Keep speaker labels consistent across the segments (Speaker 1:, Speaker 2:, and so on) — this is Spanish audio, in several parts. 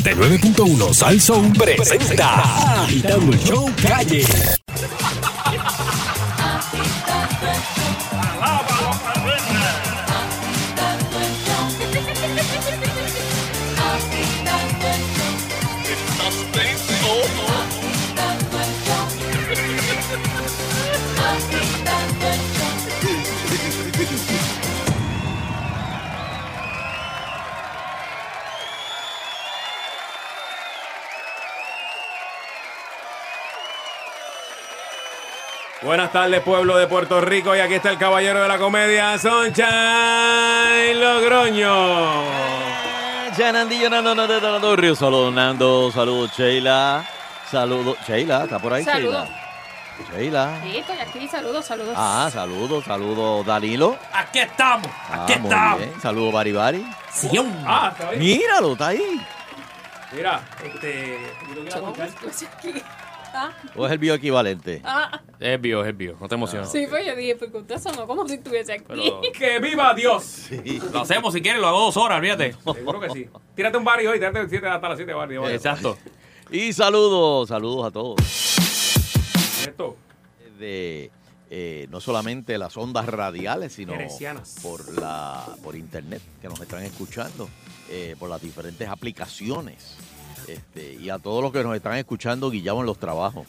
Speaker 1: 99.1 Sal Soul presenta Agitando el Show Calle.
Speaker 2: Buenas tardes, pueblo de Puerto Rico. Y aquí está el caballero de la comedia, Sunshine Logroño.
Speaker 3: Yanandillo, no, no, no, no, no, no, Río. Saludos, Nando. Saludos, Sheila. Saludos, Sheila. ¿Está por ahí,
Speaker 4: Saludos.
Speaker 3: Sheila? Sheila.
Speaker 4: Sí, estoy aquí. Saludos, saludos.
Speaker 3: Ah, saludos, saludos, Danilo.
Speaker 5: Aquí estamos,
Speaker 3: Ah,
Speaker 5: aquí
Speaker 3: muy
Speaker 5: estamos.
Speaker 3: bien. Saludos, Baribari.
Speaker 5: Sí,
Speaker 2: Ah, está bien.
Speaker 3: Míralo, está ahí.
Speaker 2: Mira,
Speaker 5: este, yo lo quiero
Speaker 4: ¿Cómo
Speaker 5: contar.
Speaker 4: estoy aquí? Ah,
Speaker 3: O es el bioequivalente.
Speaker 4: ah.
Speaker 5: Es bio, es bio, no te emociones.
Speaker 4: Sí, pues yo dije, pues con todo eso no, como si estuviese aquí.
Speaker 5: Pero-
Speaker 2: que viva Dios.
Speaker 5: Lo hacemos si quieres, lo hago dos horas, fíjate.
Speaker 2: Seguro que sí. Tírate un barrio hoy, tírate de 7 hasta las 7 barrio.
Speaker 5: Exacto.
Speaker 3: Y saludos, saludos a todos.
Speaker 2: Esto.
Speaker 3: De eh, no solamente las ondas radiales, sino
Speaker 2: Heresianas.
Speaker 3: por la por internet que nos están escuchando, eh, por las diferentes aplicaciones. Este, y a todos los que nos están escuchando, Guillamo, en los trabajos.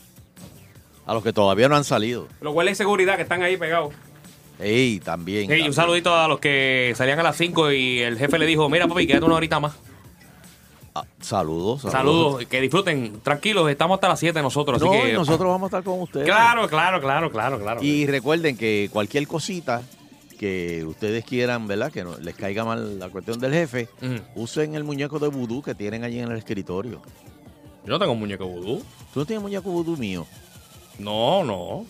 Speaker 3: A los que todavía no han salido.
Speaker 2: Los hueles de seguridad que están ahí pegados.
Speaker 3: Ey, también.
Speaker 5: Ey, un
Speaker 3: también.
Speaker 5: saludito a los que salían a las 5 y el jefe le dijo, mira papi, quédate una horita más.
Speaker 3: Ah, saludos, saludos.
Speaker 5: Saludos, que disfruten. Tranquilos, estamos hasta las 7 nosotros, así
Speaker 3: No,
Speaker 5: que...
Speaker 3: y nosotros vamos a estar con ustedes.
Speaker 5: Claro, claro, claro, claro, claro. eh.
Speaker 3: Y recuerden que cualquier cosita que ustedes quieran, ¿verdad? Que no, les caiga mal la cuestión del jefe,
Speaker 5: Ujú.
Speaker 3: usen el muñeco de vudú que tienen allí en el escritorio.
Speaker 5: Yo no tengo un muñeco vudú.
Speaker 3: ¿Tú no tienes muñeco vudú mío?
Speaker 5: No, no.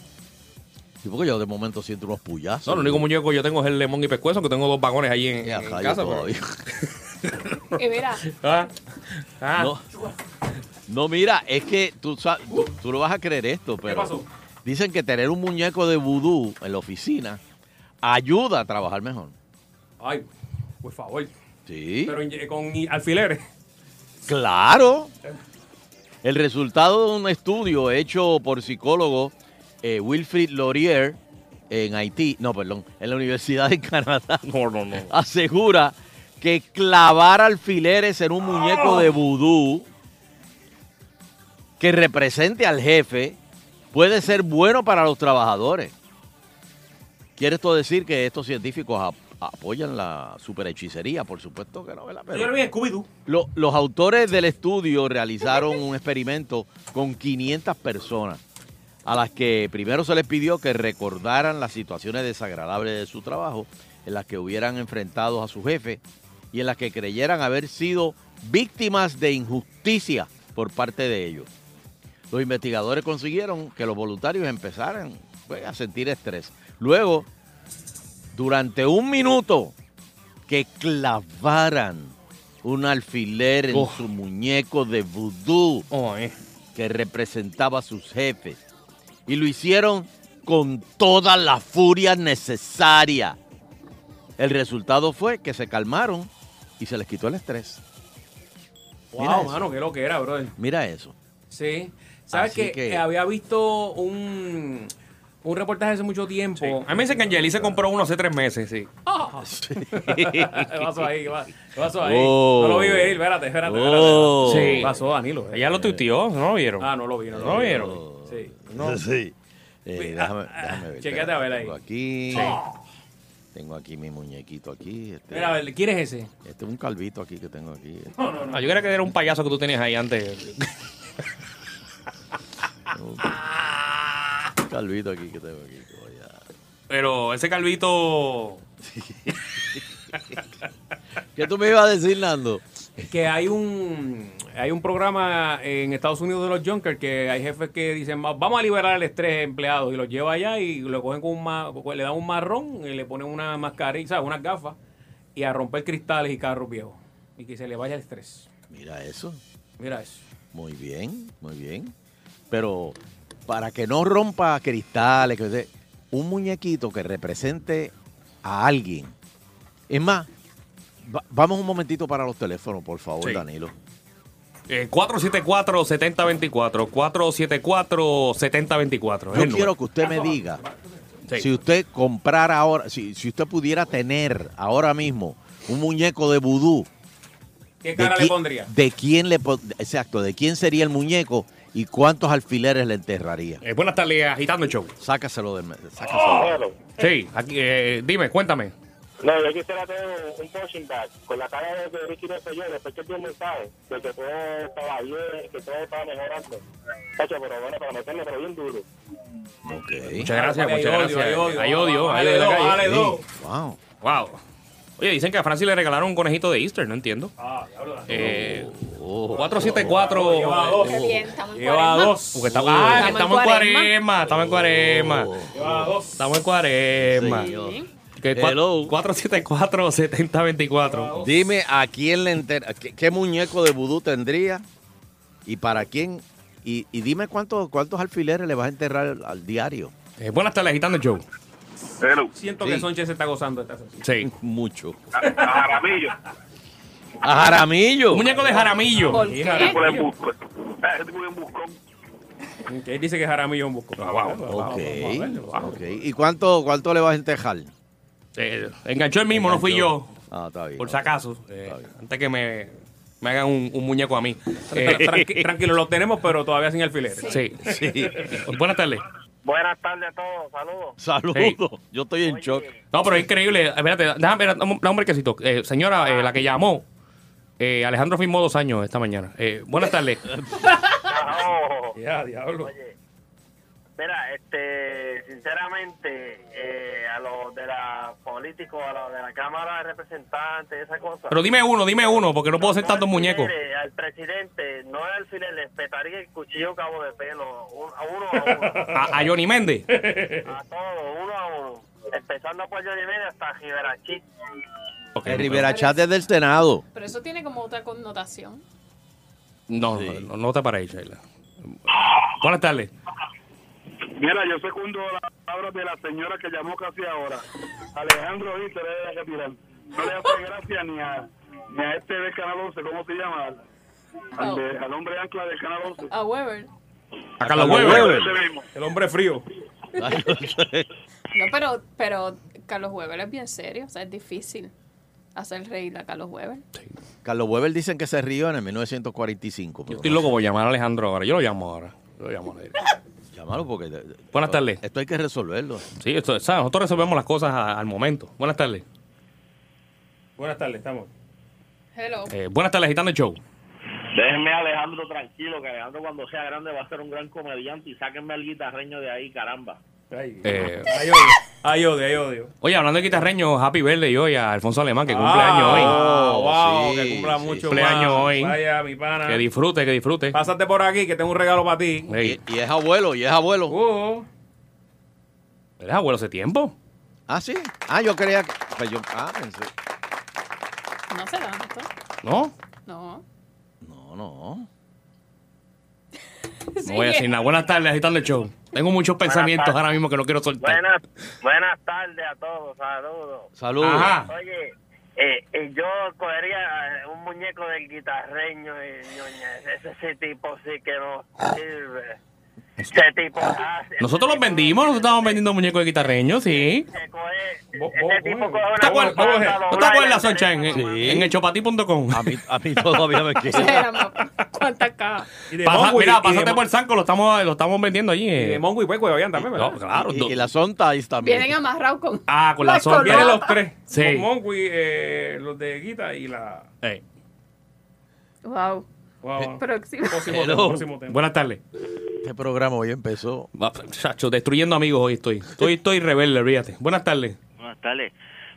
Speaker 3: Sí, porque yo de momento siento unos puyazos.
Speaker 5: No, el único muñeco que yo tengo es el lemón y pescuezo, que tengo dos vagones ahí en,
Speaker 3: Ya,
Speaker 5: en
Speaker 3: rayo,
Speaker 5: casa. pues. pero-
Speaker 3: todavía.
Speaker 4: Eh, mira,
Speaker 5: Ah, ah.
Speaker 3: No, no, mira, es que tú, sa-
Speaker 5: Uh.
Speaker 3: tú, tú no vas a creer esto, pero
Speaker 2: pasó?
Speaker 3: dicen que tener un muñeco de vudú en la oficina ayuda a trabajar mejor.
Speaker 2: Ay, por favor.
Speaker 3: Sí,
Speaker 2: Pero inye- con i- alfileres.
Speaker 3: claro. El resultado de un estudio hecho por psicólogo eh, Wilfrid Laurier en Haití, no, perdón, en la Universidad de Canadá,
Speaker 5: No, no, no.
Speaker 3: asegura que clavar alfileres en un muñeco de vudú que represente al jefe puede ser bueno para los trabajadores. ¿Quiere esto decir que estos científicos ap- apoyan la superhechicería? Por supuesto que no, ¿verdad? Pero-
Speaker 2: Yo lo vi en Scooby-Doo.
Speaker 3: lo- los autores del estudio realizaron un experimento con 500 personas a las que primero se les pidió que recordaran las situaciones desagradables de su trabajo, en las que hubieran enfrentado a su jefe y en las que creyeran haber sido víctimas de injusticia por parte de ellos. Los investigadores consiguieron que los voluntarios empezaran pues, a sentir estrés. Luego, durante un minuto, que clavaran un alfiler en
Speaker 5: Oh.
Speaker 3: su muñeco de vudú
Speaker 5: Oh, eh.
Speaker 3: que representaba a sus jefes. Y lo hicieron con toda la furia necesaria. El resultado fue que se calmaron y se les quitó el estrés. Mira
Speaker 2: Wow,
Speaker 3: eso.
Speaker 2: mano, qué lo que era, brother.
Speaker 3: Mira eso.
Speaker 2: Sí. ¿Sabes
Speaker 3: Así
Speaker 2: que,
Speaker 3: que-
Speaker 2: eh, había visto un, un reportaje hace mucho tiempo?
Speaker 5: Sí. A mí me dicen que Angeli se compró uno hace tres meses, sí.
Speaker 2: ¿Qué pasó ahí? ¿Qué pa- qué pasó ahí?
Speaker 3: Oh.
Speaker 2: No lo vi venir, espérate, espérate. espérate.
Speaker 3: Oh.
Speaker 2: Sí. Pasó, Danilo.
Speaker 5: Ella lo tuiteó, ¿no lo vieron?
Speaker 2: Ah, no lo vi, no
Speaker 5: No
Speaker 2: lo
Speaker 5: lo
Speaker 2: vi.
Speaker 5: vieron.
Speaker 2: Sí.
Speaker 3: Sí. Eh,
Speaker 2: Ve-
Speaker 3: déjame,
Speaker 2: ah,
Speaker 3: déjame ver.
Speaker 2: chequéate a ver ahí.
Speaker 3: Tengo aquí.
Speaker 2: Sí.
Speaker 3: Tengo aquí mi muñequito aquí. Este,
Speaker 2: Mira, a ver, ¿quién es ese?
Speaker 3: este es un calvito aquí que tengo aquí. Este
Speaker 5: Ah, yo creía que era un payaso que tú tenías ahí antes.
Speaker 3: es un calvito aquí que tengo aquí. que voy a-
Speaker 5: Pero ese calvito.
Speaker 3: ¿Qué tú me ibas a decir, Nando?
Speaker 2: Que hay un hay un programa en Estados Unidos de los Junkers que hay jefes que dicen, "Va- vamos a liberar el estrés de empleados y los lleva allá y lo cogen con un ma- pues, le dan un marrón y le ponen una mascarilla, ¿sabes? unas gafas y a romper cristales y carros viejos y que se le vaya el estrés.
Speaker 3: Mira eso.
Speaker 2: Mira eso.
Speaker 3: Muy bien, muy bien. Pero para que no rompa cristales, que se- un muñequito que represente a alguien. Es más, va- vamos un momentito para los teléfonos, por favor,
Speaker 5: Sí.
Speaker 3: Danilo.
Speaker 5: Eh, 474-7024. 474-7024. es
Speaker 3: Yo
Speaker 5: el
Speaker 3: quiero que usted me diga
Speaker 5: Sí.
Speaker 3: si usted comprara ahora, si, si usted pudiera tener ahora mismo un muñeco de vudú.
Speaker 2: ¿Qué
Speaker 3: de
Speaker 2: cara le
Speaker 3: qui-
Speaker 2: pondría?
Speaker 3: ¿De quién le pon- Exacto, ¿de quién sería el muñeco y cuántos alfileres le enterraría?
Speaker 5: número. Eh, buenas tardes, agitando el show.
Speaker 3: Sácaselo del. me- sácaselo.
Speaker 6: Bueno,
Speaker 5: Sí, aquí, eh, dime, cuéntame.
Speaker 6: no, yo quisiera tener un punching bag con la cara de de Ricky Rosselló, después que dio un mensaje de que todo estaba bien, que todo estaba mejorando. Cacho, pero bueno, para meterle, pero bien duro.
Speaker 3: Ok.
Speaker 5: Muchas gracias,
Speaker 2: Hay
Speaker 5: muchas
Speaker 2: odio,
Speaker 5: gracias.
Speaker 2: hay odio.
Speaker 5: Hay odio, hay
Speaker 2: Bájale dos,
Speaker 5: odio en la calle.
Speaker 2: bájale
Speaker 3: Sí,
Speaker 2: dos.
Speaker 3: Wow.
Speaker 5: Wow. Oye, dicen que a Francis le regalaron un conejito de Easter, no entiendo.
Speaker 2: Ah,
Speaker 5: Eh,
Speaker 3: Oh.
Speaker 5: 474.
Speaker 2: Lleva
Speaker 5: eh,
Speaker 2: dos.
Speaker 4: Qué bien, estamos en
Speaker 2: Lleva
Speaker 4: cuaresma.
Speaker 2: dos.
Speaker 5: porque estamos, ah, que
Speaker 4: Estamos
Speaker 5: estamos
Speaker 4: en
Speaker 5: en cuaresma, estamos en cuaresma.
Speaker 2: Lleva dos.
Speaker 5: Estamos en cuaresma.
Speaker 3: Oh. Señor.
Speaker 5: Que cua- 474-7024.
Speaker 3: Dime a quién le enter- qué, qué muñeco de vudú tendría y para quién. Y, y dime cuántos, cuántos alfileres le vas a enterrar al, al diario.
Speaker 5: Eh, buenas tardes, agitando el show.
Speaker 6: Pero,
Speaker 2: Siento
Speaker 3: Sí.
Speaker 2: que Sonche se está gozando de esta sesión.
Speaker 5: Sí.
Speaker 3: Mucho.
Speaker 6: Jaramillo,
Speaker 3: A Jaramillo.
Speaker 5: Muñeco de Jaramillo.
Speaker 4: ¿Por
Speaker 2: Sí,
Speaker 4: qué?
Speaker 2: por el
Speaker 6: busco. Pues, Es muy buscón.
Speaker 2: Que Él dice que Jaramillo es un
Speaker 6: Ah,
Speaker 2: busco.
Speaker 3: Ok.
Speaker 2: wow.
Speaker 3: ok. ¿Y cuánto, cuánto le vas a enterrar?
Speaker 5: Eh, enganchó el mismo, no fui yo.
Speaker 3: Ah, está bien.
Speaker 5: Por
Speaker 3: ok.
Speaker 5: si acaso. eh, antes que me, me hagan un, un muñeco a mí.
Speaker 2: Tra-
Speaker 5: Eh,
Speaker 2: tranqui- tranquilo, lo tenemos, pero todavía sin alfileres.
Speaker 5: sí, sí. Buenas tardes.
Speaker 6: Buenas tardes a todos, saludos.
Speaker 3: Saludos.
Speaker 5: Sí.
Speaker 3: Yo estoy en shock.
Speaker 5: No, pero es increíble. Espérate, déjame ver, dame un brequecito. Eh, señora, eh, la que llamó, eh, Alejandro firmó dos años esta mañana. Eh, buenas tardes.
Speaker 6: Saludos.
Speaker 2: Ya, diablo.
Speaker 6: Oye, mira, este, sinceramente, eh, a los de la políticos, a los de la Cámara de Representantes, esa cosa.
Speaker 5: Pero dime uno, dime uno, porque no puedo hacer tantos muñecos.
Speaker 6: Alfileres, Al presidente, no al alfiler, le petaría el cuchillo cabo de pelo, un- a uno a uno,
Speaker 5: A, a Johnny Méndez.
Speaker 6: a todos, uno a uno. Empezando por Johnny Méndez hasta Giberachi.
Speaker 5: Ok,
Speaker 3: El Eh, Rivera Chat desde el Senado.
Speaker 4: Pero eso tiene como otra connotación.
Speaker 5: No, no, no, no te pares, Sheila. Buenas tardes.
Speaker 6: Mira, yo secundo las palabras de la señora que llamó casi ahora. Alejandro Víctor es de retirar. No le hace gracia ni a, ni a este del Canal 11, ¿cómo se llama? Al, al de- al hombre ancla del Canal 11.
Speaker 4: A Weber.
Speaker 5: A Carlos
Speaker 3: Carlos
Speaker 5: Weber.
Speaker 3: Weber.
Speaker 6: Ese mismo.
Speaker 2: El hombre frío.
Speaker 4: No, pero, pero Carlos Weber es bien serio. O sea, es difícil hacer reír a Carlos Weber.
Speaker 3: Carlos Weber dicen que se rió en el 1945.
Speaker 5: Yo
Speaker 3: pero
Speaker 5: estoy
Speaker 3: no.
Speaker 5: loco por llamar a Alejandro ahora. Yo lo llamo ahora. Yo lo llamo a Alejandro.
Speaker 3: Llámalo porque.
Speaker 5: Buenas tardes.
Speaker 3: Esto hay que resolverlo.
Speaker 5: Sí, esto, ¿sabes? nosotros resolvemos las cosas a- al momento. Buenas tardes.
Speaker 2: Buenas tardes, estamos.
Speaker 4: Hello.
Speaker 5: Eh, buenas tardes, Agitando el Show.
Speaker 6: Déjenme a Alejandro tranquilo, que Alejandro cuando sea grande va a ser un gran comediante y sáquenme al guitarreño de ahí, caramba.
Speaker 2: Ay,
Speaker 5: Eh,
Speaker 2: Hay odio, hay odio, hay odio.
Speaker 5: oye, hablando de guitarreños, Happy Verde hoy a Alfonso Alemán, que cumple años hoy.
Speaker 2: Ah, Wow,
Speaker 3: Sí,
Speaker 2: que cumpla
Speaker 3: sí.
Speaker 2: mucho
Speaker 5: Cumpleaños
Speaker 2: más.
Speaker 5: hoy.
Speaker 2: Vaya, mi pana.
Speaker 5: Que disfrute, que disfrute.
Speaker 2: Pásate por aquí, que tengo un regalo para ti.
Speaker 5: Ey,
Speaker 3: Y, y es abuelo, y es abuelo.
Speaker 2: Oh,
Speaker 5: ¿Eres abuelo hace tiempo?
Speaker 3: Ah, sí. Ah, yo creía que. pues yo- ah, pensé-
Speaker 4: No se dan esto.
Speaker 5: ¿No?
Speaker 4: No.
Speaker 3: No, no.
Speaker 5: No voy a decir nada. Buenas tardes, Agitando el Show. Tengo muchos pensamientos
Speaker 6: tardes.
Speaker 5: ahora mismo que no quiero soltar.
Speaker 6: Buenas, buenas tardes a todos, saludos.
Speaker 3: Saludos.
Speaker 5: Ajá.
Speaker 6: Oye, eh, eh, yo cogería eh, un muñeco del guitarreño y ñoña, ese, ese tipo sí que no sirve. Ese tipo hace-
Speaker 5: Nosotros los
Speaker 6: ese tipo-
Speaker 5: vendimos, nosotros estábamos vendiendo muñecos de guitarreños, sí.
Speaker 6: se coge-
Speaker 2: Bo-
Speaker 6: ese
Speaker 2: bo-
Speaker 6: tipo
Speaker 2: bo-
Speaker 6: coge
Speaker 5: ¿Te
Speaker 6: una
Speaker 5: acuerdas,
Speaker 6: banda,
Speaker 5: Jorge? ¿No te
Speaker 6: lo dobla y
Speaker 5: acuerdas,
Speaker 6: le entrega
Speaker 5: Sunshine?
Speaker 6: a la
Speaker 5: En, en echopati.com.
Speaker 3: A mí, a mí todavía me queda.
Speaker 4: ¿Cuántas cajas?
Speaker 2: y de
Speaker 5: Pasa-
Speaker 2: Mongo y-
Speaker 5: mira,
Speaker 2: y de
Speaker 5: pásate
Speaker 2: Mon-
Speaker 5: por el Sanco, lo estamos, lo estamos vendiendo allí.
Speaker 2: Y
Speaker 5: eh.
Speaker 2: de Mongo y Peco de Babián también,
Speaker 5: No,
Speaker 2: ¿verdad?
Speaker 5: claro.
Speaker 3: Y,
Speaker 5: do-
Speaker 3: y la Sonta ahí también.
Speaker 4: Vienen amarrados con.
Speaker 5: Ah, con la
Speaker 4: Las
Speaker 5: sombra.
Speaker 2: Vienen los tres.
Speaker 5: Sí.
Speaker 2: Con Mongo y eh, los de Guita y la...
Speaker 5: Ey.
Speaker 4: Wow.
Speaker 2: Wow.
Speaker 4: Eh, Próximo.
Speaker 2: Próximo
Speaker 3: Hello.
Speaker 2: tema, próximo tema.
Speaker 5: Buenas tardes.
Speaker 3: Este programa hoy empezó.
Speaker 5: Va, Chacho, destruyendo amigos hoy estoy. Estoy, estoy rebelde, fíjate. Buenas tardes.
Speaker 7: Buenas tardes.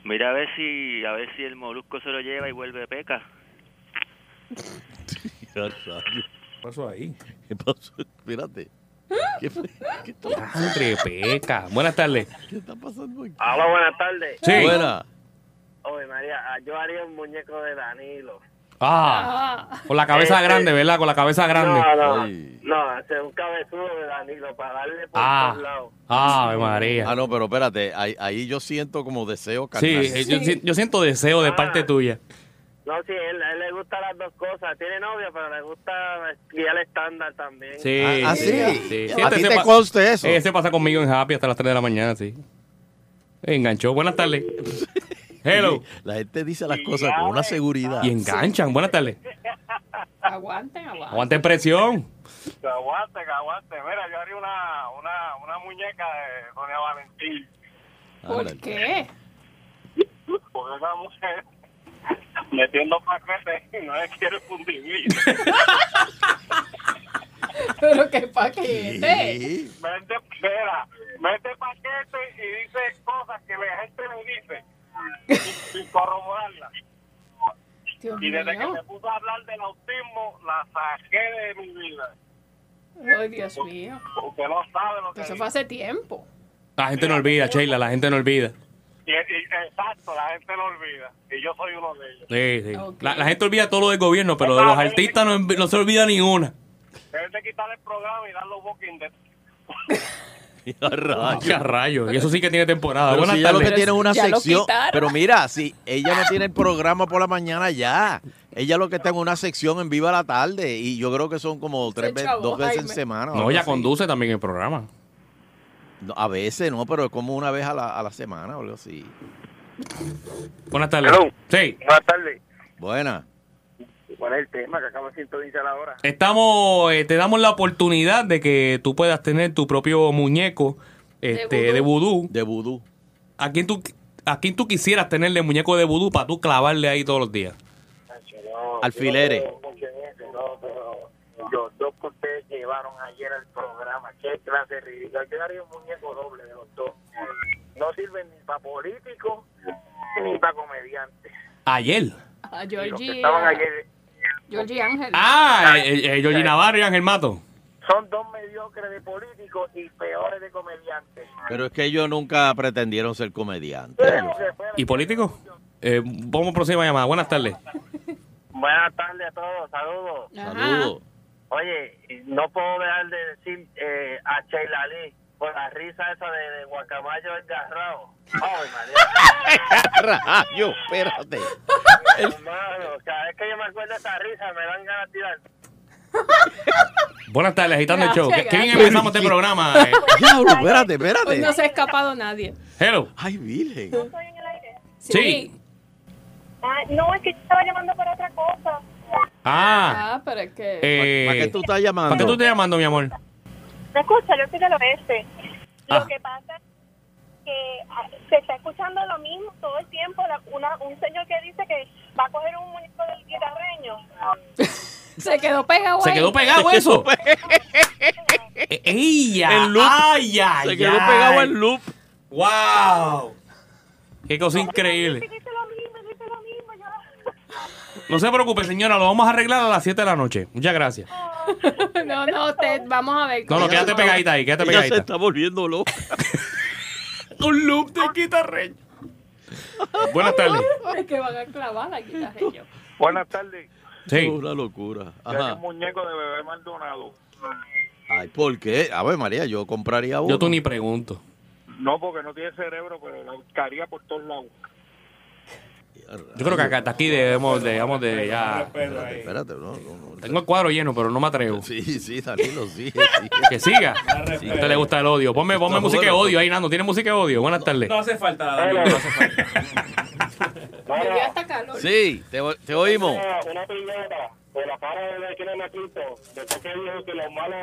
Speaker 7: Mira a ver si a ver si el molusco se lo lleva y vuelve peca.
Speaker 3: ¿Qué
Speaker 2: ¿Qué pasó ahí?
Speaker 3: pasó? Espérate. ¿Qué, fue? ¿Qué está,
Speaker 5: Andre Peca. Buenas tardes.
Speaker 3: qué está pasando aquí?
Speaker 6: Aló, buenas tardes.
Speaker 5: Sí.
Speaker 3: Buena.
Speaker 6: Oye, María, ah, yo haría un muñeco de Danilo.
Speaker 5: Ah,
Speaker 4: Ah.
Speaker 5: con la cabeza
Speaker 8: Este,
Speaker 5: grande, ¿verdad? Con la cabeza grande.
Speaker 6: No, no,
Speaker 3: Ay.
Speaker 6: no, hacer un cabezudo de Danilo para darle por
Speaker 5: Ah.
Speaker 6: todos lados.
Speaker 5: Ah, Ave María.
Speaker 3: Ah, no, pero espérate. Ahí, ahí yo siento como deseo
Speaker 5: Sí,
Speaker 3: carnal.
Speaker 6: Ah,
Speaker 5: eh, Yo, si- yo siento deseo de parte tuya.
Speaker 8: No, sí, él, a él le gustan las dos cosas. Tiene novia, pero le gusta guiar estándar también.
Speaker 5: Sí.
Speaker 3: Ah, ah, sí.
Speaker 5: sí.
Speaker 3: A ti
Speaker 5: Este
Speaker 3: te
Speaker 5: se pa-
Speaker 3: conste eso.
Speaker 5: Ese pasa conmigo en Happy hasta las 3 de la mañana, sí. Enganchó. Buenas tardes. Hello.
Speaker 3: La gente dice las cosas con una seguridad.
Speaker 5: Y enganchan. Buenas tardes.
Speaker 4: Aguanten, aguanten.
Speaker 5: Aguante presión.
Speaker 6: Que aguante, que aguante. Mira, yo haría una, una, una muñeca de Doña Valentín.
Speaker 4: ¿Por
Speaker 3: Ándale.
Speaker 4: qué?
Speaker 6: Porque esa mujer metiendo paquetes y no le quiere fundir.
Speaker 4: Pero qué paquete.
Speaker 3: Sí.
Speaker 6: Mete, espera, mete paquetes y dice cosas que la gente le dice sin- sin corroborarla.
Speaker 4: Dios
Speaker 6: Y desde que
Speaker 4: mío.
Speaker 6: me puso a hablar del autismo, la saqué de mi vida.
Speaker 4: Ay, Dios mío.
Speaker 6: Porque no sabe lo que
Speaker 4: Eso
Speaker 6: dice.
Speaker 4: fue hace tiempo.
Speaker 5: La gente no olvida, Sheila. La gente no olvida.
Speaker 6: Y- y- Exacto, la gente lo olvida. Y yo soy uno de ellos.
Speaker 5: Sí, sí.
Speaker 4: Ok.
Speaker 5: La, la gente olvida todo lo del gobierno, pero de los artistas no, envi- no se olvida ni una.
Speaker 6: Deben de quitar el programa y dar los walking dead.
Speaker 3: Ya rayos.
Speaker 5: ¡Qué rayos! Y eso sí que tiene temporada.
Speaker 3: Pero
Speaker 5: Buenas
Speaker 3: si ya lo que
Speaker 5: tardes.
Speaker 3: tiene es una
Speaker 4: Ya lo
Speaker 3: sección.
Speaker 4: quitaron.
Speaker 3: Pero mira, si ella no tiene el programa por la mañana ya. Ella lo que está en una sección en Viva la Tarde. Y yo creo que son como tres veces,
Speaker 4: chavó,
Speaker 3: dos veces en
Speaker 4: Jaime.
Speaker 3: semana. o
Speaker 5: No,
Speaker 3: algo
Speaker 5: ella
Speaker 3: así.
Speaker 5: conduce también el programa.
Speaker 3: No, a veces no, pero es como una vez a la, a la semana o algo así.
Speaker 5: Buenas tardes.
Speaker 8: Hello.
Speaker 5: Sí.
Speaker 8: Buenas tardes.
Speaker 3: Buena.
Speaker 8: ¿Cuál es el tema que acabo de sintonizar ahora?
Speaker 5: Estamos, eh, te damos la oportunidad de que tú puedas tener tu propio muñeco este,
Speaker 4: vudú.
Speaker 5: de vudú.
Speaker 3: De vudú.
Speaker 5: ¿A quién tú, a quién tú quisieras tenerle muñeco de vudú para tú clavarle ahí todos los días?
Speaker 3: Alfileres.
Speaker 8: No, pero los dos que ustedes llevaron ayer al programa, qué clase de ridículo. Yo haría un muñeco doble de los dos. No sirven ni para políticos ni para comediantes.
Speaker 5: Ayer.
Speaker 4: A
Speaker 8: Y los que
Speaker 4: Ah, Georgie,
Speaker 8: estaban
Speaker 4: a-
Speaker 8: ayer
Speaker 4: Georgie Ángel.
Speaker 5: Ah, eh, eh, Georgie Navarro y Ángel Mato.
Speaker 8: son dos mediocres de políticos y peores de comediantes.
Speaker 3: Pero es que ellos nunca pretendieron ser comediantes.
Speaker 8: Pero que fuera-
Speaker 5: ¿Y político? Eh, vamos a próxima llamada. Buenas tardes.
Speaker 8: Buenas tardes a todos, saludos.
Speaker 4: Ajá.
Speaker 3: Saludos.
Speaker 8: Oye, no puedo dejar de decir eh, a Sheila Lee por la risa esa de, de guacamayo engarrado. Ay, María.
Speaker 3: Rayo, espérate.
Speaker 8: Hermano, cada vez que yo me acuerdo de esa risa me dan ganas de tirar.
Speaker 5: Buenas tardes, agitando
Speaker 4: Gracias,
Speaker 5: el show. ¿Qué- ¿Qué bien
Speaker 4: gracias.
Speaker 5: empezamos este programa? eh.
Speaker 3: Diablo, espérate,
Speaker 4: Hoy no
Speaker 3: espérate.
Speaker 4: se ha escapado nadie.
Speaker 5: Hello.
Speaker 3: Ay, virgen.
Speaker 9: estoy en el aire.
Speaker 5: Sí.
Speaker 9: Ah, no, es que yo estaba llamando para otra cosa.
Speaker 5: Ah.
Speaker 4: Ah, pero es que.
Speaker 5: Eh,
Speaker 3: ¿Para qué tú estás llamando?
Speaker 5: ¿Para qué tú estás llamando, mi amor?
Speaker 9: No escucha, yo estoy del oeste.
Speaker 5: Ah.
Speaker 9: Lo que pasa es que ah, se está escuchando lo mismo todo el tiempo. La- una- un señor que dice que va a coger un muñeco del guitarreño.
Speaker 4: Se quedó pegado
Speaker 5: ¿Se
Speaker 4: ahí.
Speaker 5: quedó pegado eso? Eh, ¡Ella!
Speaker 3: En loop.
Speaker 5: ¡Ay, ay,
Speaker 3: Se quedó
Speaker 5: ay.
Speaker 3: pegado en loop.
Speaker 5: ¡Wow! ¡Qué cosa increíble!
Speaker 9: Dice lo mismo, dice lo mismo. Yo,
Speaker 5: No se preocupe, señora, lo vamos a arreglar a las 7 de la noche. Muchas gracias.
Speaker 4: No, no, Ted, vamos a ver.
Speaker 5: No, no, quédate pegadita ahí, quédate
Speaker 3: Ella se
Speaker 5: pegadita.
Speaker 3: está volviendo loca.
Speaker 5: Un loop de guitarreño. Buenas tardes.
Speaker 4: Es que van a clavar la guitarra y yo.
Speaker 6: Buenas tardes.
Speaker 5: Sí.
Speaker 3: Una locura.
Speaker 6: Yo haría
Speaker 3: Ajá.
Speaker 6: un muñeco de bebé Maldonado.
Speaker 3: Ay, ¿por qué? A ver, María, yo compraría uno.
Speaker 5: Yo tú ni pregunto.
Speaker 6: No, porque no tiene cerebro, pero la buscaría por todos lados.
Speaker 5: Yo creo que acá, hasta aquí debemos de, debemos de ya.
Speaker 3: Espérate, espérate, no, no, no.
Speaker 5: Tengo el cuadro lleno, pero no me atrevo.
Speaker 3: Sí, sí, Danilo, sí, sí.
Speaker 5: Que siga. Si a usted le gusta el odio. Ponme, ponme
Speaker 3: Está
Speaker 5: música de
Speaker 3: bueno.
Speaker 5: odio ahí, Nando. ¿Tiene música de odio? Buenas tardes.
Speaker 2: No hace falta, Danilo, no hace falta.
Speaker 4: Me dio hasta calor.
Speaker 3: Sí, te, te oímos.
Speaker 6: Una, una piñata de la cara de quien me quito. Después que dijo que los malos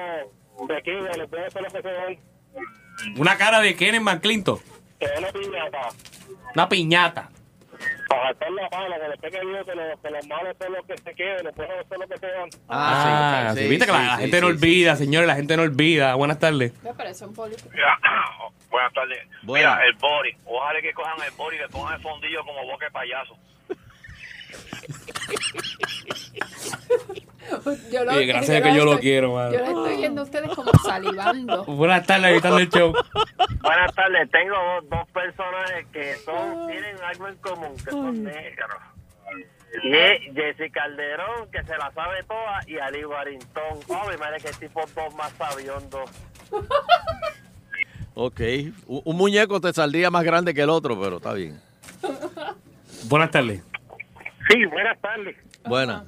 Speaker 6: de Kido les pueden hacer lo que se ven.
Speaker 5: Una cara de Kenneth McClinton.
Speaker 6: Que es una piñata.
Speaker 5: Una piñata.
Speaker 6: Para hacer la pala, que después que dijo que los, que los malos son los que se queden, les pueden hacer lo que se ven.
Speaker 5: Ah, sí, viste que la, la
Speaker 3: sí,
Speaker 5: gente no
Speaker 3: sí,
Speaker 5: olvida, señores, la gente no olvida. Buenas tardes.
Speaker 4: Me parece un político.
Speaker 8: Buenas tardes.
Speaker 3: Buenas.
Speaker 8: Mira, el Bori. Ojalá que cojan el Bori y le pongan el fondillo como boca de payaso.
Speaker 4: Yo
Speaker 5: Sí, gracias que yo lo quiero, mano.
Speaker 4: Yo lo estoy viendo a ustedes como salivando.
Speaker 5: Buenas tardes, editando el show.
Speaker 8: Buenas tardes. Tengo dos, dos personajes que
Speaker 4: Ah.
Speaker 8: son, tienen algo en común, que son negros. Y es Jesse Calderón, que se la sabe toda, y Ali Barintón. Ay, madre, que tipo dos más sabiondos.
Speaker 3: sí. Ok, un, un muñeco te saldría más grande que el otro, pero está bien.
Speaker 5: Buenas tardes.
Speaker 8: Sí, buenas tardes.
Speaker 3: Buena.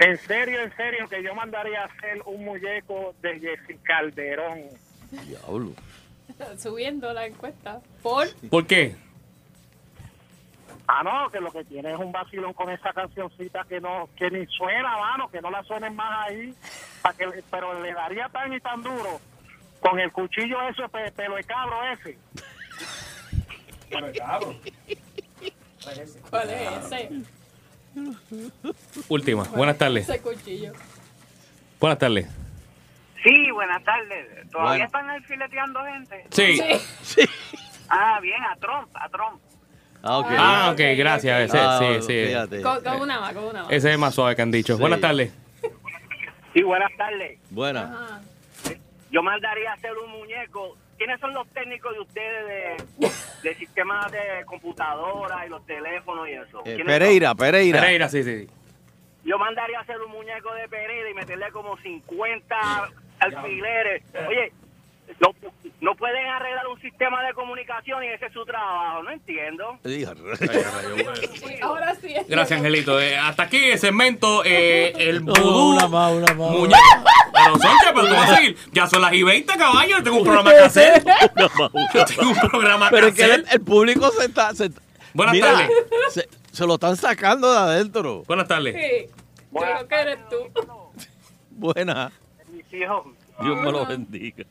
Speaker 8: En serio, en serio, que yo mandaría a hacer un muñeco de Jessy Calderón.
Speaker 3: Diablo.
Speaker 4: Subiendo la encuesta. Por.
Speaker 5: ¿Por qué?
Speaker 8: Ah, no, que lo que tiene es un vacilón con esa cancioncita que no que ni suena, mano, que no la suenen más ahí, pa' que, pero le daría tan y tan duro con el cuchillo ese pe- pelo de cabro ese.
Speaker 4: ¿Cuál es ese?
Speaker 5: Última. Buenas tardes.
Speaker 4: Ese cuchillo.
Speaker 5: Buenas tardes.
Speaker 10: Sí, buenas tardes.
Speaker 5: Bueno.
Speaker 10: ¿Todavía están alfileteando gente?
Speaker 5: Sí.
Speaker 10: Ah, bien, a Trump, a Trump.
Speaker 3: Ah, ok.
Speaker 5: Ah, ok, gracias. Ese,
Speaker 3: Ah,
Speaker 5: sí, sí.
Speaker 3: fíjate.
Speaker 4: Con, con una más, con una más.
Speaker 5: Ese es más suave que han dicho.
Speaker 3: Sí.
Speaker 5: Buenas tardes.
Speaker 8: Sí, buenas tardes.
Speaker 3: Buena.
Speaker 4: Ajá.
Speaker 10: Yo mandaría a hacer un muñeco. ¿Quiénes son los técnicos de ustedes de, de sistemas de computadora y los teléfonos y eso?
Speaker 3: Eh,
Speaker 10: ¿Quiénes son?
Speaker 3: Pereira, Pereira.
Speaker 5: Pereira, sí, sí. sí.
Speaker 10: Yo mandaría a hacer un muñeco de Pereira y meterle como 50 alfileres. Oye, no, no pueden arreglar un sistema de comunicación y ese es su trabajo. No entiendo.
Speaker 3: Diga,
Speaker 4: Ahora sí. es-
Speaker 5: Gracias, Angelito. Eh, hasta aquí el segmento eh, El
Speaker 1: Oh,
Speaker 5: Vudú
Speaker 1: una más, una más. una
Speaker 5: Muñeca. Pero, Soncha, pero tú vas a seguir. Ya son las y 20, caballo. Yo tengo un programa que hacer. Yo tengo un programa
Speaker 3: Pero
Speaker 5: que
Speaker 3: es que el,
Speaker 5: hacer.
Speaker 3: el público se está. se-
Speaker 5: Buenas
Speaker 3: Mira,
Speaker 5: tardes.
Speaker 3: Se, se lo están sacando de adentro.
Speaker 5: Buenas tardes.
Speaker 4: Sí. Yo creo que eres tú.
Speaker 3: Buena.
Speaker 10: Mis hijos.
Speaker 3: Dios me lo bendiga.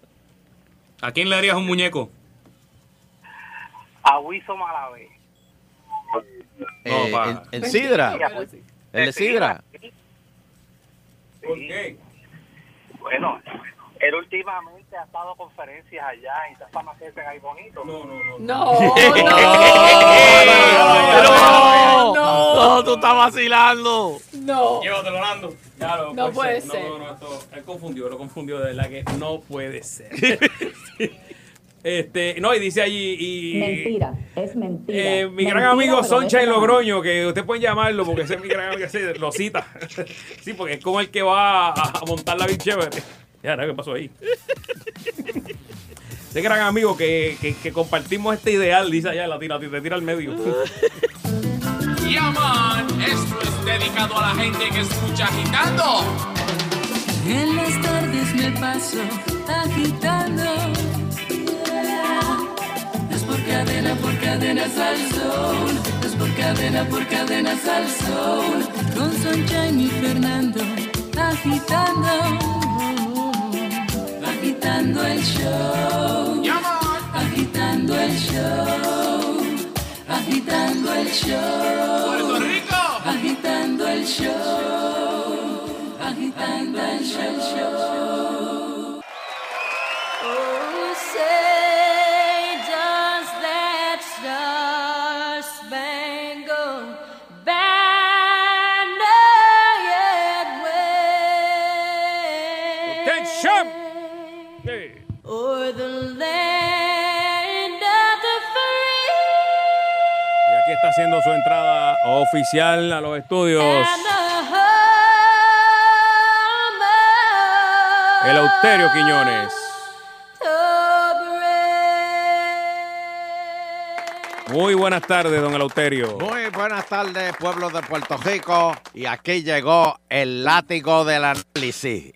Speaker 5: ¿A quién le harías un muñeco?
Speaker 10: A Wiso Malavé.
Speaker 3: Eh,
Speaker 5: pa.
Speaker 3: el- el, Sidra.
Speaker 4: Pero sí.
Speaker 3: El de Sidra.
Speaker 2: ¿Por qué?
Speaker 10: Bueno, él últimamente ha estado a conferencias allá y está más gente ahí bonito.
Speaker 4: No, no, no, no,
Speaker 3: No, tú estás vacilando.
Speaker 4: no,
Speaker 5: Llévatelo, Orlando.
Speaker 2: Ya lo-
Speaker 4: No puede ser.
Speaker 2: pues, No, no, no, esto- él confundió, lo confundió, de verdad que no puede ser. este, no, y dice allí. Y,
Speaker 11: Mentira, es mentira.
Speaker 2: Eh, mi gran
Speaker 11: Mentira,
Speaker 2: amigo
Speaker 11: pero
Speaker 2: Soncha en
Speaker 11: déjala.
Speaker 2: Logroño, que usted pueden llamarlo porque ese es mi gran amigo, ese lo cita. Sí, porque es como el que va a, a montarla bien chévere. Ya, ahora, ¿qué pasó ahí? Ese gran amigo que, que- que compartimos este ideal, dice allá, la tira, te tira al medio.
Speaker 5: Esto es dedicado a la gente que escucha agitando.
Speaker 12: En las tardes me paso agitando. Es por cadena, por cadenas al sol. Es por cadena, por cadenas al sol. Con Soncha y mi Fernando agitando. Agitando el show. Agitando el show. Agitando el show. Agitando el show. Agitando el show. Oh, say does that star-spangled banner yet wave?
Speaker 2: Attention!
Speaker 12: O'er the land of the
Speaker 2: Y aquí está haciendo su entrada oficial a los estudios. El Austerio Quiñones. Muy buenas tardes, don Eleuterio.
Speaker 3: Muy buenas tardes, pueblo de Puerto Rico. Y aquí llegó el látigo del análisis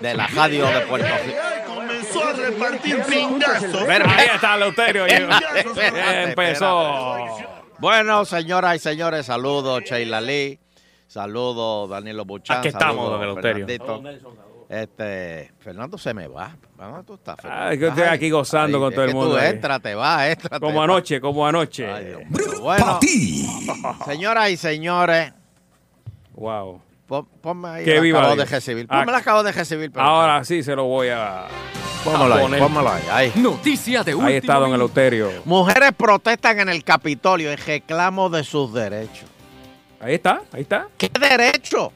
Speaker 3: de la radio de Puerto Rico.
Speaker 1: Comenzó a repartir pingazos.
Speaker 3: Espérame.
Speaker 2: Ahí está Eleuterio. llegó.
Speaker 3: Espérate,
Speaker 2: Empezó.
Speaker 3: Bueno, señoras y señores, saludos Sheila Lee, saludos Danilo Buchan.
Speaker 5: Aquí estamos,
Speaker 3: saludos,
Speaker 5: don Eleuterio.
Speaker 3: Fernandito. Este, Fernando se me va. Vamos, tú estás.
Speaker 2: Ay, que estoy aquí gozando con
Speaker 3: es
Speaker 2: todo el
Speaker 3: que
Speaker 2: mundo
Speaker 3: Tú
Speaker 2: ahí.
Speaker 3: entra, te vas, entra. te
Speaker 2: Como
Speaker 3: vas.
Speaker 2: anoche, como anoche.
Speaker 3: Ay, Dios mío. Bueno, señoras y señores,
Speaker 2: Wow.
Speaker 3: pon- ponme ahí.
Speaker 2: Que
Speaker 3: la
Speaker 2: viva
Speaker 3: acabo de
Speaker 2: Dios.
Speaker 3: recibir. Ponme la
Speaker 2: Ah.
Speaker 3: acabo de recibir. pero-
Speaker 2: Ahora sí se lo voy a.
Speaker 3: Pónmelo
Speaker 2: a
Speaker 3: ahí,
Speaker 2: poner.
Speaker 3: pónmelo ahí. ahí.
Speaker 1: Noticia de
Speaker 2: Ahí está don Eleuterio.
Speaker 3: Mujeres protestan en el Capitolio en reclamo de sus derechos.
Speaker 2: Ahí está, ahí está.
Speaker 3: ¿Qué derecho?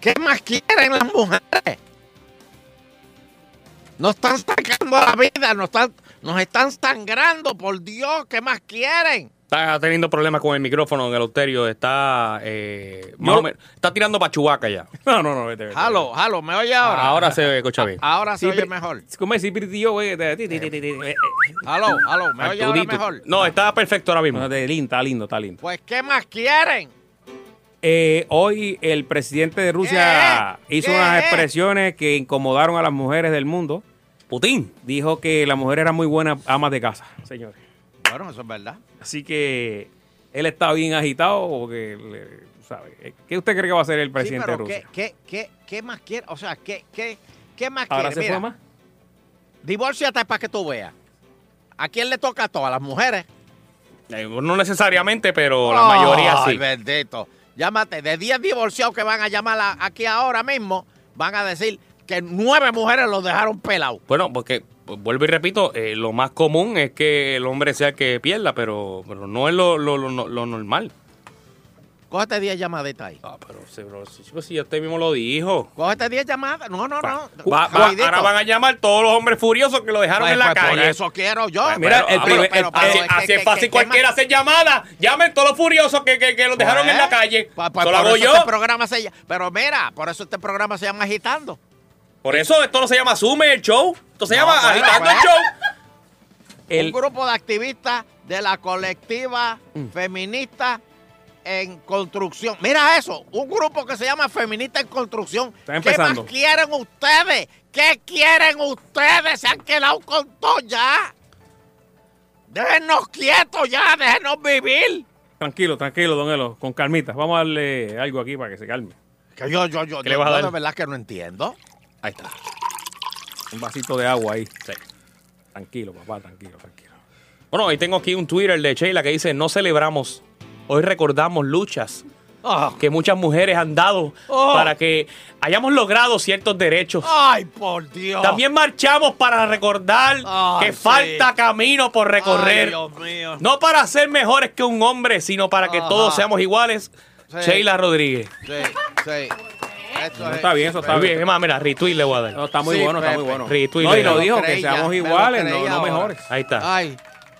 Speaker 3: ¿Qué más quieren las mujeres? Nos están sacando la vida, nos están, nos están sangrando, por Dios, ¿qué más quieren?
Speaker 5: Está teniendo problemas con el micrófono en el austerio. Está, eh, más
Speaker 2: Yo-
Speaker 5: o menos- está tirando pachuaca ya.
Speaker 2: No, no, no, vete. vete.
Speaker 3: Jalo, jalo, ¿me oye ahora?
Speaker 5: Ahora se
Speaker 3: Ah,
Speaker 5: escucha bien.
Speaker 3: Ahora
Speaker 2: Sí,
Speaker 3: se oye
Speaker 2: pe-
Speaker 3: mejor.
Speaker 2: ¿Cómo es? Sí, pitillo, güey. Te- ti, ti, ti, ti, ti. Eh, eh.
Speaker 3: Jalo, jalo, ¿me oye ahora
Speaker 5: Arturito.
Speaker 3: mejor?
Speaker 5: No, está perfecto ahora
Speaker 2: No,
Speaker 5: mismo.
Speaker 2: está lindo, está lindo, está lindo.
Speaker 3: Pues, ¿qué más quieren?
Speaker 2: Eh, hoy el presidente de Rusia hizo unas expresiones que incomodaron a las mujeres del mundo. Putin dijo que la mujer era muy buena ama de casa, señores.
Speaker 13: Bueno, eso es verdad.
Speaker 2: Así que él está bien agitado porque, le- sabe, ¿qué usted cree que va a hacer el presidente
Speaker 3: sí,
Speaker 2: de
Speaker 3: pero
Speaker 2: Rusia?
Speaker 3: ¿qué, qué, qué, qué más quiere? O sea, ¿qué, qué, qué más
Speaker 2: Ahora
Speaker 3: quiere?
Speaker 2: se fue más.
Speaker 3: Divórciate para que tú veas. ¿A quién le toca a todas las mujeres?
Speaker 5: Eh, No necesariamente, pero la mayoría
Speaker 3: Ay,
Speaker 5: sí.
Speaker 3: bendito. Llámate, de 10 divorciados que van a llamar a- aquí ahora mismo, van a decir que nueve mujeres los dejaron pelados.
Speaker 5: Bueno, porque pues, vuelvo y repito, eh, lo más común es que el hombre sea el que pierda, pero, pero no es lo, lo, lo, lo normal.
Speaker 3: Cógete 10 este llamaditas ahí.
Speaker 5: Ah, pero, se- pero si, pues, si usted mismo lo dijo.
Speaker 3: Cógete 10 llamadas. No, no, no.
Speaker 5: Va- va-
Speaker 3: Rapidito.
Speaker 5: ahora van a llamar todos los hombres furiosos que lo dejaron
Speaker 3: Pues,
Speaker 5: en la
Speaker 3: pues, por
Speaker 5: calle.
Speaker 3: eso quiero yo.
Speaker 5: Pues,
Speaker 3: Mira,
Speaker 5: pero-
Speaker 3: el
Speaker 5: ah, pero-
Speaker 3: primer-
Speaker 5: pero-
Speaker 3: el- pero
Speaker 5: así-
Speaker 3: es que-
Speaker 5: así
Speaker 3: que-
Speaker 5: es fácil
Speaker 3: que- que
Speaker 5: cualquiera
Speaker 3: más-
Speaker 5: hacer llamadas. Llamen todos los furiosos que, que, que los dejaron en la calle.
Speaker 3: Pues, pues,
Speaker 5: Eso lo
Speaker 3: por
Speaker 5: hago
Speaker 3: eso
Speaker 5: yo.
Speaker 3: este programa se llama- Pero mira, por eso este programa se llama Agitando.
Speaker 5: Por eso esto no se llama Sume el show. Esto se llama
Speaker 3: bueno,
Speaker 5: Agitando
Speaker 3: pues.
Speaker 5: el show.
Speaker 3: Un
Speaker 5: El-
Speaker 3: grupo de activistas de la colectiva
Speaker 5: Mm.
Speaker 3: feminista en construcción. Mira eso, un grupo que se llama Feminista en Construcción. ¿Qué más
Speaker 2: empezando.
Speaker 3: quieren ustedes? ¿Qué quieren ustedes? Se han quedado con todo ya. Déjenos quietos ya, déjenos vivir.
Speaker 2: Tranquilo, tranquilo, don Elo, con calmita. Vamos a darle algo aquí para que se calme.
Speaker 3: Que yo, yo, yo,
Speaker 2: ¿Qué le vas a
Speaker 3: yo
Speaker 2: dar?
Speaker 3: de verdad que no entiendo.
Speaker 5: Ahí está.
Speaker 2: Un vasito de agua ahí. Tranquilo, papá, tranquilo, tranquilo.
Speaker 5: Bueno, hoy tengo aquí un Twitter de Sheila que dice, no celebramos, hoy recordamos luchas
Speaker 3: Ah.
Speaker 5: que muchas mujeres han dado
Speaker 3: Oh.
Speaker 5: para que hayamos logrado ciertos derechos.
Speaker 3: Ay, por Dios.
Speaker 5: También marchamos para recordar
Speaker 3: Ay,
Speaker 5: que
Speaker 3: Ah, sí.
Speaker 5: falta camino por
Speaker 3: Ay,
Speaker 5: recorrer.
Speaker 3: Dios mío.
Speaker 5: no para ser mejores que un hombre, sino para que
Speaker 3: Ajá.
Speaker 5: todos seamos iguales.
Speaker 3: Sí.
Speaker 5: Sheila Rodríguez.
Speaker 3: Sí, sí. Esto
Speaker 5: No
Speaker 3: es-
Speaker 5: está bien, eso está
Speaker 3: Muy
Speaker 5: bien. Es más, mira, retweet le voy a dar. No,
Speaker 2: está muy Sí, bueno,
Speaker 3: pues,
Speaker 2: está muy Pepe. bueno.
Speaker 5: Retweet
Speaker 2: No,
Speaker 5: le
Speaker 2: y lo
Speaker 5: doy.
Speaker 2: dijo, que Creía, seamos me lo iguales, no-
Speaker 3: creía no ahora. mejores.
Speaker 5: Ahí está.
Speaker 3: Ay,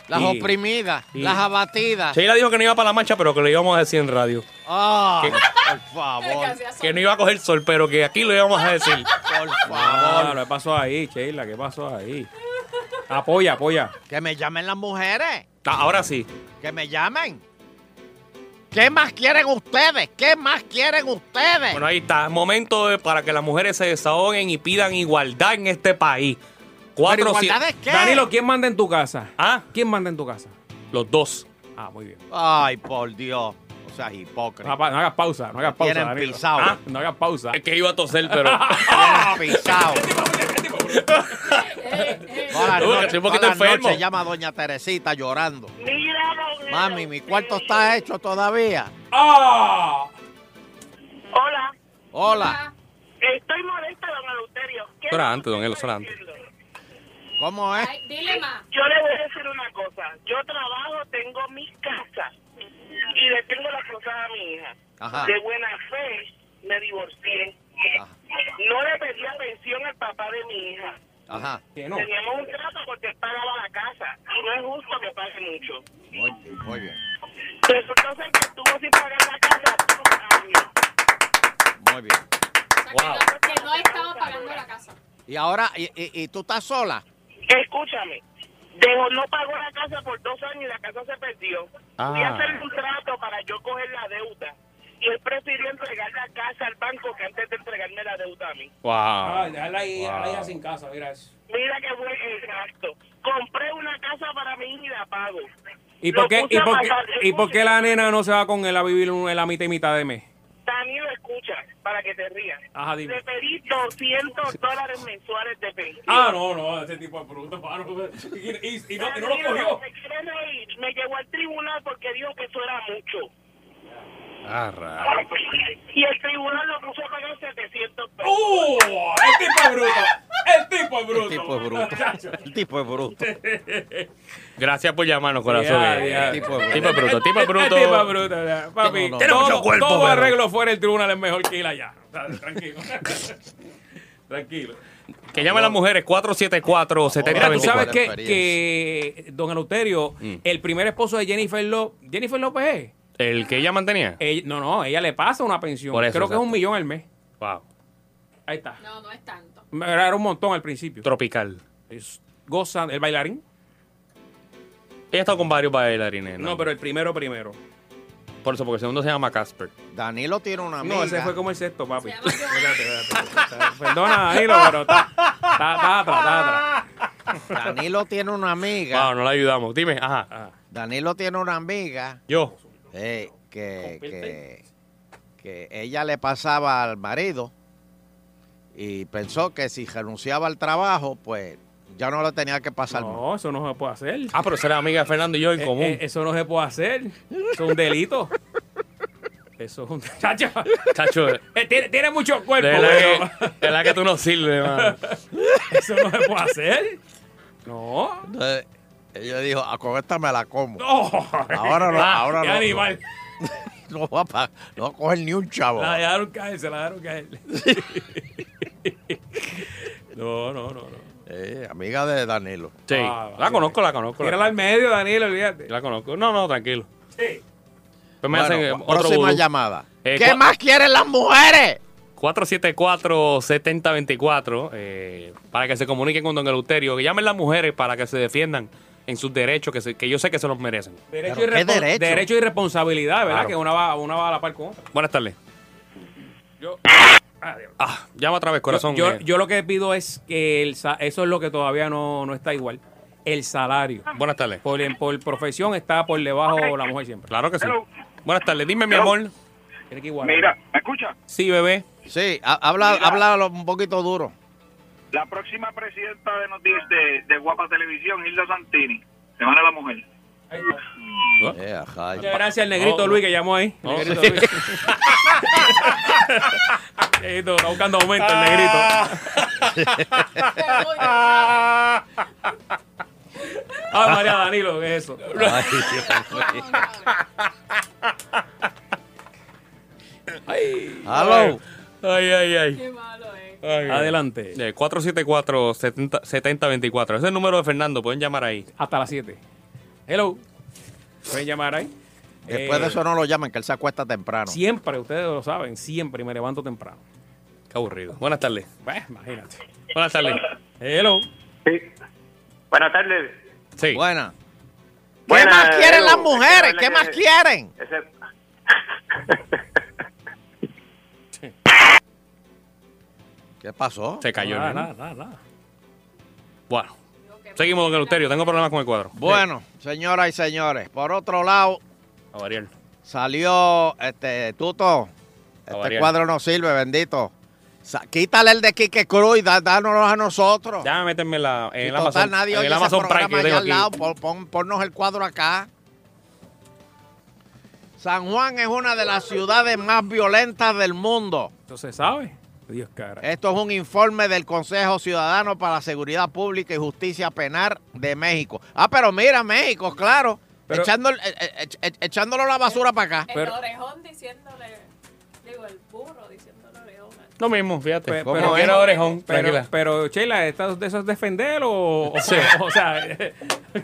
Speaker 3: las
Speaker 5: Y-
Speaker 3: oprimidas,
Speaker 5: y-
Speaker 3: las abatidas.
Speaker 5: Sheila dijo que no iba para la marcha, pero que lo íbamos a decir en radio.
Speaker 3: Ah,
Speaker 5: Que-
Speaker 3: por favor.
Speaker 5: Que no iba a coger sol, pero que aquí lo íbamos a decir.
Speaker 3: Por
Speaker 2: Ah,
Speaker 3: favor.
Speaker 2: ¿Qué pasó ahí, Sheila? ¿Qué pasó ahí? Apoya, apoya.
Speaker 3: Que me llamen las mujeres.
Speaker 5: Ah, Ahora sí.
Speaker 3: Que me llamen. ¿Qué más quieren ustedes? ¿Qué más quieren ustedes?
Speaker 5: Bueno, ahí está. Momento de- para que las mujeres se desahoguen y pidan igualdad en este país. Cuatro,
Speaker 3: igualdad de qué?
Speaker 2: Danilo, ¿quién manda en tu casa?
Speaker 5: ¿Ah?
Speaker 2: ¿Quién manda en tu casa?
Speaker 5: Los dos.
Speaker 2: Ah, muy bien.
Speaker 3: Ay, por Dios. O sea,
Speaker 2: No,
Speaker 3: hipócrita.
Speaker 2: pa- no hagas pausa, no hagas pausa.
Speaker 3: Tienen
Speaker 2: Danilo.
Speaker 3: pisado.
Speaker 2: Ah, No hagas pausa.
Speaker 5: Es que iba a toser, pero.
Speaker 2: Ah,
Speaker 3: Tienen pisado. Todas
Speaker 5: Uy, que
Speaker 3: las noches-
Speaker 5: estoy un poquito
Speaker 3: todas las
Speaker 5: enfermo.
Speaker 3: noches llama a doña Teresita llorando.
Speaker 6: Mira, don Elo.
Speaker 3: Mami, mi cuarto está hecho todavía.
Speaker 2: Ah.
Speaker 6: Hola,
Speaker 3: Hola.
Speaker 6: estoy molesta, don Eleuterio. Ah, ¿Qué
Speaker 5: Eso era antes, don Elo, eso era antes.
Speaker 3: ¿Cómo es?
Speaker 6: Dile más. Yo le voy a decir una cosa. Yo trabajo, tengo mis casas y le tengo la cruzada a mi hija.
Speaker 3: Ajá.
Speaker 6: De buena fe me divorcié.
Speaker 3: Ah,
Speaker 6: No le pedía pensión al papá de mi hija.
Speaker 3: Ajá.
Speaker 6: Teníamos un trato porque él pagaba la casa y no es justo que pague mucho.
Speaker 3: Muy bien, muy bien.
Speaker 6: Resultó ser que estuvo sin pagar la casa dos años.
Speaker 3: Muy bien. Wow.
Speaker 12: Que no estaba pagando la casa.
Speaker 3: Y ahora, y, y- y tú estás sola?
Speaker 6: Escúchame, dejó, no pagó la casa por dos años y la casa se perdió.
Speaker 3: Ah.
Speaker 6: Fui a hacer un trato para yo coger la deuda. Y él prefirió entregar la casa al banco que antes de entregarme la deuda a mí.
Speaker 5: Wow.
Speaker 2: Ah, ahí,
Speaker 5: Wow.
Speaker 2: ahí sin casa, mira eso.
Speaker 6: Mira que buen exacto. Compré una casa para mí y la pago.
Speaker 2: ¿Y por,
Speaker 6: Lo
Speaker 2: qué,
Speaker 6: puse
Speaker 2: y,
Speaker 6: a
Speaker 2: por qué,
Speaker 6: pagar.
Speaker 2: y por qué la nena no se va con él a vivir un- en la mitad y mitad de mes?
Speaker 6: Danilo, escucha, para que te rías.
Speaker 2: Ajá, dime.
Speaker 6: Le pedí 200 dólares mensuales de pensión.
Speaker 2: Ah, no, no, ese tipo de bruto. pa, no, y, y- y no- y no lo
Speaker 6: Danilo,
Speaker 2: cogió.
Speaker 6: me quiere reír. Me llevó al tribunal porque dijo que eso era mucho.
Speaker 5: Ah, raro.
Speaker 6: Y el tribunal lo puso a pagar 700 pesos.
Speaker 2: ¡Uh! El tipo es bruto. El tipo es bruto.
Speaker 3: El tipo es bruto. El tipo es bruto.
Speaker 5: Gracias por llamarnos, corazón. eh.
Speaker 2: Ya, ya.
Speaker 5: Tipo de bruto. Tipo de bruto.
Speaker 2: El tipo es bruto, ya. Papi,
Speaker 5: No, no. Tiene
Speaker 2: todo,
Speaker 5: mucho cuerpo,
Speaker 2: todo
Speaker 5: pero-
Speaker 2: arreglo fuera el tribunal es mejor que ir allá. O sea, tranquilo. tranquilo.
Speaker 5: Que llamen las mujeres 474
Speaker 2: Mira, tú sabes
Speaker 5: 7024
Speaker 2: que, que don Eleuterio,
Speaker 5: Mm.
Speaker 2: el primer esposo de Jennifer López, ¿Jennifer López es?
Speaker 5: ¿El que ella mantenía?
Speaker 2: Ella- no, no, ella le pasa una pensión.
Speaker 5: Por eso,
Speaker 2: Creo que es
Speaker 5: exacto.
Speaker 2: un millón al mes.
Speaker 5: Wow.
Speaker 2: Ahí está.
Speaker 12: No, no es tanto.
Speaker 2: Era un montón al principio.
Speaker 5: Tropical.
Speaker 2: Es- Goza, el bailarín.
Speaker 5: Ella está con varios bailarines.
Speaker 2: No, pero el primero primero.
Speaker 5: Por eso, porque el segundo se llama Casper.
Speaker 3: Danilo tiene una amiga.
Speaker 2: No, ese fue como el sexto, papi. Espérate, espérate. Perdona, Danilo, pero está está- está atrás, está atrás.
Speaker 3: Danilo tiene una amiga.
Speaker 5: Wow, Ah, no le ayudamos. Dime, ajá.
Speaker 2: Ah.
Speaker 3: Danilo tiene una amiga
Speaker 5: Yo.
Speaker 3: eh, que, que, que ella le pasaba al marido y pensó que si renunciaba al trabajo, pues ya no lo tenía que pasar. más.
Speaker 2: No, eso no se puede hacer.
Speaker 5: Ah, pero será amiga de Fernando y yo en
Speaker 2: Eh,
Speaker 5: común.
Speaker 2: eh, eso no se puede hacer. Eso es un delito. Eso es un Chacho.
Speaker 5: Chacho, de
Speaker 2: Eh, tiene, tiene mucho cuerpo, pero
Speaker 5: verdad, que, de verdad que tú no sirves, mano.
Speaker 2: eso no se puede hacer. No.
Speaker 3: Entonces, ella dijo, "Ah, con esta me la como.
Speaker 2: No.
Speaker 3: Ahora no,
Speaker 2: Ah,
Speaker 3: ahora
Speaker 2: qué
Speaker 3: no.
Speaker 2: animal.
Speaker 3: No, va a pa- no va a coger ni un
Speaker 5: Oh.
Speaker 3: chavo.
Speaker 2: La dejaron caer, se la dejaron caer. no, no, no, no.
Speaker 3: Eh, amiga de Danilo.
Speaker 5: Sí,
Speaker 2: Ah,
Speaker 5: la
Speaker 2: vale.
Speaker 5: conozco, la conozco.
Speaker 2: Tírala al medio, Daniel, olvídate.
Speaker 5: La conozco. No, no, tranquilo.
Speaker 2: Sí.
Speaker 5: Pues me
Speaker 3: Bueno,
Speaker 5: hacen eh,
Speaker 3: cu-
Speaker 5: otro
Speaker 3: próxima
Speaker 5: vudú.
Speaker 3: llamada.
Speaker 5: Eh,
Speaker 3: ¿Qué
Speaker 5: cua-
Speaker 3: más quieren las mujeres?
Speaker 5: 474-7024 eh, para que se comuniquen con Don Eleuterio. Que llamen las mujeres para que se defiendan en sus derechos, que, se- que yo sé que se los merecen.
Speaker 2: Derecho y,
Speaker 5: Pero, ¿qué
Speaker 2: respon-
Speaker 5: derecho?
Speaker 2: derecho y responsabilidad, ¿verdad?
Speaker 5: Claro.
Speaker 2: Que una va, una va a la par con otra.
Speaker 5: Buenas tardes.
Speaker 2: Yo-
Speaker 5: Ah, llama otra vez, corazón.
Speaker 2: Yo,
Speaker 5: eh.
Speaker 2: yo lo que pido es que el sa- eso es lo que todavía no, no está igual. El salario.
Speaker 5: Buenas tardes.
Speaker 2: Por, por profesión está por debajo la mujer siempre.
Speaker 5: Claro que sí.
Speaker 2: Hello.
Speaker 5: Buenas tardes. Dime, mi
Speaker 2: Hello.
Speaker 5: amor.
Speaker 2: Tiene que igualar.
Speaker 6: Mira, ¿me escucha?
Speaker 5: Sí, bebé.
Speaker 3: Sí, ha- habla, habla un poquito duro.
Speaker 6: La próxima presidenta de noticias de, de Guapa Televisión, Hilda Santini, Semana de la Mujer.
Speaker 5: ¿Ah?
Speaker 3: Eh, ajá.
Speaker 2: Muchas gracias al negrito Luis que llamó ahí. El
Speaker 3: Oh,
Speaker 2: negrito
Speaker 3: sí.
Speaker 2: Luis. Negrito, está buscando aumento el
Speaker 5: Ah.
Speaker 2: negrito. Ah, María Danilo, ¿qué es eso?
Speaker 5: Ay, Ay,
Speaker 2: Hello.
Speaker 5: Ay, ay, ay.
Speaker 4: Qué malo eh. es.
Speaker 5: Ay,
Speaker 2: Adelante.
Speaker 5: eh, 474-7024. Ese es el número de Fernando. Pueden llamar ahí.
Speaker 2: Hasta las 7. Hello. Pueden llamar ahí.
Speaker 3: Después
Speaker 2: Eh,
Speaker 3: de eso no lo llaman, que él se acuesta temprano.
Speaker 2: Siempre, ustedes lo saben, siempre me levanto temprano.
Speaker 5: Qué aburrido. Buenas tardes.
Speaker 2: Pues, imagínate.
Speaker 5: Buenas tardes.
Speaker 2: Hello.
Speaker 14: Buenas tardes.
Speaker 5: Sí.
Speaker 3: Buena. ¿Qué
Speaker 14: Buena,
Speaker 3: más quieren
Speaker 14: Edu.
Speaker 3: las mujeres?
Speaker 14: Ese
Speaker 3: ¿Qué
Speaker 14: que-
Speaker 3: más quieren?
Speaker 14: ese-
Speaker 3: ¿Qué pasó?
Speaker 5: Se cayó. ¿eh?
Speaker 2: Nada,
Speaker 5: ¿no?
Speaker 2: nada, nada, nada.
Speaker 5: Bueno. Seguimos, don Eleuterio. Tengo problemas con el cuadro.
Speaker 3: Bueno, señoras y señores, por otro lado,
Speaker 5: A variar.
Speaker 3: salió este Tuto. Este
Speaker 5: variar.
Speaker 3: cuadro no sirve, bendito. Sa- quítale el de Quique Cruz y da- dánoslo a nosotros.
Speaker 5: Déjame meterme en la, en
Speaker 3: Si
Speaker 5: el
Speaker 3: total,
Speaker 5: Amazon,
Speaker 3: nadie
Speaker 5: en
Speaker 3: oye
Speaker 5: el
Speaker 3: ese
Speaker 5: Amazon Prime que yo
Speaker 3: programa
Speaker 5: tengo
Speaker 3: allá al lado,
Speaker 5: aquí.
Speaker 3: pon- pon- ponnos el cuadro acá. San Juan es una de las ciudades más violentas del mundo.
Speaker 2: Eso se sabe. Dios cara.
Speaker 3: Esto es un informe del Consejo Ciudadano para la Seguridad Pública y Justicia Penal de México. Ah, pero mira, México, claro.
Speaker 2: Pero-
Speaker 3: echándole, eh, eh, ech- ech- echándolo la basura para acá.
Speaker 4: El orejón diciéndole, digo, el burro diciéndole orejón.
Speaker 5: Lo mismo, fíjate.
Speaker 2: Pe-
Speaker 5: Como
Speaker 2: pero-
Speaker 5: quiera orejón.
Speaker 2: Pero,
Speaker 5: tranquila.
Speaker 2: pero Sheila, ¿estás de esos defender o, o, o sea, ¿qué,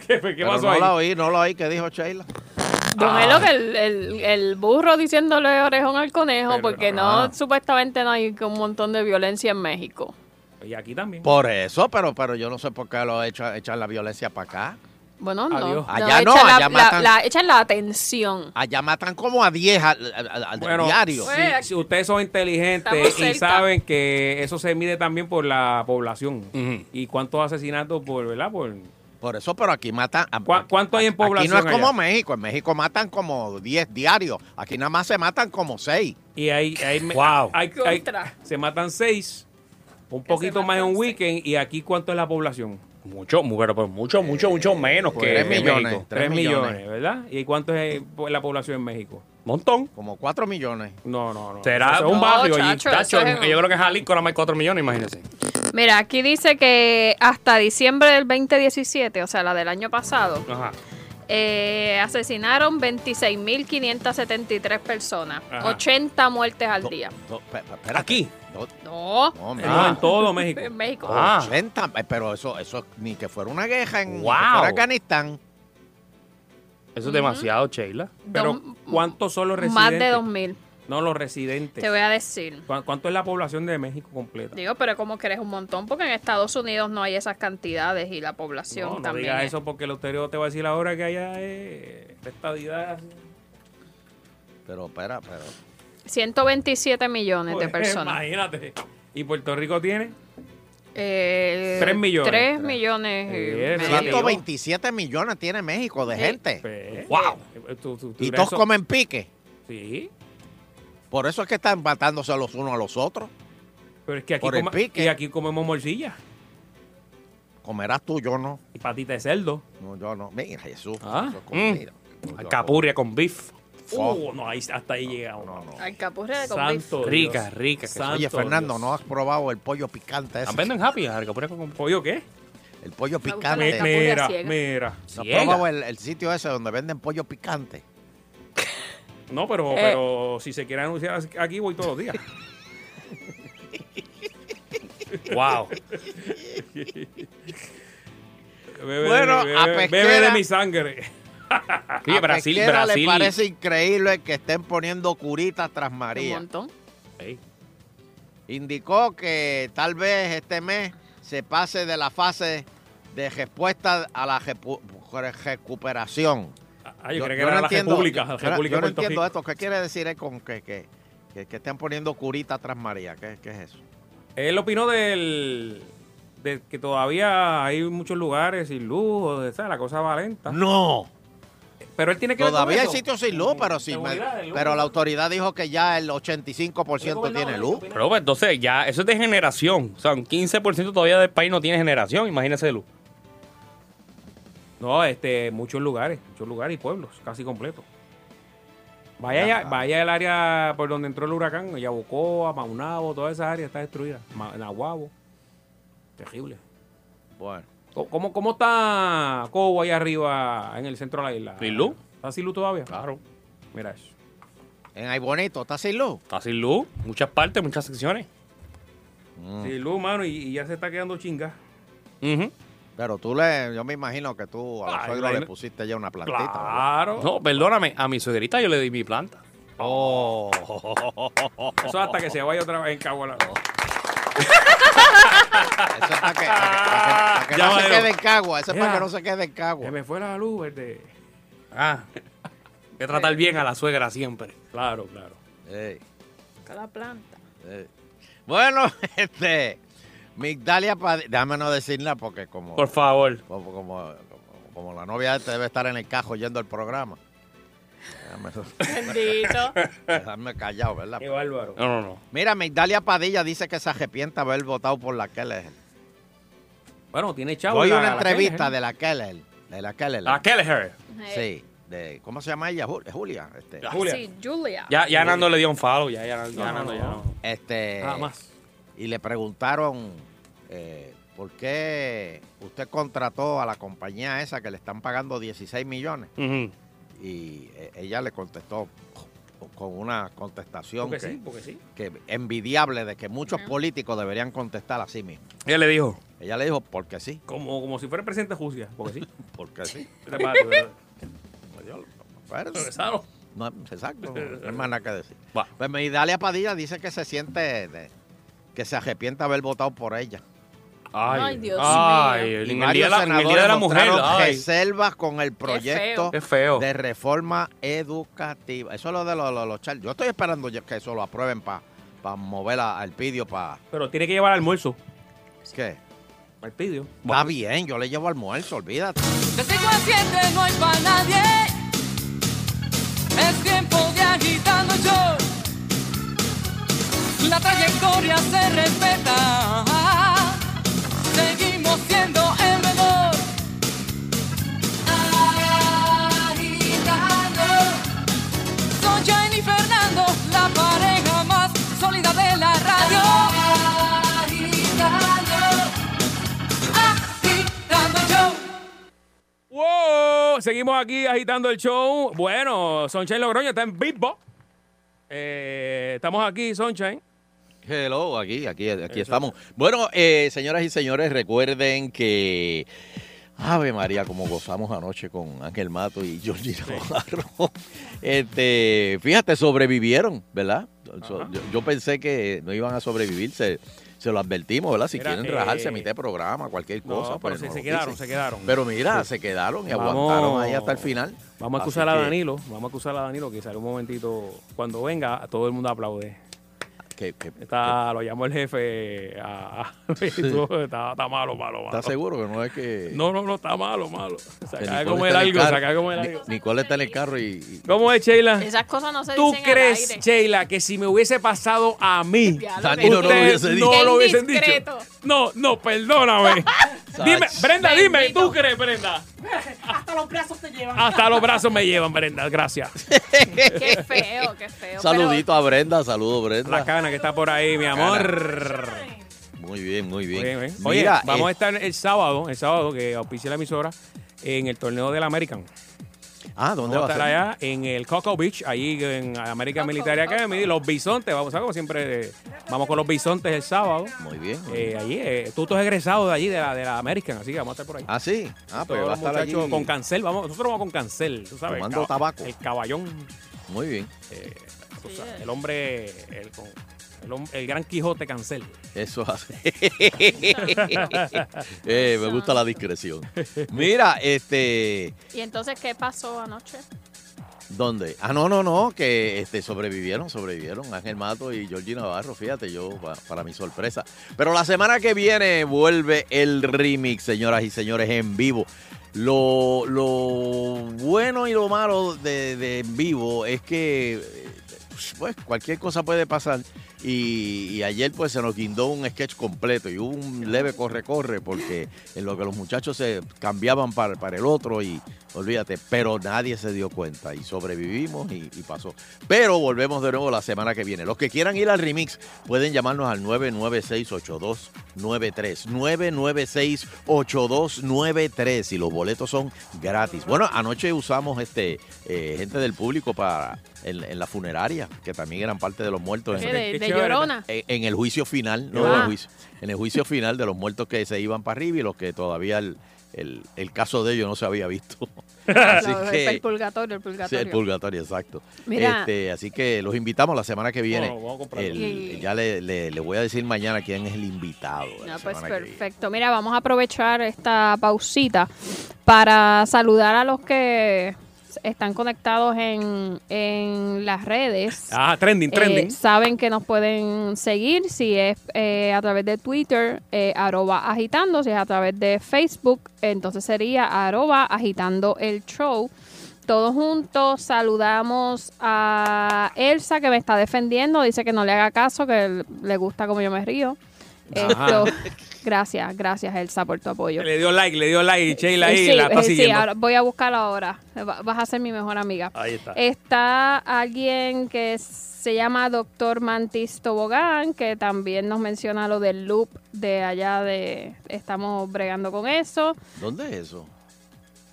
Speaker 2: qué
Speaker 3: Pero
Speaker 2: pasó
Speaker 3: no
Speaker 2: ahí?
Speaker 3: la oí, no la oí que dijo Sheila. Ah.
Speaker 4: Don Elo, que el, el, el burro diciéndole orejón al conejo, porque no, supuestamente no hay un montón de violencia en México.
Speaker 2: Y aquí también.
Speaker 3: Por eso, pero, pero yo no sé por qué lo echa- echan la violencia para acá.
Speaker 4: Bueno, no. No,
Speaker 3: Adiós. Allá no,
Speaker 4: echan la- la-
Speaker 3: allá matan-
Speaker 4: la- echan la atención.
Speaker 3: Allá matan como a 10 al, al- al- al
Speaker 2: Bueno,
Speaker 3: diario.
Speaker 2: si, si ustedes son
Speaker 4: Pues, Estamos
Speaker 2: inteligentes y
Speaker 4: cerca.
Speaker 2: saben que eso se mide también por la población y cuántos asesinatos por, ¿verdad? Por,
Speaker 3: Por eso, pero aquí matan. a-
Speaker 2: ¿Cuá- ¿Cuánto hay en
Speaker 3: Aquí
Speaker 2: población?
Speaker 3: no es como
Speaker 2: allá?
Speaker 3: México. En México matan como 10 diarios. Aquí nada más se matan como 6.
Speaker 2: Y ahí, ahí me-
Speaker 5: Wow.
Speaker 2: hay- hay-
Speaker 4: Contra.
Speaker 2: se matan seis, un poquito más en un weekend. ¿Y aquí cuánto es la población?
Speaker 5: Eh, Mucho, mu- pero por mucho, mucho, mucho menos que
Speaker 3: tres
Speaker 5: que
Speaker 3: millones,
Speaker 5: México.
Speaker 3: tres
Speaker 2: Tres
Speaker 3: millones.
Speaker 2: millones. ¿verdad? ¿Y cuánto es eh, la población en México?
Speaker 5: Montón.
Speaker 3: Como 4 millones.
Speaker 2: No, no, no.
Speaker 5: Será
Speaker 2: Eso es un barrio allí.
Speaker 4: chacho,
Speaker 5: Tacho,
Speaker 4: eso es-
Speaker 5: yo creo que en Jalisco nada más hay 4 millones, imagínense.
Speaker 4: Mira, aquí dice que hasta diciembre del 2017, o sea, la del año pasado,
Speaker 5: Ajá.
Speaker 4: eh, asesinaron 26.573 personas,
Speaker 2: Ajá.
Speaker 4: 80 muertes al día.
Speaker 2: Aquí.
Speaker 4: No,
Speaker 3: No,
Speaker 2: No,
Speaker 3: mira.
Speaker 2: en todo México.
Speaker 4: en México.
Speaker 5: Ah.
Speaker 3: 80, eh, pero eso, eso ni que fuera una guerra en ni que
Speaker 5: Wow.
Speaker 3: fuera Afganistán.
Speaker 5: Eso es demasiado, Sheila.
Speaker 2: Pero,
Speaker 4: Dos-
Speaker 2: ¿cuántos son los residentes?
Speaker 4: Más de 2.000,
Speaker 2: No, los residentes.
Speaker 4: te voy a decir.
Speaker 2: ¿Cu- ¿Cuánto es la población de México completa?
Speaker 4: Digo, pero como que eres un montón, porque en Estados Unidos no hay esas cantidades y la población
Speaker 2: No, no
Speaker 4: también. eh.
Speaker 2: digas
Speaker 4: es-
Speaker 2: eso porque el Loterio te va a decir ahora que allá es estadidad.
Speaker 3: Pero espera, pero.
Speaker 4: 127 millones de
Speaker 2: Pues,
Speaker 4: personas.
Speaker 2: Imagínate. ¿Y Puerto Rico tiene?
Speaker 4: Eh,
Speaker 2: Tres millones.
Speaker 4: 3 millones. eh, medio.
Speaker 3: 127 millones tiene México de
Speaker 4: Sí.
Speaker 3: gente.
Speaker 2: Pues,
Speaker 3: ¡Wow!
Speaker 2: eh, tú- tú- tú
Speaker 3: Y
Speaker 2: mira
Speaker 3: todos
Speaker 2: eso.
Speaker 3: comen pique.
Speaker 2: Sí.
Speaker 3: Por eso es que están matándose los unos a los otros.
Speaker 2: Pero es que aquí,
Speaker 3: Por el
Speaker 2: coma-
Speaker 3: pique.
Speaker 2: y aquí comemos morcilla.
Speaker 3: Comerás tú, yo no.
Speaker 2: Y patita de cerdo.
Speaker 3: No, yo no. Mira, Jesús.
Speaker 2: Ah.
Speaker 3: eso es comida.
Speaker 2: Mm. Alcapurria con beef.
Speaker 3: Oh.
Speaker 2: Uh, no, ahí, hasta ahí llegamos. No,
Speaker 4: Alcapurria eh, de con beef.
Speaker 2: Santo Dios.
Speaker 5: Rica, rica que
Speaker 2: Santo
Speaker 3: Oye, Fernando,
Speaker 2: Dios.
Speaker 3: ¿no has probado el pollo picante ese?
Speaker 5: Venden happy, alcapurria con
Speaker 2: ¿Pollo qué?
Speaker 3: El pollo
Speaker 2: gusta la
Speaker 3: picante.
Speaker 2: alcapurria Mira, ciega. mira.
Speaker 3: ¿No has
Speaker 2: Ciega.
Speaker 3: probado el, el sitio ese donde venden pollo picante?
Speaker 2: No, pero,
Speaker 3: Eh.
Speaker 2: pero si se quiere anunciar aquí, voy todos los días.
Speaker 5: Wow.
Speaker 2: Bebe
Speaker 3: Bueno,
Speaker 2: de,
Speaker 3: a
Speaker 2: bebe-
Speaker 3: pesquera-
Speaker 2: bebe de mi sangre.
Speaker 3: a Pesquera le parece increíble que estén poniendo curitas tras María.
Speaker 4: Un montón.
Speaker 3: Indicó que tal vez este mes se pase de la fase de respuesta a la repu- recuperación.
Speaker 2: Ah, yo, creía que era la República. La
Speaker 3: yo no-
Speaker 2: República de
Speaker 3: yo no
Speaker 2: Puerto
Speaker 3: entiendo
Speaker 2: Rico.
Speaker 3: esto. ¿Qué quiere decir eh, con que, que, que- que estén poniendo curita tras María? ¿Qué, qué es eso?
Speaker 2: Él opinó del de que todavía hay muchos lugares sin luz, o de, ¿sabes? la cosa va lenta.
Speaker 3: No.
Speaker 2: Pero él tiene que ver con
Speaker 3: Todavía hay
Speaker 2: eso.
Speaker 3: sitios sin luz, pero, sí,
Speaker 2: seguridad, el luz.
Speaker 3: pero la autoridad dijo que ya el 85% tiene luz.
Speaker 5: Pero pues, entonces ya, eso es de generación. O sea, un 15% todavía del país no tiene generación, imagínese Lu.
Speaker 2: No, este, muchos lugares, muchos lugares y pueblos, casi completos. Vaya,
Speaker 5: Ya,
Speaker 2: allá-
Speaker 5: claro.
Speaker 2: vaya el área por donde entró el huracán, Yabucoa, Maunabo, toda esa área está destruida. Ma- Nahuabo. Terrible.
Speaker 3: Bueno.
Speaker 2: ¿Cómo- ¿Cómo, cómo está Cobo ahí arriba en el centro de la isla?
Speaker 5: ¿Sin luz?
Speaker 2: ¿Está sin luz todavía?
Speaker 5: Claro.
Speaker 2: Mira eso.
Speaker 3: En Ay Bonito, ¿está sin luz?
Speaker 5: Está sin luz, muchas partes, muchas secciones.
Speaker 3: Mm.
Speaker 2: Sin luz, mano, y, y ya se está quedando chinga.
Speaker 3: Pero tú le, yo me imagino que tú a los
Speaker 5: Ay,
Speaker 3: suegros le
Speaker 5: imagino-
Speaker 3: pusiste ya una plantita.
Speaker 2: Claro.
Speaker 5: No, perdóname, a mi suegrita yo le di mi planta.
Speaker 3: Oh.
Speaker 2: Eso hasta que se vaya otra vez en Caguala.
Speaker 3: Eso es para que, para Ah, que
Speaker 2: Ya,
Speaker 3: no se
Speaker 2: Mario.
Speaker 3: quede en Cagua. Eso es para
Speaker 2: Ya.
Speaker 3: que no se quede en Cagua.
Speaker 2: Se me fue la luz, este. verde.
Speaker 5: Ah, hay que tratar bien a la suegra siempre.
Speaker 2: Claro, claro.
Speaker 3: Eh. Ey,
Speaker 4: Cada planta.
Speaker 3: ey. Bueno, este. Migdalia Padilla. Déjame no decirla porque como.
Speaker 5: Por favor.
Speaker 3: Como, como, como- como la novia de este debe estar en el cajo yendo al programa. Déjame,
Speaker 4: Bendito.
Speaker 3: dejarme callado, ¿verdad?
Speaker 2: Qué bárbaro.
Speaker 5: No, no, no.
Speaker 3: Mira, Migdalia Padilla dice que se arrepienta de haber votado por la Keller.
Speaker 2: Bueno, tiene chavo.
Speaker 3: Hoy
Speaker 2: la-
Speaker 3: una
Speaker 2: la ¿eh?
Speaker 3: entrevista
Speaker 2: Kelleher.
Speaker 3: de la Keller. De la Keller.
Speaker 5: La Kelleher.
Speaker 3: Sí. De, ¿Cómo se llama ella? Jul- Julia. Este.
Speaker 4: Sí, Julia.
Speaker 5: Ya, ya Nando le dio un follow, ya, ya, ya Nando, ya no.
Speaker 3: Este,
Speaker 5: Nada más.
Speaker 3: Y le preguntaron eh, por qué usted contrató a la compañía esa que le están pagando 16 millones. Y eh, ella le contestó con una contestación
Speaker 2: Porque
Speaker 3: que,
Speaker 2: sí, porque sí.
Speaker 3: que envidiable de que muchos políticos deberían contestar así mismo.
Speaker 5: Ella le dijo.
Speaker 3: Ella le dijo porque sí,
Speaker 2: Como, como si fuera el presidente de Rusia, porque sí.
Speaker 3: porque sí.
Speaker 2: Este pato, ¿verdad?
Speaker 3: Pero-
Speaker 5: Pues
Speaker 2: Regresaron.
Speaker 3: No, exacto, no hay más nada que decir. Pues Migdalia Padilla dice que se siente de- que se arrepiente de haber votado por ella.
Speaker 5: Ay,
Speaker 4: Ay, Dios
Speaker 5: ay,
Speaker 4: mío.
Speaker 5: el-
Speaker 3: Y
Speaker 5: en el
Speaker 3: varios
Speaker 5: día de la- en el día de la
Speaker 3: senadores
Speaker 5: mujer,
Speaker 3: mostraron
Speaker 5: ay.
Speaker 3: reservas con el proyecto
Speaker 5: Qué feo.
Speaker 3: de reforma educativa. Eso es lo de los, los, los char- Yo estoy esperando ya que eso lo aprueben para mover a- al pidio para...
Speaker 2: Pero tiene que llevar almuerzo.
Speaker 3: ¿Qué?
Speaker 2: Al pidio.
Speaker 3: Va bien, yo le llevo almuerzo, olvídate.
Speaker 15: Lo sigo haciendo y no hay para nadie. Es tiempo de agitando yo. La trayectoria se respeta. Seguimos siendo el mejor. Agitando. Son Jenny y Fernando, la pareja más sólida de la radio. Agitando. Agitando yo.
Speaker 2: ¡Wow! Seguimos aquí agitando el show. Bueno, Sunshine Logroño está en Beatbox. Eh, estamos aquí, Sunshine.
Speaker 16: Hello, aquí, aquí, aquí estamos. Bueno, eh, señoras y señores, recuerden que. Ave María, como gozamos anoche con Ángel Mato y Georgie Navarro. Este, fíjate, sobrevivieron, ¿verdad? So- Yo, yo pensé que no iban a sobrevivir. Se,
Speaker 3: se lo advertimos, ¿verdad? Si
Speaker 2: Mira,
Speaker 3: quieren
Speaker 2: eh,
Speaker 3: rajarse a mitad de programa, cualquier
Speaker 2: no,
Speaker 3: cosa.
Speaker 2: pero
Speaker 3: pues
Speaker 2: se-
Speaker 3: no
Speaker 2: se
Speaker 3: lo
Speaker 2: quedaron,
Speaker 3: dicen.
Speaker 2: se quedaron.
Speaker 3: Pero mira,
Speaker 2: Sí.
Speaker 3: se quedaron y
Speaker 2: Vamos.
Speaker 3: aguantaron ahí hasta el final.
Speaker 2: Vamos a
Speaker 3: Así
Speaker 2: acusar a
Speaker 3: que-
Speaker 2: Danilo, vamos a acusar a Danilo que sale un momentito. Cuando venga, todo el mundo aplaude. está, lo llamó el jefe a, a- está, está malo, malo, malo.
Speaker 3: ¿Estás seguro que no es que.?
Speaker 2: No, no, no, está malo, malo. Se
Speaker 3: que
Speaker 2: acaba de
Speaker 3: Nicole
Speaker 2: comer algo,
Speaker 3: está en el
Speaker 2: se
Speaker 3: carro?
Speaker 2: acaba de comer
Speaker 3: Ni-
Speaker 2: algo.
Speaker 3: Nicole está en el carro y.
Speaker 2: ¿Cómo es, Sheila?
Speaker 4: Esas cosas no se
Speaker 2: ¿Tú
Speaker 4: dicen al
Speaker 2: crees,
Speaker 4: aire.
Speaker 2: Sheila, que si me hubiese pasado a mí,
Speaker 3: Danilo no lo
Speaker 2: ustedes
Speaker 3: hubiese
Speaker 2: no
Speaker 3: dicho.
Speaker 2: lo
Speaker 3: Qué
Speaker 2: hubiesen dicho?
Speaker 4: indiscreto.
Speaker 2: No, no, perdóname. dime, Brenda, dime, ¿tú crees, Brenda?
Speaker 17: Hasta los brazos te llevan.
Speaker 2: Hasta los brazos me llevan, Brenda, gracias.
Speaker 4: Qué feo, qué feo.
Speaker 3: Saludito a Brenda, saludo Brenda.
Speaker 2: La cana que está por ahí, mi amor.
Speaker 3: Muy bien, muy bien.
Speaker 2: Oye, Oye,
Speaker 3: Mira,
Speaker 2: vamos a
Speaker 3: eh,
Speaker 2: estar el sábado, el sábado que auspicia la emisora en el torneo del American.
Speaker 3: Ah, ¿dónde
Speaker 2: vamos
Speaker 3: va a
Speaker 2: a estar
Speaker 3: ser?
Speaker 2: allá en el Cocoa Beach, ahí en American Military Academy. Los bisontes, vamos a como siempre, eh, vamos con los bisontes el sábado.
Speaker 3: Muy bien.
Speaker 2: Eh, allí, eh, tú estás egresado de allí, de la, de la American, así que vamos a estar por ahí.
Speaker 3: Ah, sí. Ah,
Speaker 2: Todos
Speaker 3: pues va a
Speaker 2: los
Speaker 3: estar allí.
Speaker 2: muchachos con cancel, vamos, nosotros vamos con cancel, tú sabes. el
Speaker 3: Fumando
Speaker 2: caba-
Speaker 3: tabaco.
Speaker 2: El caballón.
Speaker 3: Muy bien.
Speaker 2: eh, tú sabes, el hombre, el, con- el hom- el gran Quijote cancel.
Speaker 3: Eso hace. Eh, me gusta la discreción. Mira, este.
Speaker 4: ¿Y entonces qué pasó anoche?
Speaker 3: ¿Dónde? Ah, no, no, no, que este, sobrevivieron, sobrevivieron Ángel Mato y Georgie Navarro, fíjate, yo pa- para, mi sorpresa. Pero la semana que viene vuelve el remix, señoras y señores, en vivo. Lo, lo bueno y lo malo de, de en vivo es que eh, pues, cualquier cosa puede pasar. Y, y ayer pues se nos guindó un sketch completo y hubo un leve corre-corre porque en lo que los muchachos se cambiaban para, para el otro y olvídate, pero nadie se dio cuenta y sobrevivimos y, y pasó. Pero volvemos de nuevo la semana que viene. Los que quieran ir al remix pueden llamarnos al 996-8293. 996-8293 y los boletos son gratis. Bueno, anoche usamos este eh, gente del público para en, en la funeraria, que también eran parte de los muertos.
Speaker 4: ¿Qué,
Speaker 3: en-
Speaker 4: de- Qué de chévere. llorona?
Speaker 3: En, en el juicio final, no
Speaker 4: Ah.
Speaker 3: en el juicio, en el juicio final de los muertos que se iban para arriba y los que todavía el, el- el caso de ellos no se había visto. Así
Speaker 4: Lo-
Speaker 3: que-
Speaker 4: el purgatorio, el
Speaker 3: Sí,
Speaker 4: purgatorio.
Speaker 3: el purgatorio, exacto.
Speaker 4: Mira.
Speaker 3: Este, así que los invitamos la semana que viene.
Speaker 4: Bueno, vamos a comprar
Speaker 3: El-
Speaker 4: algo.
Speaker 3: ya le, le- le voy a decir mañana quién es el invitado. de la
Speaker 4: No, pues
Speaker 3: semana que viene.
Speaker 4: perfecto. Mira, vamos a aprovechar esta pausita para saludar a los que están conectados en, en las redes.
Speaker 2: Ah, trending,
Speaker 4: Eh,
Speaker 2: trending.
Speaker 4: saben que nos pueden seguir si es eh, a través de Twitter, eh, arroba agitando, si es a través de Facebook, entonces sería arroba agitando el show. Todos juntos saludamos a Elsa que me está defendiendo, dice que no le haga caso, que le gusta como yo me río.
Speaker 2: Ajá.
Speaker 4: Esto- gracias, gracias Elsa por tu apoyo.
Speaker 2: Le dio like, le dio like, Sheila ahí
Speaker 4: Sí,
Speaker 2: la está
Speaker 4: eh, sí,
Speaker 2: siguiendo.
Speaker 4: ahora voy a buscarla ahora. Va- Vas a ser mi mejor amiga.
Speaker 2: Ahí está.
Speaker 4: Está alguien que se llama Doctor Mantis Tobogán, que también nos menciona lo del loop de allá de... Estamos bregando con eso.
Speaker 3: ¿Dónde es eso?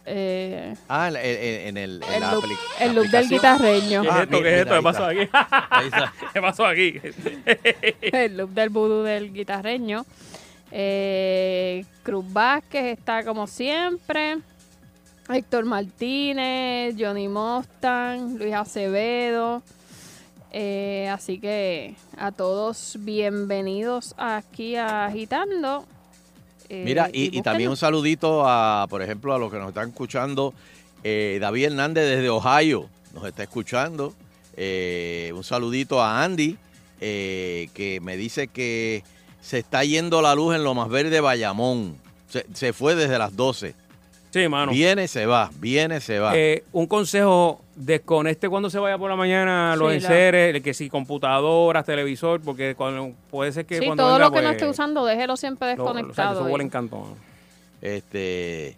Speaker 4: Eh,
Speaker 3: Ah, en, en- en el, en
Speaker 4: El
Speaker 3: la
Speaker 4: look-
Speaker 3: apli-
Speaker 4: el
Speaker 3: la
Speaker 4: look del
Speaker 3: aplicación.
Speaker 4: guitarreño.
Speaker 2: ¿Qué es esto?
Speaker 3: Ah, mira,
Speaker 2: ¿Qué es esto?
Speaker 3: mira,
Speaker 2: ¿Qué pasó
Speaker 3: ahí
Speaker 2: aquí? ¿Qué pasó aquí?
Speaker 4: el loop del vudú del guitarreño. Eh, Cruz Vázquez está como siempre. Héctor Martínez, Johnny Mostan, Luis Acevedo. Eh, así que a todos bienvenidos aquí a Agitando. Eh,
Speaker 3: Mira, y, y también un
Speaker 4: búsquenos.
Speaker 3: saludito a, por ejemplo, a los que nos están escuchando. eh, David Hernández desde Ohio nos está escuchando. Eh, un saludito a Andy, eh, que me dice que se está yendo la luz en lo más verde Bayamón. Se, se fue desde las 12.
Speaker 2: Sí, mano.
Speaker 3: Viene, se va, viene, se va.
Speaker 2: Eh, un consejo, desconecte cuando se vaya por la mañana los
Speaker 4: Sí, la-
Speaker 2: enseres, que si computadoras, televisor, porque cuando, puede ser que
Speaker 4: Sí,
Speaker 2: cuando
Speaker 4: todo
Speaker 2: venga,
Speaker 4: lo que no
Speaker 2: pues,
Speaker 4: esté usando, déjelo siempre
Speaker 2: lo- lo- o sea,
Speaker 4: desconectado. eh.
Speaker 2: eso huele
Speaker 4: ahí.
Speaker 2: en canto.
Speaker 3: Este,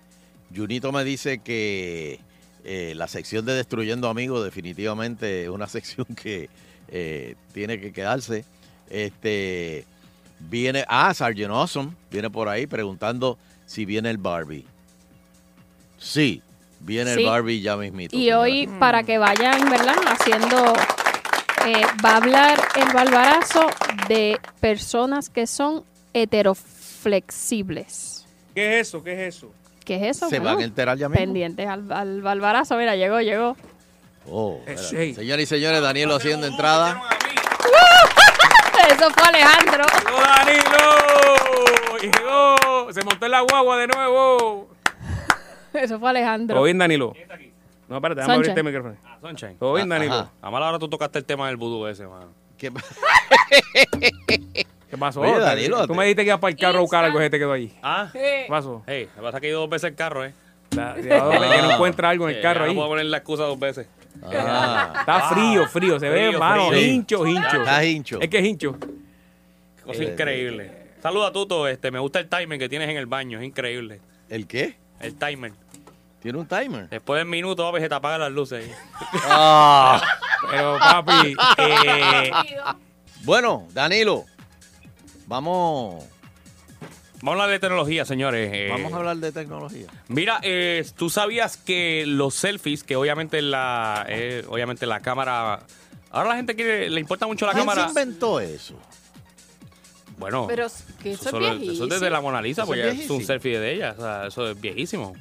Speaker 3: Junito me dice que eh, la sección de Destruyendo Amigos definitivamente es una sección que eh, tiene que quedarse. Este, viene, ah, Sargent Awesome viene por ahí preguntando si viene el Barbie. Sí, viene
Speaker 4: Sí.
Speaker 3: el Barbie ya mismito.
Speaker 4: Y hoy, para que vayan, ¿verdad? Haciendo. eh, va a hablar el balbarazo de personas que son heteroflexibles.
Speaker 2: ¿Qué es eso? ¿Qué es eso?
Speaker 4: ¿Qué es eso?
Speaker 3: Se
Speaker 4: Bueno,
Speaker 3: van a enterar ya mismo.
Speaker 4: Pendientes al, al balbarazo. Mira, llegó, llegó.
Speaker 3: Oh, espérate. Señoras y señores, Daniel haciendo entrada.
Speaker 4: Eso fue Alejandro.
Speaker 2: ¡Llegó Danilo! ¡Llegó! ¡Se montó en la guagua de nuevo!
Speaker 4: Eso fue Alejandro.
Speaker 2: ¿Todo bien, Danilo? No, espérate, déjame abrir
Speaker 4: Sunshine.
Speaker 2: este micrófono.
Speaker 5: Ah, Sunshine.
Speaker 2: ¿Todo bien, Danilo?
Speaker 5: Ajá. A mala hora tú tocaste el tema del vudú ese, mano.
Speaker 3: ¿Qué,
Speaker 2: pasó?
Speaker 5: Oye,
Speaker 2: Danilo?
Speaker 5: Danilo,
Speaker 2: Tú
Speaker 5: te-
Speaker 2: me dijiste que ibas para el carro a buscar algo y se te quedó allí.
Speaker 5: ¿Ah?
Speaker 2: ¿Qué pasó?
Speaker 5: Hey, me pasa que he ido dos veces el carro, ¿eh?
Speaker 2: ya,
Speaker 5: Ah.
Speaker 2: que no encuentra algo en el
Speaker 5: Sí,
Speaker 2: carro
Speaker 5: ya
Speaker 2: ahí.
Speaker 5: No puedo poner la excusa dos veces.
Speaker 2: Ah. Está frío, frío, se ve,
Speaker 5: Frío,
Speaker 2: hermano.
Speaker 5: frío.
Speaker 2: Hincho, hincho.
Speaker 5: Está
Speaker 3: hincho.
Speaker 2: Es que es hincho.
Speaker 5: Cosa
Speaker 3: Eh,
Speaker 5: increíble. Saluda a Tuto, este, me gusta el timer que tienes en el baño, es increíble.
Speaker 3: ¿El qué?
Speaker 5: El timer.
Speaker 3: ¿Tiene un timer?
Speaker 5: Después del minuto, papi, se te apagan las luces.
Speaker 3: Ah.
Speaker 2: Pero, papi, eh,
Speaker 3: Bueno, Danilo, vamos,
Speaker 5: Vamos a hablar de tecnología, señores. eh.
Speaker 3: vamos a hablar de tecnología.
Speaker 5: Mira, eh, tú sabías que los selfies, que obviamente la, eh, obviamente la cámara. Ahora la gente quiere, le importa mucho la
Speaker 3: ¿Quién
Speaker 5: cámara.
Speaker 3: se inventó eso?
Speaker 5: Bueno,
Speaker 4: Pero que eso es
Speaker 5: solo- eso
Speaker 4: viejísimo.
Speaker 5: es desde la Mona Lisa,
Speaker 3: Eso
Speaker 5: porque
Speaker 3: es
Speaker 5: ya es
Speaker 3: viejísimo.
Speaker 5: un selfie de ella. O sea, eso es viejísimo.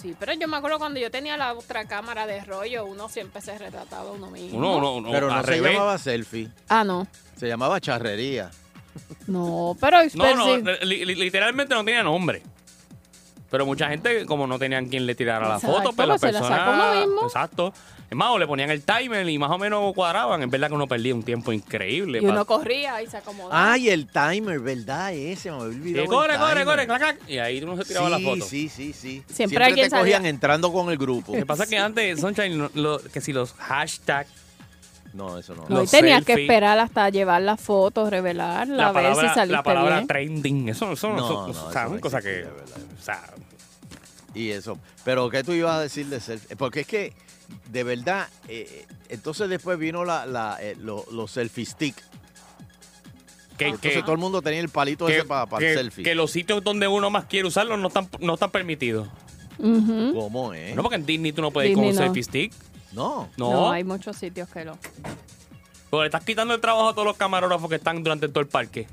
Speaker 4: Sí, pero yo me acuerdo cuando yo tenía la otra cámara de rollo, uno siempre se retrataba a uno mismo.
Speaker 5: Uno, uno, uno
Speaker 3: Pero no
Speaker 5: al
Speaker 3: se
Speaker 5: revés.
Speaker 3: llamaba selfie.
Speaker 4: Ah, no.
Speaker 3: Se llamaba charrería.
Speaker 4: No, pero,
Speaker 5: No,
Speaker 4: pero
Speaker 5: no,
Speaker 4: Pues sí.
Speaker 5: li- li- literalmente no tenía nombre. Pero mucha gente, como no tenían quien le tirara la
Speaker 4: Exacto,
Speaker 5: foto, pues la
Speaker 4: pues se la
Speaker 5: persona.
Speaker 4: sacó uno mismo.
Speaker 5: Exacto. Es más, o le ponían el timer y más o menos cuadraban. Es verdad que uno perdía un tiempo increíble.
Speaker 4: Y uno corría y se acomodaba.
Speaker 3: Ay, el timer, ¿verdad? Ese, me había olvidado.
Speaker 5: Y
Speaker 3: el
Speaker 5: corre, corre,
Speaker 3: timer.
Speaker 5: corre, clac, clac. Y ahí uno se tiraba la
Speaker 3: Sí,
Speaker 5: foto.
Speaker 3: Sí, sí, sí.
Speaker 4: Siempre alguien
Speaker 3: te cogían
Speaker 4: salía.
Speaker 3: entrando con el grupo.
Speaker 5: Lo que pasa es que antes, Sunshine, lo- lo- que si los hashtags,
Speaker 3: No, eso no.
Speaker 4: No, y
Speaker 5: los
Speaker 4: tenías que
Speaker 5: selfies,
Speaker 4: esperar hasta llevar la foto, revelarla,
Speaker 5: La
Speaker 4: a ver
Speaker 5: palabra,
Speaker 4: si saliste
Speaker 5: la palabra
Speaker 4: bien.
Speaker 5: trending. Eso, eso,
Speaker 3: No,
Speaker 5: eso-
Speaker 3: no,
Speaker 5: o sea,
Speaker 3: eso no
Speaker 5: son cosas que.
Speaker 3: existe,
Speaker 5: o sea,
Speaker 3: Y eso. Pero, ¿qué tú ibas a decir de selfie? Porque es que, de verdad, eh, eh, entonces después vino la, la, eh, lo- los selfie stick.
Speaker 5: que,
Speaker 3: entonces
Speaker 5: que-
Speaker 3: todo el mundo tenía el palito
Speaker 5: que-
Speaker 3: ese para
Speaker 5: que-
Speaker 3: el selfie.
Speaker 5: que los sitios donde uno más quiere usarlos no están, no están permitidos.
Speaker 3: ¿Cómo es?
Speaker 5: No, porque en Disney tú no puedes ir con
Speaker 4: ¿Mm? Disney
Speaker 5: un
Speaker 4: no.
Speaker 5: selfie stick.
Speaker 3: No.
Speaker 5: No.
Speaker 4: No, hay muchos sitios que lo.
Speaker 5: Porque le estás quitando el trabajo a todos los camarógrafos que están durante todo el parque.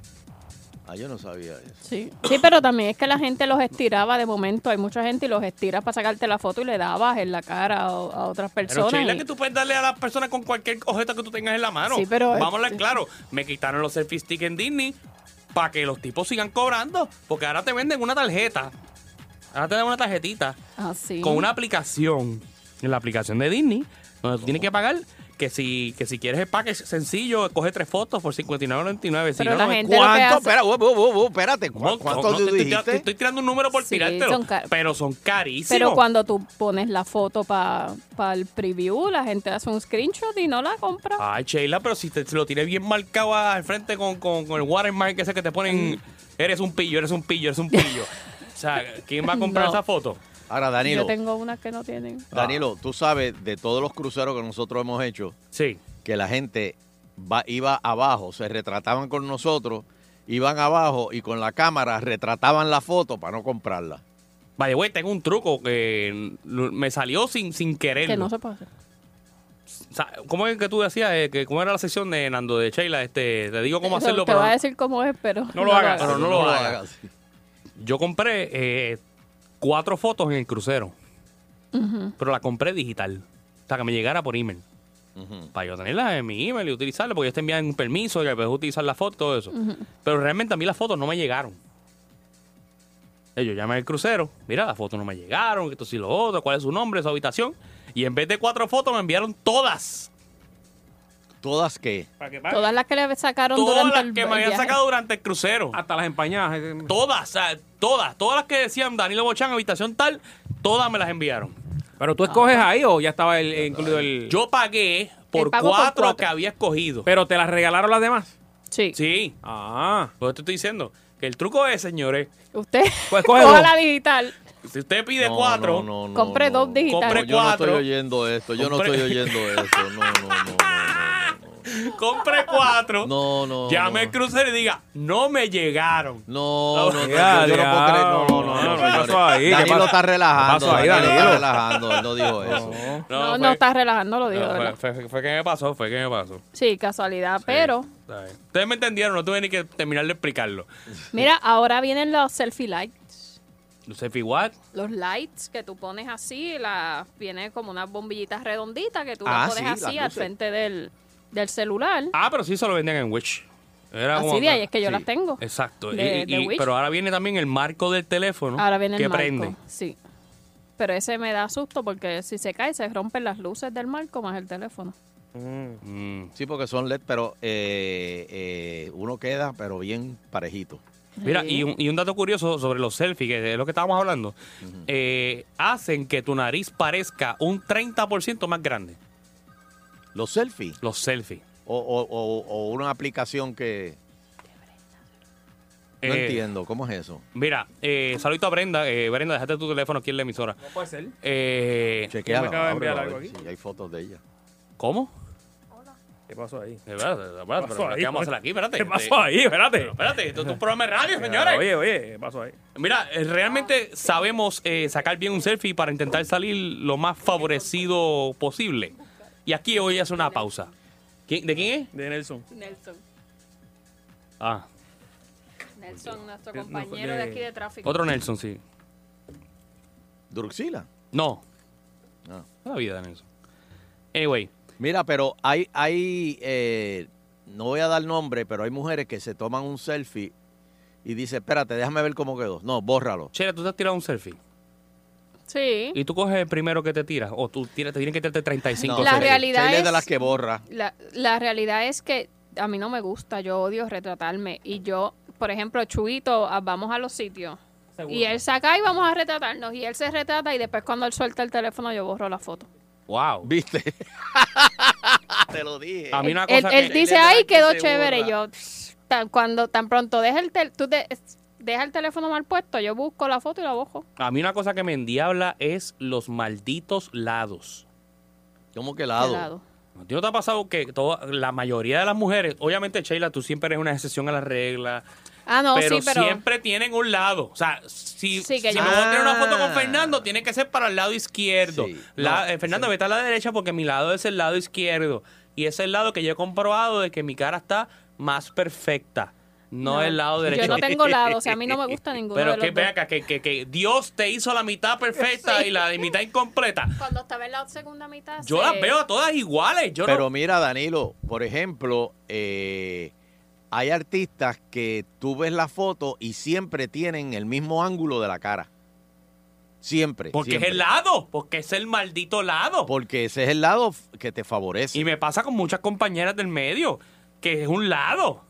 Speaker 3: Ah, yo no sabía eso.
Speaker 4: Sí. Sí, pero también es que la gente los estiraba de momento. Hay mucha gente y los estira para sacarte la foto y le dabas en la cara a, a otras
Speaker 5: Pero
Speaker 4: personas.
Speaker 5: Sheila,
Speaker 4: y-
Speaker 5: que tú puedes darle a las personas con cualquier objeto que tú tengas en la mano.
Speaker 4: Sí, pero-
Speaker 5: Vamos a hablar claro. Me quitaron los selfie stick en Disney para que los tipos sigan cobrando. Porque ahora te venden una tarjeta. Ahora te dan una tarjetita
Speaker 4: Ah, sí.
Speaker 5: con una aplicación. En la aplicación de Disney, donde tú tienes que pagar. Que si, que si quieres el package sencillo, coge tres fotos por 59.99. Si
Speaker 4: Pero
Speaker 5: no,
Speaker 4: la
Speaker 5: no,
Speaker 4: gente lo que
Speaker 3: ¿Cuánto?
Speaker 4: hace-
Speaker 3: Espera, uh, uh, uh, espérate. ¿cu-
Speaker 5: No,
Speaker 3: ¿Cuánto
Speaker 5: no, no,
Speaker 3: tú
Speaker 5: te estoy tirando- te
Speaker 3: dijiste?
Speaker 5: estoy tirando un número por
Speaker 4: Sí,
Speaker 5: tirártelo.
Speaker 4: son car-
Speaker 5: pero son carísimos.
Speaker 4: Pero cuando tú pones la foto para el preview, la gente hace un screenshot y no la compra.
Speaker 5: Ay, Sheila, pero si te si lo tiré bien marcado al frente con, con, con el watermark ese que te
Speaker 4: Mm.
Speaker 5: ponen, eres un pillo, eres un pillo, eres un pillo. o sea, ¿quién va a comprar
Speaker 4: No.
Speaker 5: esa foto?
Speaker 3: Ahora, Danilo. Ah.
Speaker 4: Yo tengo unas que no tienen.
Speaker 5: Ah.
Speaker 3: Danilo, tú sabes de todos los cruceros que nosotros hemos hecho,
Speaker 5: sí.
Speaker 3: que la gente va- iba abajo, se retrataban con nosotros, iban abajo y con la cámara retrataban la foto para no comprarla.
Speaker 5: Vaya, güey, tengo un truco que lo- me salió sin, sin querer.
Speaker 4: Que no se puede hacer.
Speaker 5: ¿Cómo es que tú decías? eh, que, ¿Cómo era la sección de Nando de Sheila? Este, te digo cómo
Speaker 4: Eso
Speaker 5: hacerlo,
Speaker 4: Te
Speaker 5: pero
Speaker 4: voy a decir cómo es, pero.
Speaker 5: no lo hagas. Pero no lo
Speaker 3: No lo
Speaker 5: hagas. Yo compré eh, cuatro fotos en el crucero,
Speaker 4: Ujú.
Speaker 5: pero la compré digital. O sea, que me llegara por email. para yo tenerla en mi email y utilizarla, porque ellos te envían un permiso que puedes utilizar la foto, todo eso.
Speaker 4: Ujú.
Speaker 5: Pero realmente a mí las fotos no me llegaron. Ellos llaman al crucero, mira, las fotos no me llegaron, que esto sí lo otro, cuál es su nombre, su habitación. Y en vez de cuatro fotos me enviaron todas.
Speaker 3: ¿Todas qué?
Speaker 4: Todas las que le sacaron
Speaker 5: Todas
Speaker 4: durante
Speaker 5: las
Speaker 4: el
Speaker 5: que me habían
Speaker 4: viaje.
Speaker 5: sacado durante el crucero.
Speaker 2: Hasta las empañadas. eh.
Speaker 5: Todas, o sea, todas, todas las que decían Danilo Bochán, habitación tal, todas me las enviaron.
Speaker 2: Pero tú escoges ahí o ya estaba el, incluido el.
Speaker 5: Yo pagué por
Speaker 2: Él pagó
Speaker 5: cuatro,
Speaker 2: por cuatro.
Speaker 5: que había escogido.
Speaker 2: Pero te las regalaron las demás.
Speaker 4: Sí.
Speaker 5: Sí.
Speaker 2: Ah.
Speaker 5: Pues te estoy diciendo que el truco es, señores,
Speaker 4: Usted.
Speaker 5: Pues coge
Speaker 4: coja
Speaker 5: dos.
Speaker 4: la digital.
Speaker 5: Si usted pide
Speaker 3: No,
Speaker 5: cuatro,
Speaker 3: no, no,
Speaker 4: compre
Speaker 3: no,
Speaker 4: dos digitales.
Speaker 5: Compre
Speaker 3: No, yo no estoy
Speaker 5: cuatro.
Speaker 3: oyendo esto, yo no
Speaker 5: Compre-
Speaker 3: estoy oyendo esto. No, no, no.
Speaker 5: compre cuatro,
Speaker 3: No, no.
Speaker 5: llame al crucero y diga, no me llegaron. Ah,
Speaker 3: No, no, no, yo,
Speaker 2: Ya,
Speaker 3: yo no puedo creer. No, no,
Speaker 2: diablo.
Speaker 3: no.
Speaker 2: ¿Qué
Speaker 3: señores.
Speaker 2: pasó ahí? ¿Qué
Speaker 3: Danilo
Speaker 2: pasó?
Speaker 3: está
Speaker 2: ¿Qué
Speaker 3: relajando.
Speaker 2: pasó ahí,
Speaker 3: Danilo está
Speaker 2: Danilo?
Speaker 3: relajando. Él no dijo eso.
Speaker 4: No, no,
Speaker 5: fue-
Speaker 4: estás relajando, lo digo,
Speaker 5: no,
Speaker 4: de
Speaker 5: fue,
Speaker 4: ¿verdad?
Speaker 5: fue- fue que me pasó, fue que me pasó.
Speaker 4: Sí, casualidad, pero.
Speaker 5: Está bien. Ustedes me entendieron, no tuve ni que terminar de explicarlo.
Speaker 4: Mira, ahora vienen los selfie lights.
Speaker 5: No sé, what?
Speaker 4: Los lights que tú pones así, la, viene como unas bombillitas redonditas que tú
Speaker 5: Ah,
Speaker 4: las pones
Speaker 5: sí, las
Speaker 4: así al
Speaker 5: luces.
Speaker 4: frente del, del celular.
Speaker 5: Ah, pero sí se lo vendían en Wish. Era
Speaker 4: Así
Speaker 5: como-
Speaker 4: de ahí es que yo
Speaker 5: sí,
Speaker 4: las tengo.
Speaker 5: Exacto.
Speaker 4: De-
Speaker 5: Y-
Speaker 4: de
Speaker 5: y-
Speaker 4: Wish.
Speaker 5: pero ahora viene también el marco del teléfono
Speaker 4: Ahora viene
Speaker 5: que
Speaker 4: el marco.
Speaker 5: prende.
Speaker 4: Sí. Pero ese me da susto porque si se cae se rompen las luces del marco más el teléfono.
Speaker 3: Sí, porque son LED, pero eh, eh, uno queda, pero bien parejito.
Speaker 5: Mira, y un, y un dato curioso sobre los selfies, que es lo que estábamos hablando, eh, hacen que tu nariz parezca un 30% más grande.
Speaker 3: ¿Los selfies?
Speaker 5: Los selfies.
Speaker 3: O, o- o- o una aplicación que... No
Speaker 5: Eh,
Speaker 3: entiendo, ¿cómo es eso?
Speaker 5: Mira, eh, saludito a Brenda. Eh, Brenda, déjate tu teléfono aquí en la emisora. No
Speaker 2: puede ser.
Speaker 5: Eh,
Speaker 3: Chequeala, ábrelo, a ver si hay fotos de ella.
Speaker 5: ¿Cómo?
Speaker 2: ¿Qué pasó ahí?
Speaker 5: Espérate,
Speaker 2: ¿Qué
Speaker 5: espérate,
Speaker 2: pasó
Speaker 5: pero
Speaker 2: ahí?
Speaker 5: ¿qué vamos a hacer aquí? Espérate. este,
Speaker 2: ¿Qué pasó ahí? Espérate.
Speaker 5: Espérate, esto es un programa de radio, señores.
Speaker 2: Oye, oye, ¿qué pasó ahí?
Speaker 5: Mira, eh, realmente sabemos eh, sacar bien un selfie para intentar salir lo más favorecido posible. Y aquí hoy hace una pausa. ¿Qui- ¿De quién es?
Speaker 2: De Nelson.
Speaker 4: Nelson.
Speaker 5: Ah,
Speaker 4: Nelson, nuestro
Speaker 2: De- no,
Speaker 4: compañero
Speaker 2: de-
Speaker 4: de aquí de tráfico.
Speaker 5: Eh, otro Nelson, sí.
Speaker 3: ¿Druxila?
Speaker 5: No. La vida, Nelson. Anyway.
Speaker 3: Mira, pero hay, hay eh, no voy a dar nombre, pero hay mujeres que se toman un selfie y dice, espérate, déjame ver cómo quedó. No, bórralo.
Speaker 5: Chela, tú te has tirado un selfie.
Speaker 4: Sí.
Speaker 5: Y tú coges el primero que te tiras. O tú tiras, te tienen que tirarte 35
Speaker 4: No, La
Speaker 5: selfies.
Speaker 4: realidad Sheila es de es- las
Speaker 3: que borra.
Speaker 4: La, la realidad es que a mí no me gusta, yo odio retratarme. Y yo, por ejemplo, Chuito, ah, vamos a los sitios.
Speaker 2: Seguro.
Speaker 4: Y él saca y vamos a retratarnos. Y él se retrata y después cuando él suelta el teléfono yo borro la foto.
Speaker 5: Wow.
Speaker 3: ¿Viste? Te lo dije.
Speaker 5: A mí una
Speaker 4: Él,
Speaker 5: cosa
Speaker 4: él
Speaker 5: que-
Speaker 4: dice, ay, quedó chévere. Y yo, "Pff, tan, cuando tan pronto deja el, tel- tú te- deja el teléfono mal puesto, yo busco la foto y la borro.
Speaker 5: A mí una cosa que me endiabla es los malditos lados.
Speaker 3: ¿Cómo que
Speaker 4: lado? ¿Qué lado?
Speaker 5: ¿A ti no te ha pasado que toda, la mayoría de las mujeres, obviamente Sheila, tú siempre eres una excepción a la regla,
Speaker 4: Ah, no,
Speaker 5: pero,
Speaker 4: sí, pero...
Speaker 5: siempre tienen un lado. O sea, si,
Speaker 4: Sí, que
Speaker 5: si
Speaker 4: yo-
Speaker 5: me voy a tener una foto con
Speaker 4: Ah.
Speaker 5: Fernando, tiene que ser para el lado izquierdo. La- eh, Fernando, vete a la derecha porque mi lado es el lado izquierdo. Y es el lado que yo he comprobado de que mi cara está más perfecta, no, el lado derecho.
Speaker 4: Yo no tengo lado, o sea, a mí no me gusta ninguno
Speaker 5: Pero
Speaker 4: de los
Speaker 5: que ve
Speaker 4: dos.
Speaker 5: acá, que, que- que Dios te hizo la mitad perfecta y la mitad incompleta.
Speaker 4: Cuando estaba en la segunda mitad...
Speaker 5: Yo
Speaker 4: se-
Speaker 5: las veo a todas iguales. Yo
Speaker 3: pero
Speaker 5: no-
Speaker 3: mira, Danilo, por ejemplo, eh, hay artistas que tú ves la foto y siempre tienen el mismo ángulo de la cara. Siempre.
Speaker 5: Porque
Speaker 3: siempre.
Speaker 5: es el lado, porque es el maldito lado.
Speaker 3: Porque ese es el lado f- que te favorece.
Speaker 5: Y me pasa con muchas compañeras del medio, que es un lado.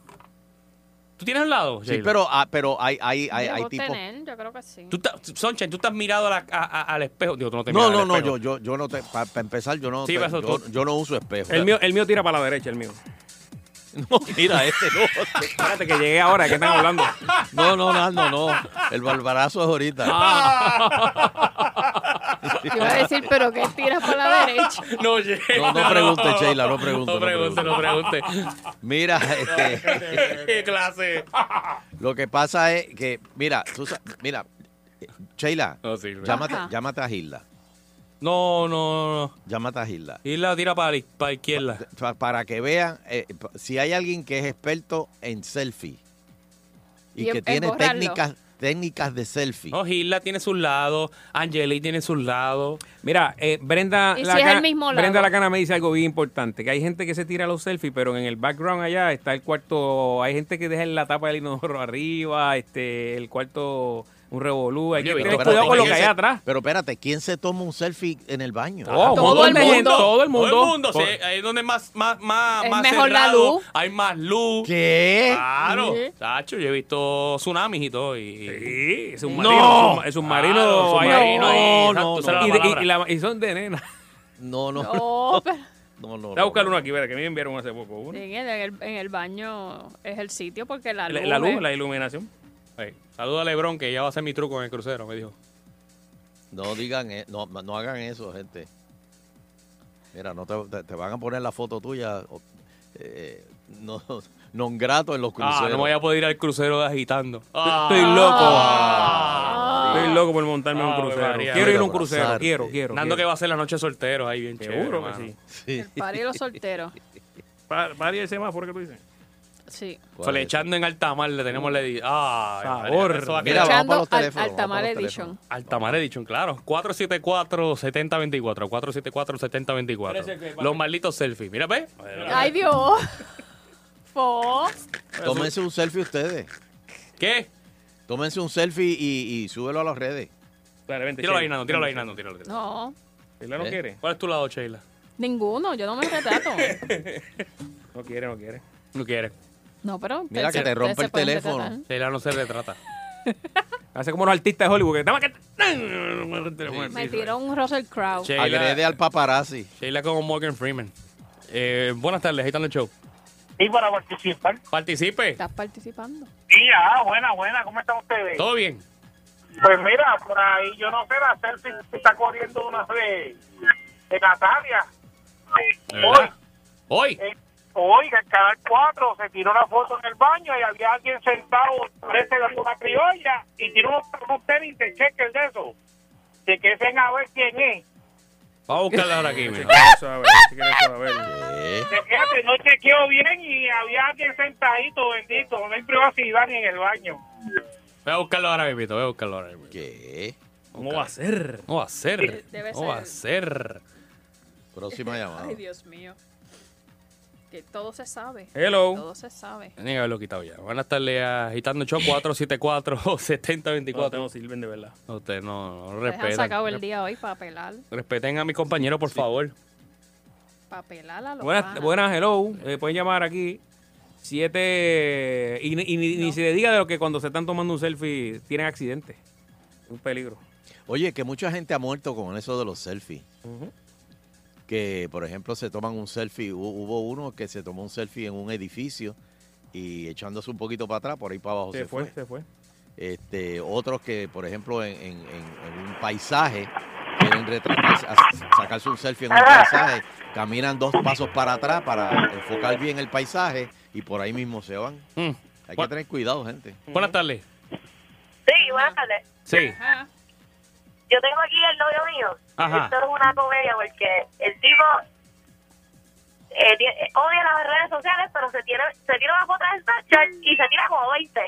Speaker 5: ¿Tú tienes un lado?
Speaker 3: Sí,
Speaker 5: Sheila?
Speaker 3: pero, ah, pero hay, hay, hay, hay
Speaker 4: Debo
Speaker 3: tipos.
Speaker 4: tener, yo creo que sí.
Speaker 5: ¿Tú ta- Sonchen, tú te has mirado a la- a- a- al espejo. Digo, tú no te
Speaker 3: No,
Speaker 5: miras
Speaker 3: no,
Speaker 5: al
Speaker 3: no,
Speaker 5: espejo.
Speaker 3: yo, yo, yo no te. Para empezar, yo no,
Speaker 5: Sí,
Speaker 3: te-
Speaker 5: pero eso
Speaker 3: yo,
Speaker 5: tú-
Speaker 3: yo no uso espejo.
Speaker 2: El mío, el mío tira para la derecha, el mío.
Speaker 3: No, mira este, no.
Speaker 2: Espérate que llegué ahora, ¿qué están hablando?
Speaker 3: No, no, Nando, no. El barbarazo es ahorita.
Speaker 5: Ah.
Speaker 4: Yo iba a decir, pero ¿qué tiras para la derecha?
Speaker 5: No,
Speaker 3: No, no pregunte, Sheila, no pregunte.
Speaker 5: No pregunte, no pregunte.
Speaker 3: Mira, este,
Speaker 5: ¿Qué clase?
Speaker 3: lo que pasa es que, mira, tú sa- mira, eh, Sheila,
Speaker 5: No sirve.
Speaker 3: llámate,
Speaker 5: Ajá.
Speaker 3: llámate a Gilda.
Speaker 5: No, no, no.
Speaker 3: Llámate a Gilda.
Speaker 5: Y la tira para la, iz- para la izquierda.
Speaker 3: Pa- para que vean, eh, pa- si hay alguien que es experto en selfie y,
Speaker 5: Y en-
Speaker 3: que
Speaker 5: en
Speaker 3: tiene
Speaker 5: borrarlo.
Speaker 3: técnicas, técnicas de selfie.
Speaker 5: No, Gilda tiene sus lados, Angeli tiene sus lados.
Speaker 2: Mira, eh, Brenda,
Speaker 4: ¿Y
Speaker 2: la
Speaker 4: si es
Speaker 2: Cana-
Speaker 4: el mismo lado?
Speaker 2: Brenda Lacana me dice algo bien importante, que hay gente que se tira los selfies, pero en el background allá está el cuarto, hay gente que deja la tapa del inodoro arriba, este, el cuarto, un revolú, hay que
Speaker 3: Oye,
Speaker 2: tener
Speaker 3: pero
Speaker 2: cuidado
Speaker 3: espérate,
Speaker 2: con lo que
Speaker 3: ¿quién
Speaker 2: hay
Speaker 3: se-
Speaker 2: atrás.
Speaker 3: Pero espérate, ¿quién se toma un selfie en el baño?
Speaker 5: Ah,
Speaker 2: Oh, todo el mundo, todo el mundo.
Speaker 5: Todo el mundo.
Speaker 2: Por-
Speaker 5: sí, ahí es donde más, más, más,
Speaker 4: Es
Speaker 5: más
Speaker 4: mejor la
Speaker 5: cerrado,
Speaker 4: luz.
Speaker 5: Hay más luz.
Speaker 3: ¿Qué?
Speaker 5: Claro.
Speaker 4: Sí.
Speaker 5: Tacho, yo he visto tsunamis y todo. Y, sí,
Speaker 2: es un marino, es un marino,
Speaker 5: Claro,
Speaker 2: ahí.
Speaker 5: submarino, ahí, exacto, esa era la
Speaker 2: Y de- y-
Speaker 5: palabra.
Speaker 2: y la- y son de nena.
Speaker 3: No, no.
Speaker 4: No, pero...
Speaker 3: No, no.
Speaker 2: Voy a buscar uno aquí, espérate, que me enviaron hace poco uno.
Speaker 4: Sí, En el, en el baño es el sitio porque la
Speaker 2: La,
Speaker 4: luz.
Speaker 2: la luz,
Speaker 4: es-
Speaker 2: la iluminación.
Speaker 5: Ey, saluda a Lebron, que ya va a hacer mi truco en el crucero, me dijo.
Speaker 3: No digan, e- no, no hagan eso, gente. Mira, no te, te- te van a poner la foto tuya o- eh, no, non grato en los
Speaker 5: Ah,
Speaker 3: cruceros.
Speaker 5: no voy a poder ir al crucero de agitando. Ah.
Speaker 2: Estoy loco.
Speaker 5: Ah.
Speaker 2: Estoy loco por montarme en un
Speaker 5: Ave
Speaker 2: crucero.
Speaker 5: María.
Speaker 2: Quiero ir a un
Speaker 5: Abrazarte.
Speaker 2: crucero, quiero, quiero.
Speaker 5: Nando que
Speaker 2: quiero.
Speaker 5: va a ser la noche soltero ahí bien
Speaker 2: Seguro
Speaker 5: chévere,
Speaker 2: que
Speaker 5: mano.
Speaker 3: El
Speaker 4: Para ir los solteros.
Speaker 2: Pa- Para el semáforo que tú dices.
Speaker 4: Sí.
Speaker 5: Flechando en Altamar le tenemos la edición. Ah,
Speaker 2: Sabor. Mira,
Speaker 4: vamos para los Al- teléfonos, Altamar vamos para los Edition. teléfonos.
Speaker 5: Altamar Edition, claro. 474-7024. 474-7024.
Speaker 4: Parece que-
Speaker 5: Los malditos selfies. Mira, ve.
Speaker 4: Ay, Dios.
Speaker 12: Fox.
Speaker 3: Tómense un selfie ustedes.
Speaker 5: ¿Qué?
Speaker 3: Tómense un selfie y, y súbelo a las redes.
Speaker 5: Tíralo ahí, Nando, tíralo ahí, Nando, tíralo. tíralo.
Speaker 4: No,
Speaker 5: ¿Sheila no
Speaker 3: ¿Eh?
Speaker 5: quiere? ¿Cuál es tu lado, Sheila?
Speaker 4: ninguno. Yo no me retrato.
Speaker 5: No quiere, no quiere. No quiere.
Speaker 4: No, pero.
Speaker 5: Mira
Speaker 4: ustedes se-
Speaker 5: que te rompe
Speaker 4: ustedes se
Speaker 5: el
Speaker 4: pueden
Speaker 5: teléfono.
Speaker 4: retratar.
Speaker 5: Sheila no se retrata.
Speaker 2: Hace como los artistas de Hollywood. Que, "Dame que-
Speaker 4: Me tiró un Russell Crowe.
Speaker 3: Agrede al paparazzi.
Speaker 5: Sheila como Morgan Freeman. Eh, buenas tardes, ahí está el show.
Speaker 6: Y para participar.
Speaker 5: Participe.
Speaker 4: Estás participando.
Speaker 6: Tía, ah, buena, buena, ¿cómo están ustedes?
Speaker 5: ¿Todo bien?
Speaker 6: Pues mira, por ahí yo no sé, la selfie que está corriendo una de, de Natalia.
Speaker 5: verdad? Hoy.
Speaker 6: Eh, hoy, que el canal 4 se tiró una foto en el baño y había alguien sentado frente de una criolla y tiró unos, unos tenis de cheque de eso. De que ven a ver quién es.
Speaker 5: Vamos a buscarla ahora aquí, mira.
Speaker 6: Que Fíjate, no chequeó bien y había alguien sentadito, bendito. No hay privacidad ni en el baño.
Speaker 5: Voy a buscarlo ahora mismo, voy a buscarlo ahora mismo. ¿Qué? ¿Cómo va a ser? ¿Cómo va a ser?
Speaker 4: Debe
Speaker 5: ¿Cómo va a ser?
Speaker 3: Próxima llamada.
Speaker 4: Ay, Dios mío. Que todo se sabe.
Speaker 5: Hello.
Speaker 4: Todo se sabe.
Speaker 5: Tenía que haberlo quitado ya. Van a estarle agitando show 474-7024.
Speaker 2: No, no sirven de verdad.
Speaker 5: Ustedes no, no
Speaker 4: Ustedes han
Speaker 5: respetan.
Speaker 4: sacado el día hoy para pelar.
Speaker 5: Respeten a mis compañeros, por favor.
Speaker 4: Para pelar a los
Speaker 2: Buenas,
Speaker 4: panas.
Speaker 2: buenas, hello. Eh, pueden llamar aquí. Siete. Y, ni- y ni- ni se le diga de lo que cuando se están tomando un selfie tienen accidentes. Un peligro.
Speaker 3: Oye, que mucha gente ha muerto con eso de los selfies.
Speaker 2: Ujú.
Speaker 3: Que, por ejemplo, se toman un selfie. Hu- Hubo uno que se tomó un selfie en un edificio y echándose un poquito para atrás, por ahí para abajo se,
Speaker 2: Se fue,
Speaker 3: fue.
Speaker 2: se fue.
Speaker 3: Este, otros que, por ejemplo, en, en- en- en un paisaje, quieren retratarse, a- sacarse un selfie en un paisaje, caminan dos pasos para atrás para enfocar bien el paisaje y por ahí mismo se van. Hay que tener cuidado, gente.
Speaker 5: Mm. Buenas tardes.
Speaker 18: Sí, buenas tardes.
Speaker 5: Sí.
Speaker 18: Yo tengo aquí el novio mío.
Speaker 5: Ajá.
Speaker 18: Esto es una comedia porque el tipo eh, ti- eh, odia las redes sociales, pero se tira, se tira una foto de Snapchat y se tira como 20.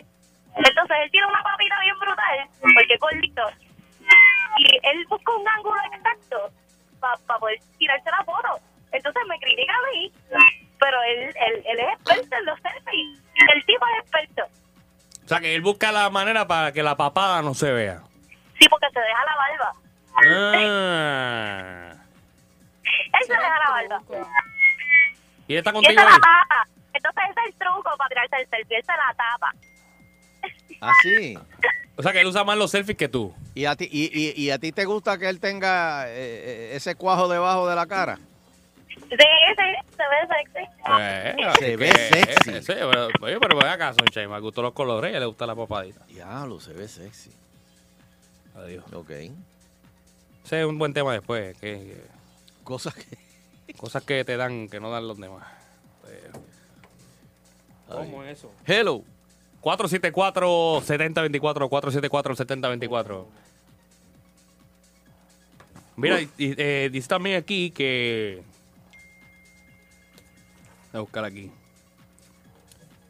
Speaker 18: Entonces él tiene una papita bien brutal porque es gordito. Y él busca un ángulo exacto para poder tirarse la foto. Entonces me critica a mí, pero él, él, él es experto en los selfies. El tipo es experto.
Speaker 5: O sea, que él busca la manera para que la papada no se vea.
Speaker 18: Sí, porque se deja la barba.
Speaker 5: Ah.
Speaker 18: Él se deja la barba.
Speaker 5: ¿Y
Speaker 18: Y
Speaker 5: él está
Speaker 18: él se
Speaker 5: contigo
Speaker 18: la
Speaker 5: ahí?
Speaker 18: tapa. Entonces ese es el truco para tirarse el selfie. Él se la tapa.
Speaker 3: Ah, sí.
Speaker 5: O sea, que él usa más los selfies que tú.
Speaker 3: ¿Y a ti, y, y- y a ti te gusta que él tenga eh, eh, ese cuajo debajo de la cara?
Speaker 18: Sí, sí, se ve sexy.
Speaker 5: Eh,
Speaker 3: Se
Speaker 5: eh,
Speaker 3: ve
Speaker 5: eh,
Speaker 3: sexy.
Speaker 5: eh, sí, pero, oye, pero ven acá, Sunshine. Me gustó los colores y le gusta la papadita.
Speaker 3: Diablo, se ve sexy.
Speaker 5: Adiós.
Speaker 3: Ok.
Speaker 5: Ese es un buen tema después. Que,
Speaker 3: cosas que...
Speaker 5: Cosas que te dan, que no dan los demás. Eh,
Speaker 2: ¿Cómo es eso?
Speaker 5: Hello. 474-7024, 474-7024. Mira, y, y, eh, dice también aquí que... Voy a buscar aquí.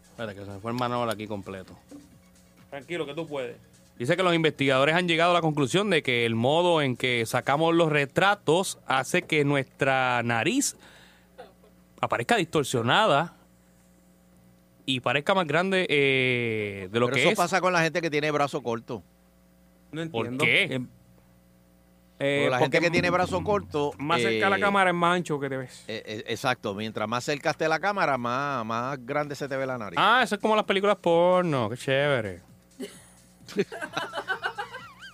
Speaker 5: Espera, que se me fue el manual aquí completo.
Speaker 2: Tranquilo, que tú puedes.
Speaker 5: Dice que los investigadores han llegado a la conclusión de que el modo en que sacamos los retratos hace que nuestra nariz aparezca distorsionada y parezca más grande eh, de lo
Speaker 3: Pero
Speaker 5: que
Speaker 3: eso
Speaker 5: es.
Speaker 3: pasa con la gente que tiene brazo corto.
Speaker 2: No
Speaker 5: ¿Por
Speaker 2: entiendo.
Speaker 5: qué?
Speaker 3: Em- Porque la gente
Speaker 2: Eh, porque
Speaker 3: que tiene brazo corto...
Speaker 2: Más cerca a la
Speaker 3: eh,
Speaker 2: cámara es más ancho que te ves.
Speaker 3: eh, eh, exacto. Mientras más cerca esté la cámara, más, más grande se te ve la nariz.
Speaker 5: Ah, eso es como las películas porno, qué chévere.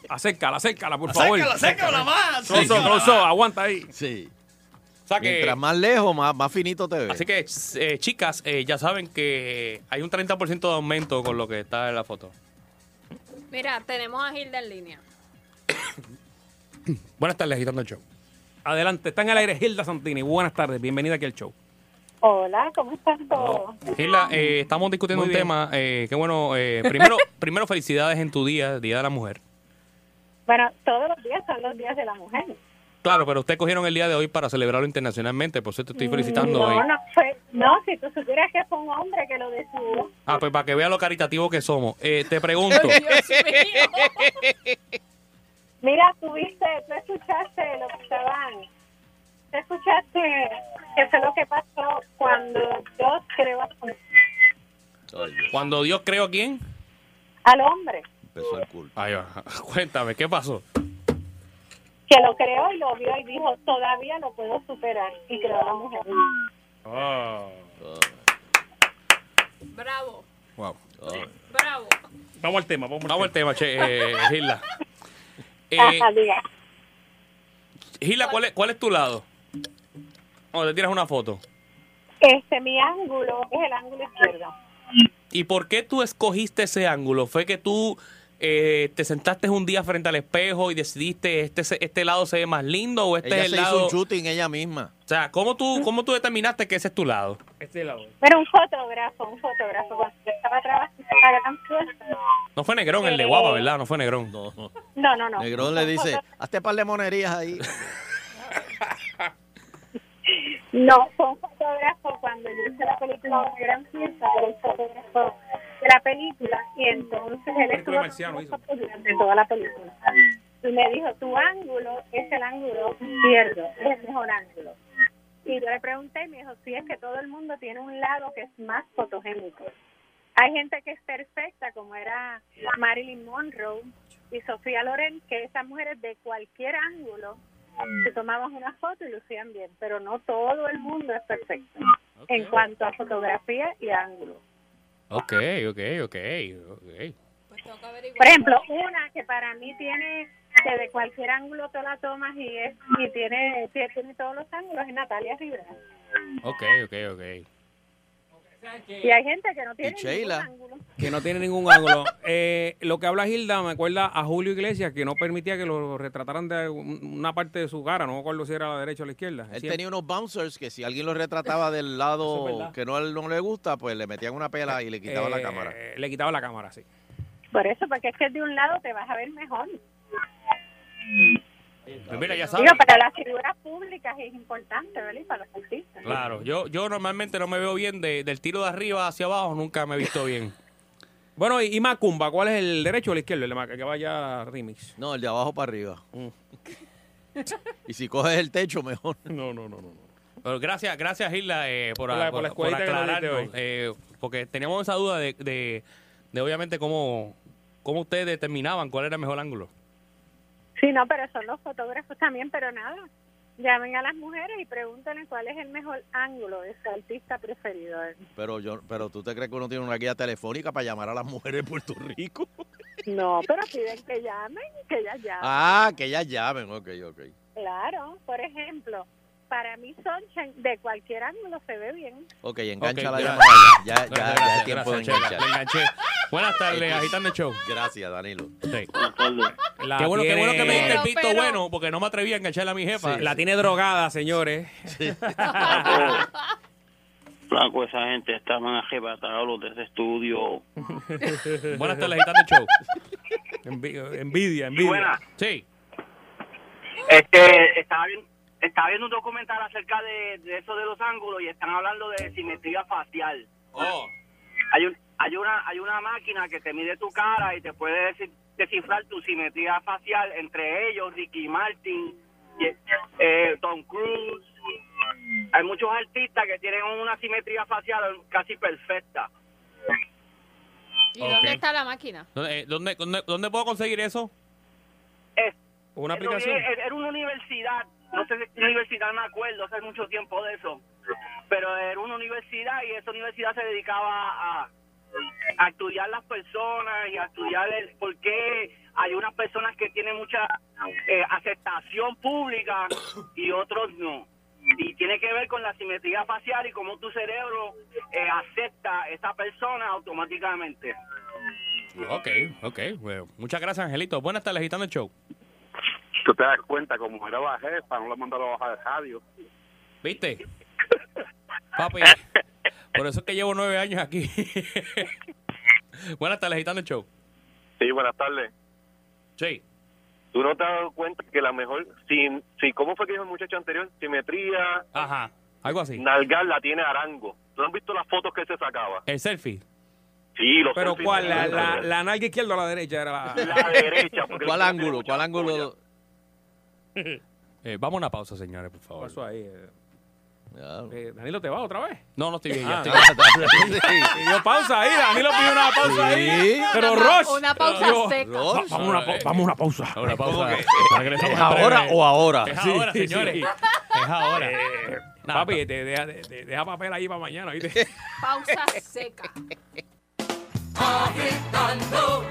Speaker 2: Acércala, acércala, por
Speaker 5: Acércala,
Speaker 2: favor.
Speaker 5: acércala más,
Speaker 2: Close up,
Speaker 5: acércala
Speaker 2: close up,
Speaker 5: más.
Speaker 2: aguanta ahí.
Speaker 3: Sí.
Speaker 5: O sea Ah, que-
Speaker 3: Mientras más lejos, más, más finito te ve.
Speaker 5: Así que, eh, chicas, eh, ya saben que hay un 30% de aumento con lo que está en la foto.
Speaker 4: Mira, tenemos a Hilda en línea.
Speaker 5: Buenas tardes, agitando el show.
Speaker 2: Adelante, está en el aire Hilda Santini. Buenas tardes, bienvenida aquí al show.
Speaker 18: Hola, ¿cómo están todos?
Speaker 5: Gilda, eh, estamos discutiendo
Speaker 2: Muy
Speaker 5: un
Speaker 2: bien.
Speaker 5: tema. eh, qué bueno. eh, primero, primero, felicidades en tu día, Día de la Mujer.
Speaker 18: Bueno, todos los días son los días de la mujer.
Speaker 5: Claro, pero ustedes cogieron el día de hoy para celebrarlo internacionalmente, por eso te estoy felicitando
Speaker 18: no,
Speaker 5: hoy.
Speaker 18: No,
Speaker 9: pues,
Speaker 18: fue- no, si tú supieras que fue un hombre que lo decidió.
Speaker 5: Ah, pues para que vean lo caritativo que somos. Eh, te pregunto,
Speaker 18: Mira, tuviste, tú escuchaste lo que estaban. Tú escuchaste que fue lo que pasó cuando Dios creó a su-
Speaker 5: Cuando Dios creó a quién?
Speaker 9: Al hombre
Speaker 3: Empezó el culto.
Speaker 5: Ahí va. Cuéntame, ¿qué pasó?
Speaker 9: que lo creó y lo vio y dijo, todavía lo puedo superar. Y creó a la mujer.
Speaker 4: Bravo,
Speaker 5: Wow.
Speaker 4: bravo.
Speaker 5: Oh. Vamos al tema, vamos al tema. che, eh, Gilda. Eh,
Speaker 9: Ajá, diga.
Speaker 5: Gilda, ¿cuál es, ¿cuál es tu lado? Cuando te tiras una foto.
Speaker 9: Este, mi ángulo es el ángulo izquierdo.
Speaker 5: ¿Y por qué tú escogiste ese ángulo? ¿Fue que tú eh, te sentaste un día frente al espejo y decidiste este, se- este lado se ve más lindo o este
Speaker 3: Ella
Speaker 5: es el
Speaker 3: se
Speaker 5: lado...
Speaker 3: hizo un shooting ella misma.
Speaker 5: O sea, ¿cómo tú, ¿cómo tú determinaste que ese es tu lado?
Speaker 2: Este lado.
Speaker 9: Pero un fotógrafo, un fotógrafo, cuando yo estaba trabajando para tan suelto.
Speaker 5: No fue Negrón el de Guapa, ¿verdad? No fue Negrón. No, Eh, no.
Speaker 9: No, no, no.
Speaker 3: Negrón le dice, hazte par de monerías ahí.
Speaker 9: No, fue un fotógrafo cuando yo hice la película de Gran Fiesta, fue el fotógrafo de la película y entonces él estuvo
Speaker 2: Película marciano hizo.
Speaker 9: conmigo durante toda la película. Y me dijo, tu ángulo es el ángulo izquierdo, es el mejor ángulo. Y yo le pregunté y me dijo, sí, es que todo el mundo tiene un lado que es más fotogénico. Hay gente que es perfecta, como era Marilyn Monroe y Sofía Loren, que esas mujeres de cualquier ángulo se tomaban una foto y lucían bien, pero no todo el mundo es perfecto en cuanto a fotografía y ángulo.
Speaker 5: Ok, ok, ok. ok.
Speaker 9: Por ejemplo, una que para mí tiene que de cualquier ángulo tú la tomas y es y tiene tiene todos los ángulos es Natalia Rivera.
Speaker 5: Ok, ok, ok.
Speaker 9: Y hay gente que no tiene ningún
Speaker 2: Sheila.
Speaker 9: ángulo.
Speaker 2: Que no tiene ningún ángulo. Eh, lo que habla Gilda me acuerda a Julio Iglesias, que no permitía que lo retrataran de un- una parte de su cara. No me acuerdo si era la derecha o la izquierda.
Speaker 3: Él
Speaker 2: Siempre-
Speaker 3: tenía unos bouncers que si alguien lo retrataba del lado
Speaker 2: Eso es verdad.
Speaker 3: que no, a él no le gusta, pues le metían una pela y le quitaban la
Speaker 2: Eh,
Speaker 3: cámara.
Speaker 2: Le quitaban la cámara, sí.
Speaker 9: Por eso, porque es que de un lado te vas a ver mejor.
Speaker 5: Pues mira, ya sabes.
Speaker 9: Digo, para las figuras públicas es importante, ¿verdad? Y para los artistas.
Speaker 5: Claro, yo, yo normalmente no me veo bien de- del tiro de arriba hacia abajo, nunca me he visto bien.
Speaker 2: Bueno, y, y Macumba, ¿cuál es el derecho o la izquierda? El de Mac- que vaya remix. Mm.
Speaker 3: No, el de abajo para arriba. Y si coges el techo, mejor.
Speaker 5: No, no, no, no. Pero gracias, gracias Gilda eh, por,
Speaker 2: Por la- por la escuelita que nos diste
Speaker 5: aclararnos,
Speaker 2: hoy.
Speaker 5: eh, porque teníamos esa duda de, de, de obviamente cómo, cómo ustedes determinaban cuál era el mejor ángulo.
Speaker 9: Sí, no, pero son los fotógrafos también, pero nada. Llamen a las mujeres y pregúntenle cuál es el mejor ángulo de su artista preferido.
Speaker 3: Pero yo, pero tú te crees que uno tiene una guía telefónica para llamar a las mujeres de Puerto Rico.
Speaker 9: No, pero piden que llamen, que ellas llamen.
Speaker 3: Ah, que ellas llamen, ok, ok.
Speaker 9: Claro, por ejemplo, para mí Sunshine de cualquier ángulo se ve bien.
Speaker 3: Ok, engancha la
Speaker 5: ya.
Speaker 3: llamada. Ya, ya, ya,
Speaker 5: Gracias,
Speaker 3: es tiempo
Speaker 5: gracias,
Speaker 3: de
Speaker 5: Chela,
Speaker 3: enganchar.
Speaker 5: la enganché. Buenas tardes, agitando el show.
Speaker 3: Gracias, Danilo.
Speaker 2: La
Speaker 5: qué, bueno, qué bueno que me diste el
Speaker 2: tiene-
Speaker 5: visto bueno, porque no me atreví a engancharle a mi jefa.
Speaker 2: La tiene drogada, señores.
Speaker 19: Flaco, esa gente está más arrebatada los de ese estudio.
Speaker 5: Buenas tardes, agitando el show.
Speaker 2: Envi- Envidia, envidia.
Speaker 10: Buenas.
Speaker 5: Sí.
Speaker 10: Este, estaba, vi- estaba viendo un documental acerca de, de eso de los ángulos y están hablando de simetría facial.
Speaker 3: Oh.
Speaker 10: Hay, un, hay, una, hay una máquina que te mide tu cara y te puede deci- descifrar tu simetría facial, entre ellos Ricky Martin, y- eh, Tom Cruise. Hay muchos artistas que tienen una simetría facial casi perfecta.
Speaker 4: ¿Y
Speaker 5: Ok.
Speaker 4: dónde está la máquina?
Speaker 5: ¿Dónde, eh, dónde, dónde- dónde puedo conseguir eso? ¿Una
Speaker 10: Era-
Speaker 5: aplicación?
Speaker 10: Era, era una universidad, no sé si universidad me acuerdo, hace mucho tiempo de eso, pero era una universidad y esa universidad se dedicaba a, a estudiar las personas y a estudiar el por qué hay unas personas que tienen mucha eh, aceptación pública y otros no. Y tiene que ver con la simetría facial y cómo tu cerebro eh, acepta esa persona automáticamente.
Speaker 5: Ok, ok. bueno, muchas gracias, Angelito. Buenas tardes, agitando el show.
Speaker 20: Tú te das cuenta, como era la jefa, no la mandaron a bajar de radio.
Speaker 5: ¿Viste? Papi, por eso es que llevo nueve años aquí. Buenas tardes, agitando el show.
Speaker 19: Sí, buenas tardes.
Speaker 5: Sí.
Speaker 19: ¿Tú no te has dado cuenta que la mejor, si, si ¿cómo fue que dijo el muchacho anterior? Simetría,
Speaker 5: Ajá, algo así.
Speaker 19: Nalgar la tiene Arango. ¿Tú no has visto las fotos que se sacaba?
Speaker 5: El selfie.
Speaker 19: Sí, los
Speaker 2: Pero
Speaker 19: selfies
Speaker 2: ¿cuál? La,
Speaker 19: de
Speaker 2: la,
Speaker 19: Arango.
Speaker 2: la nalga izquierda o la derecha era la...
Speaker 19: derecha, porque
Speaker 3: ¿Cuál ángulo? ¿Cuál ángulo?
Speaker 5: Eh, vamos a una pausa, señores, por favor.
Speaker 2: Pasó ahí. Eh, Danilo, ¿te va otra vez?
Speaker 5: No, no estoy bien.
Speaker 2: Ah,
Speaker 5: Ya estoy
Speaker 2: no. Pidió pausa ahí, Danilo pidió una pausa ahí.
Speaker 5: Sí.
Speaker 2: Pero
Speaker 5: Una-
Speaker 2: Ross.
Speaker 5: una pausa
Speaker 2: dijo,
Speaker 5: seca.
Speaker 2: "Va- Vamos a una, pa- vamos a una pausa.
Speaker 5: Una pausa.
Speaker 3: ¿Es ahora o ahora?
Speaker 2: Es
Speaker 3: Sí,
Speaker 2: ahora,
Speaker 3: sí,
Speaker 2: señores.
Speaker 3: sí.
Speaker 2: Es ahora. papi, te deja, te deja papel ahí para mañana, ¿viste?
Speaker 4: Pausa seca.
Speaker 12: Agitando,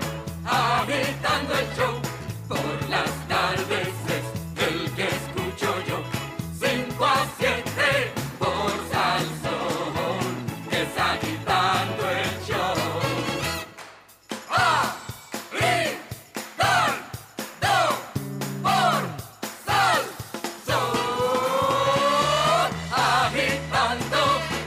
Speaker 12: agitando el show. Por las tardes es el que escucho yo. 5 a 7 por Salsón. Es agitando el show. Agitando por Salsón. Agitando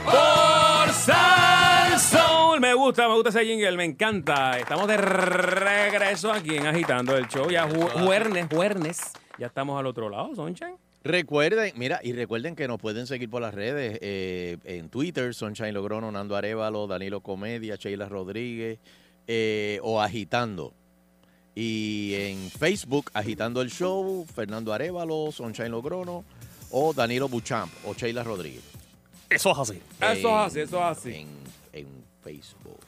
Speaker 2: Por Salsoul. Me gusta, me gusta ese jingle, me encanta. Estamos de regreso aquí en Agitando el Show. Ya ju- juernes, juernes. Ya estamos al otro lado, Sonchan.
Speaker 3: Recuerden, mira, y recuerden que nos pueden seguir por las redes, eh, en Twitter, Sunshine Logrono, Nando Arevalo, Danilo Comedia, Sheila Rodríguez, eh, o Agitando. Y en Facebook, Agitando el Show, Fernando Arevalo, Sunshine Logrono, o Danilo Buchamp, o Sheila Rodríguez. Eh,
Speaker 5: Eso es así.
Speaker 2: Eso es así, eso es así.
Speaker 3: En, en Facebook.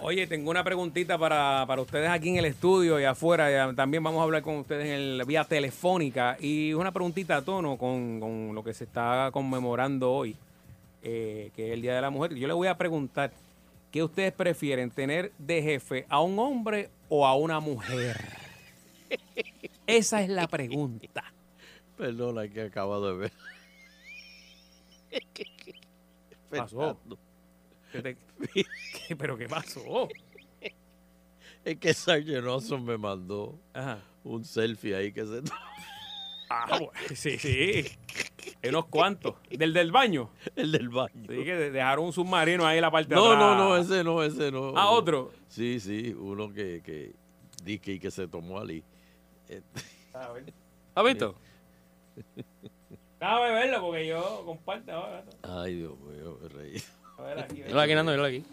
Speaker 2: Oye, tengo una preguntita para, para ustedes aquí en el estudio y afuera. Ya También vamos a hablar con ustedes en el, vía telefónica. Y una preguntita a tono con, con lo que se está conmemorando hoy, eh, que es el Día de la Mujer. Yo les voy a preguntar, ¿qué ustedes prefieren, tener de jefe a un hombre o a una mujer? Esa es la pregunta.
Speaker 3: Perdón, la que acabado de ver.
Speaker 2: Pasó. Oh. ¿Qué te- qué- ¿Pero qué pasó?
Speaker 3: Es que Sargent Rawson me mandó
Speaker 2: Ajá.
Speaker 3: un selfie ahí que se...
Speaker 2: Ah, bueno, sí, sí. Hay unos cuantos. ¿Del del baño?
Speaker 3: El del baño.
Speaker 2: Sí, que de- dejaron un submarino ahí en la parte de
Speaker 3: No,
Speaker 2: atrás.
Speaker 3: no, no, ese no, ese no.
Speaker 2: Ah, otro.
Speaker 3: Sí, sí, uno que, que dije y que se tomó Ali.
Speaker 5: ¿Has visto?
Speaker 2: Déjame verlo porque yo comparto ahora.
Speaker 3: Ay, Dios mío, me reí.
Speaker 2: A ver aquí,
Speaker 5: Míralo aquí, Nando, míralo aquí.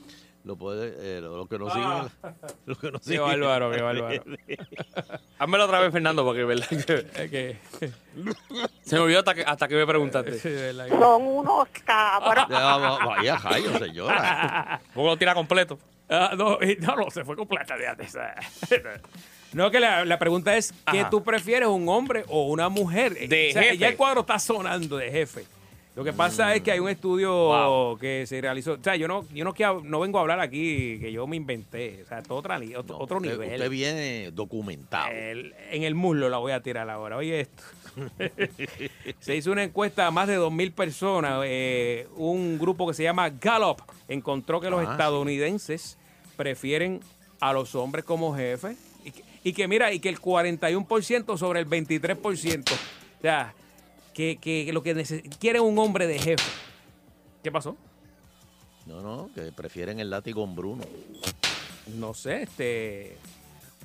Speaker 3: Lo puede, eh, lo, lo que no
Speaker 2: Ah.
Speaker 3: siguen. Lo que no
Speaker 5: Qué bárbaro, qué bárbaro. Házmelo otra vez, Fernando, porque verdad que... Se me olvidó hasta que, hasta que me preguntaste.
Speaker 21: Son unos cabros.
Speaker 3: vaya jayo, señora.
Speaker 5: Poco lo tira completo.
Speaker 2: Ah, no, y- no, no, se fue completa. fíjate, esa- No, que la, la pregunta es, ¿qué
Speaker 5: Ajá.
Speaker 2: tú prefieres, un hombre o una mujer? Eh,
Speaker 5: De
Speaker 2: o sea,
Speaker 5: jefe.
Speaker 2: Ya el cuadro está sonando de jefe. Lo que pasa es que hay un estudio que se realizó. O sea, yo no, yo no, quiero- no vengo a hablar aquí que yo me inventé. O sea, todo otra li- otro, otro
Speaker 3: usted,
Speaker 2: nivel.
Speaker 3: Usted viene documentado.
Speaker 2: El- en el muslo la voy a tirar ahora. Oye esto. se hizo una encuesta a más de 2.000 personas. eh, un grupo que se llama Gallup encontró que los
Speaker 5: Ah, sí.
Speaker 2: estadounidenses prefieren a los hombres como jefe. Y que, y que mira, y que el 41% sobre el 23%. O sea, que, que lo que nece- quiere un hombre de jefe. ¿Qué pasó?
Speaker 3: No, no, que prefieren el látigo en Bruno.
Speaker 2: No sé, este...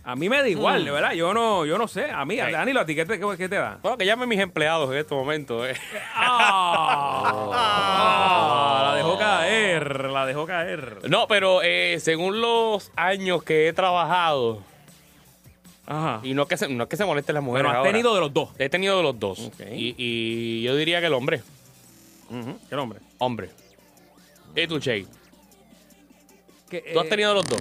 Speaker 2: A mí me da igual,
Speaker 5: Mm.
Speaker 2: de verdad. Yo no, yo no sé. A mí,
Speaker 5: Ay.
Speaker 2: Danilo, ¿a ti qué te, qué- qué te da?
Speaker 5: Bueno, que llamen mis empleados en este momento. eh.
Speaker 2: la dejó
Speaker 5: Ah.
Speaker 2: caer, la dejó caer.
Speaker 5: No, pero eh, según los años que he trabajado. Y no es que se, no es que se molesten las mujeres.
Speaker 2: Pero has
Speaker 5: ahora.
Speaker 2: tenido de los dos.
Speaker 5: He tenido de los dos. Y, y yo diría que el hombre.
Speaker 2: ¿El hombre?
Speaker 5: Hombre. ¿Y tú, Che?
Speaker 2: Que,
Speaker 5: ¿Tú has
Speaker 2: eh,
Speaker 5: tenido de los dos?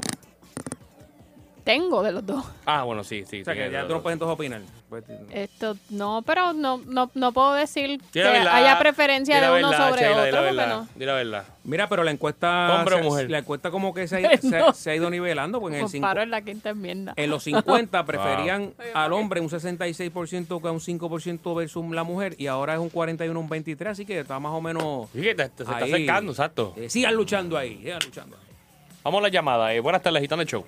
Speaker 4: Tengo de los dos.
Speaker 5: Ah, bueno, sí, sí.
Speaker 2: O sea, que ya tú no puedes entonces opinar. Pues,
Speaker 4: Esto no, pero no, no, no puedo decir que
Speaker 2: la verdad,
Speaker 4: haya preferencia
Speaker 2: di la
Speaker 4: de uno
Speaker 2: verdad,
Speaker 4: sobre
Speaker 2: Sheila, di la
Speaker 4: otro, porque
Speaker 2: verdad.
Speaker 4: no.
Speaker 5: Di la verdad.
Speaker 2: Mira, pero la encuesta.
Speaker 5: ¿Hombre o
Speaker 2: se-
Speaker 5: mujer?
Speaker 2: La encuesta como que se ha, se ha-
Speaker 4: No.
Speaker 2: se ha ido nivelando. Pues en, el cincu-
Speaker 4: Comparo en la quinta enmienda.
Speaker 2: en los 50 preferían
Speaker 4: Oye,
Speaker 2: al hombre un 66% que a un 5% versus la mujer. Y ahora es un 41, un 23. Así que está más o menos.
Speaker 5: Sí, que te- te- se está
Speaker 2: ahí.
Speaker 5: acercando, exacto.
Speaker 2: Eh, sigan luchando ahí, sigan luchando.
Speaker 5: Vamos a la llamada. eh. Buenas tardes, Gitano Show.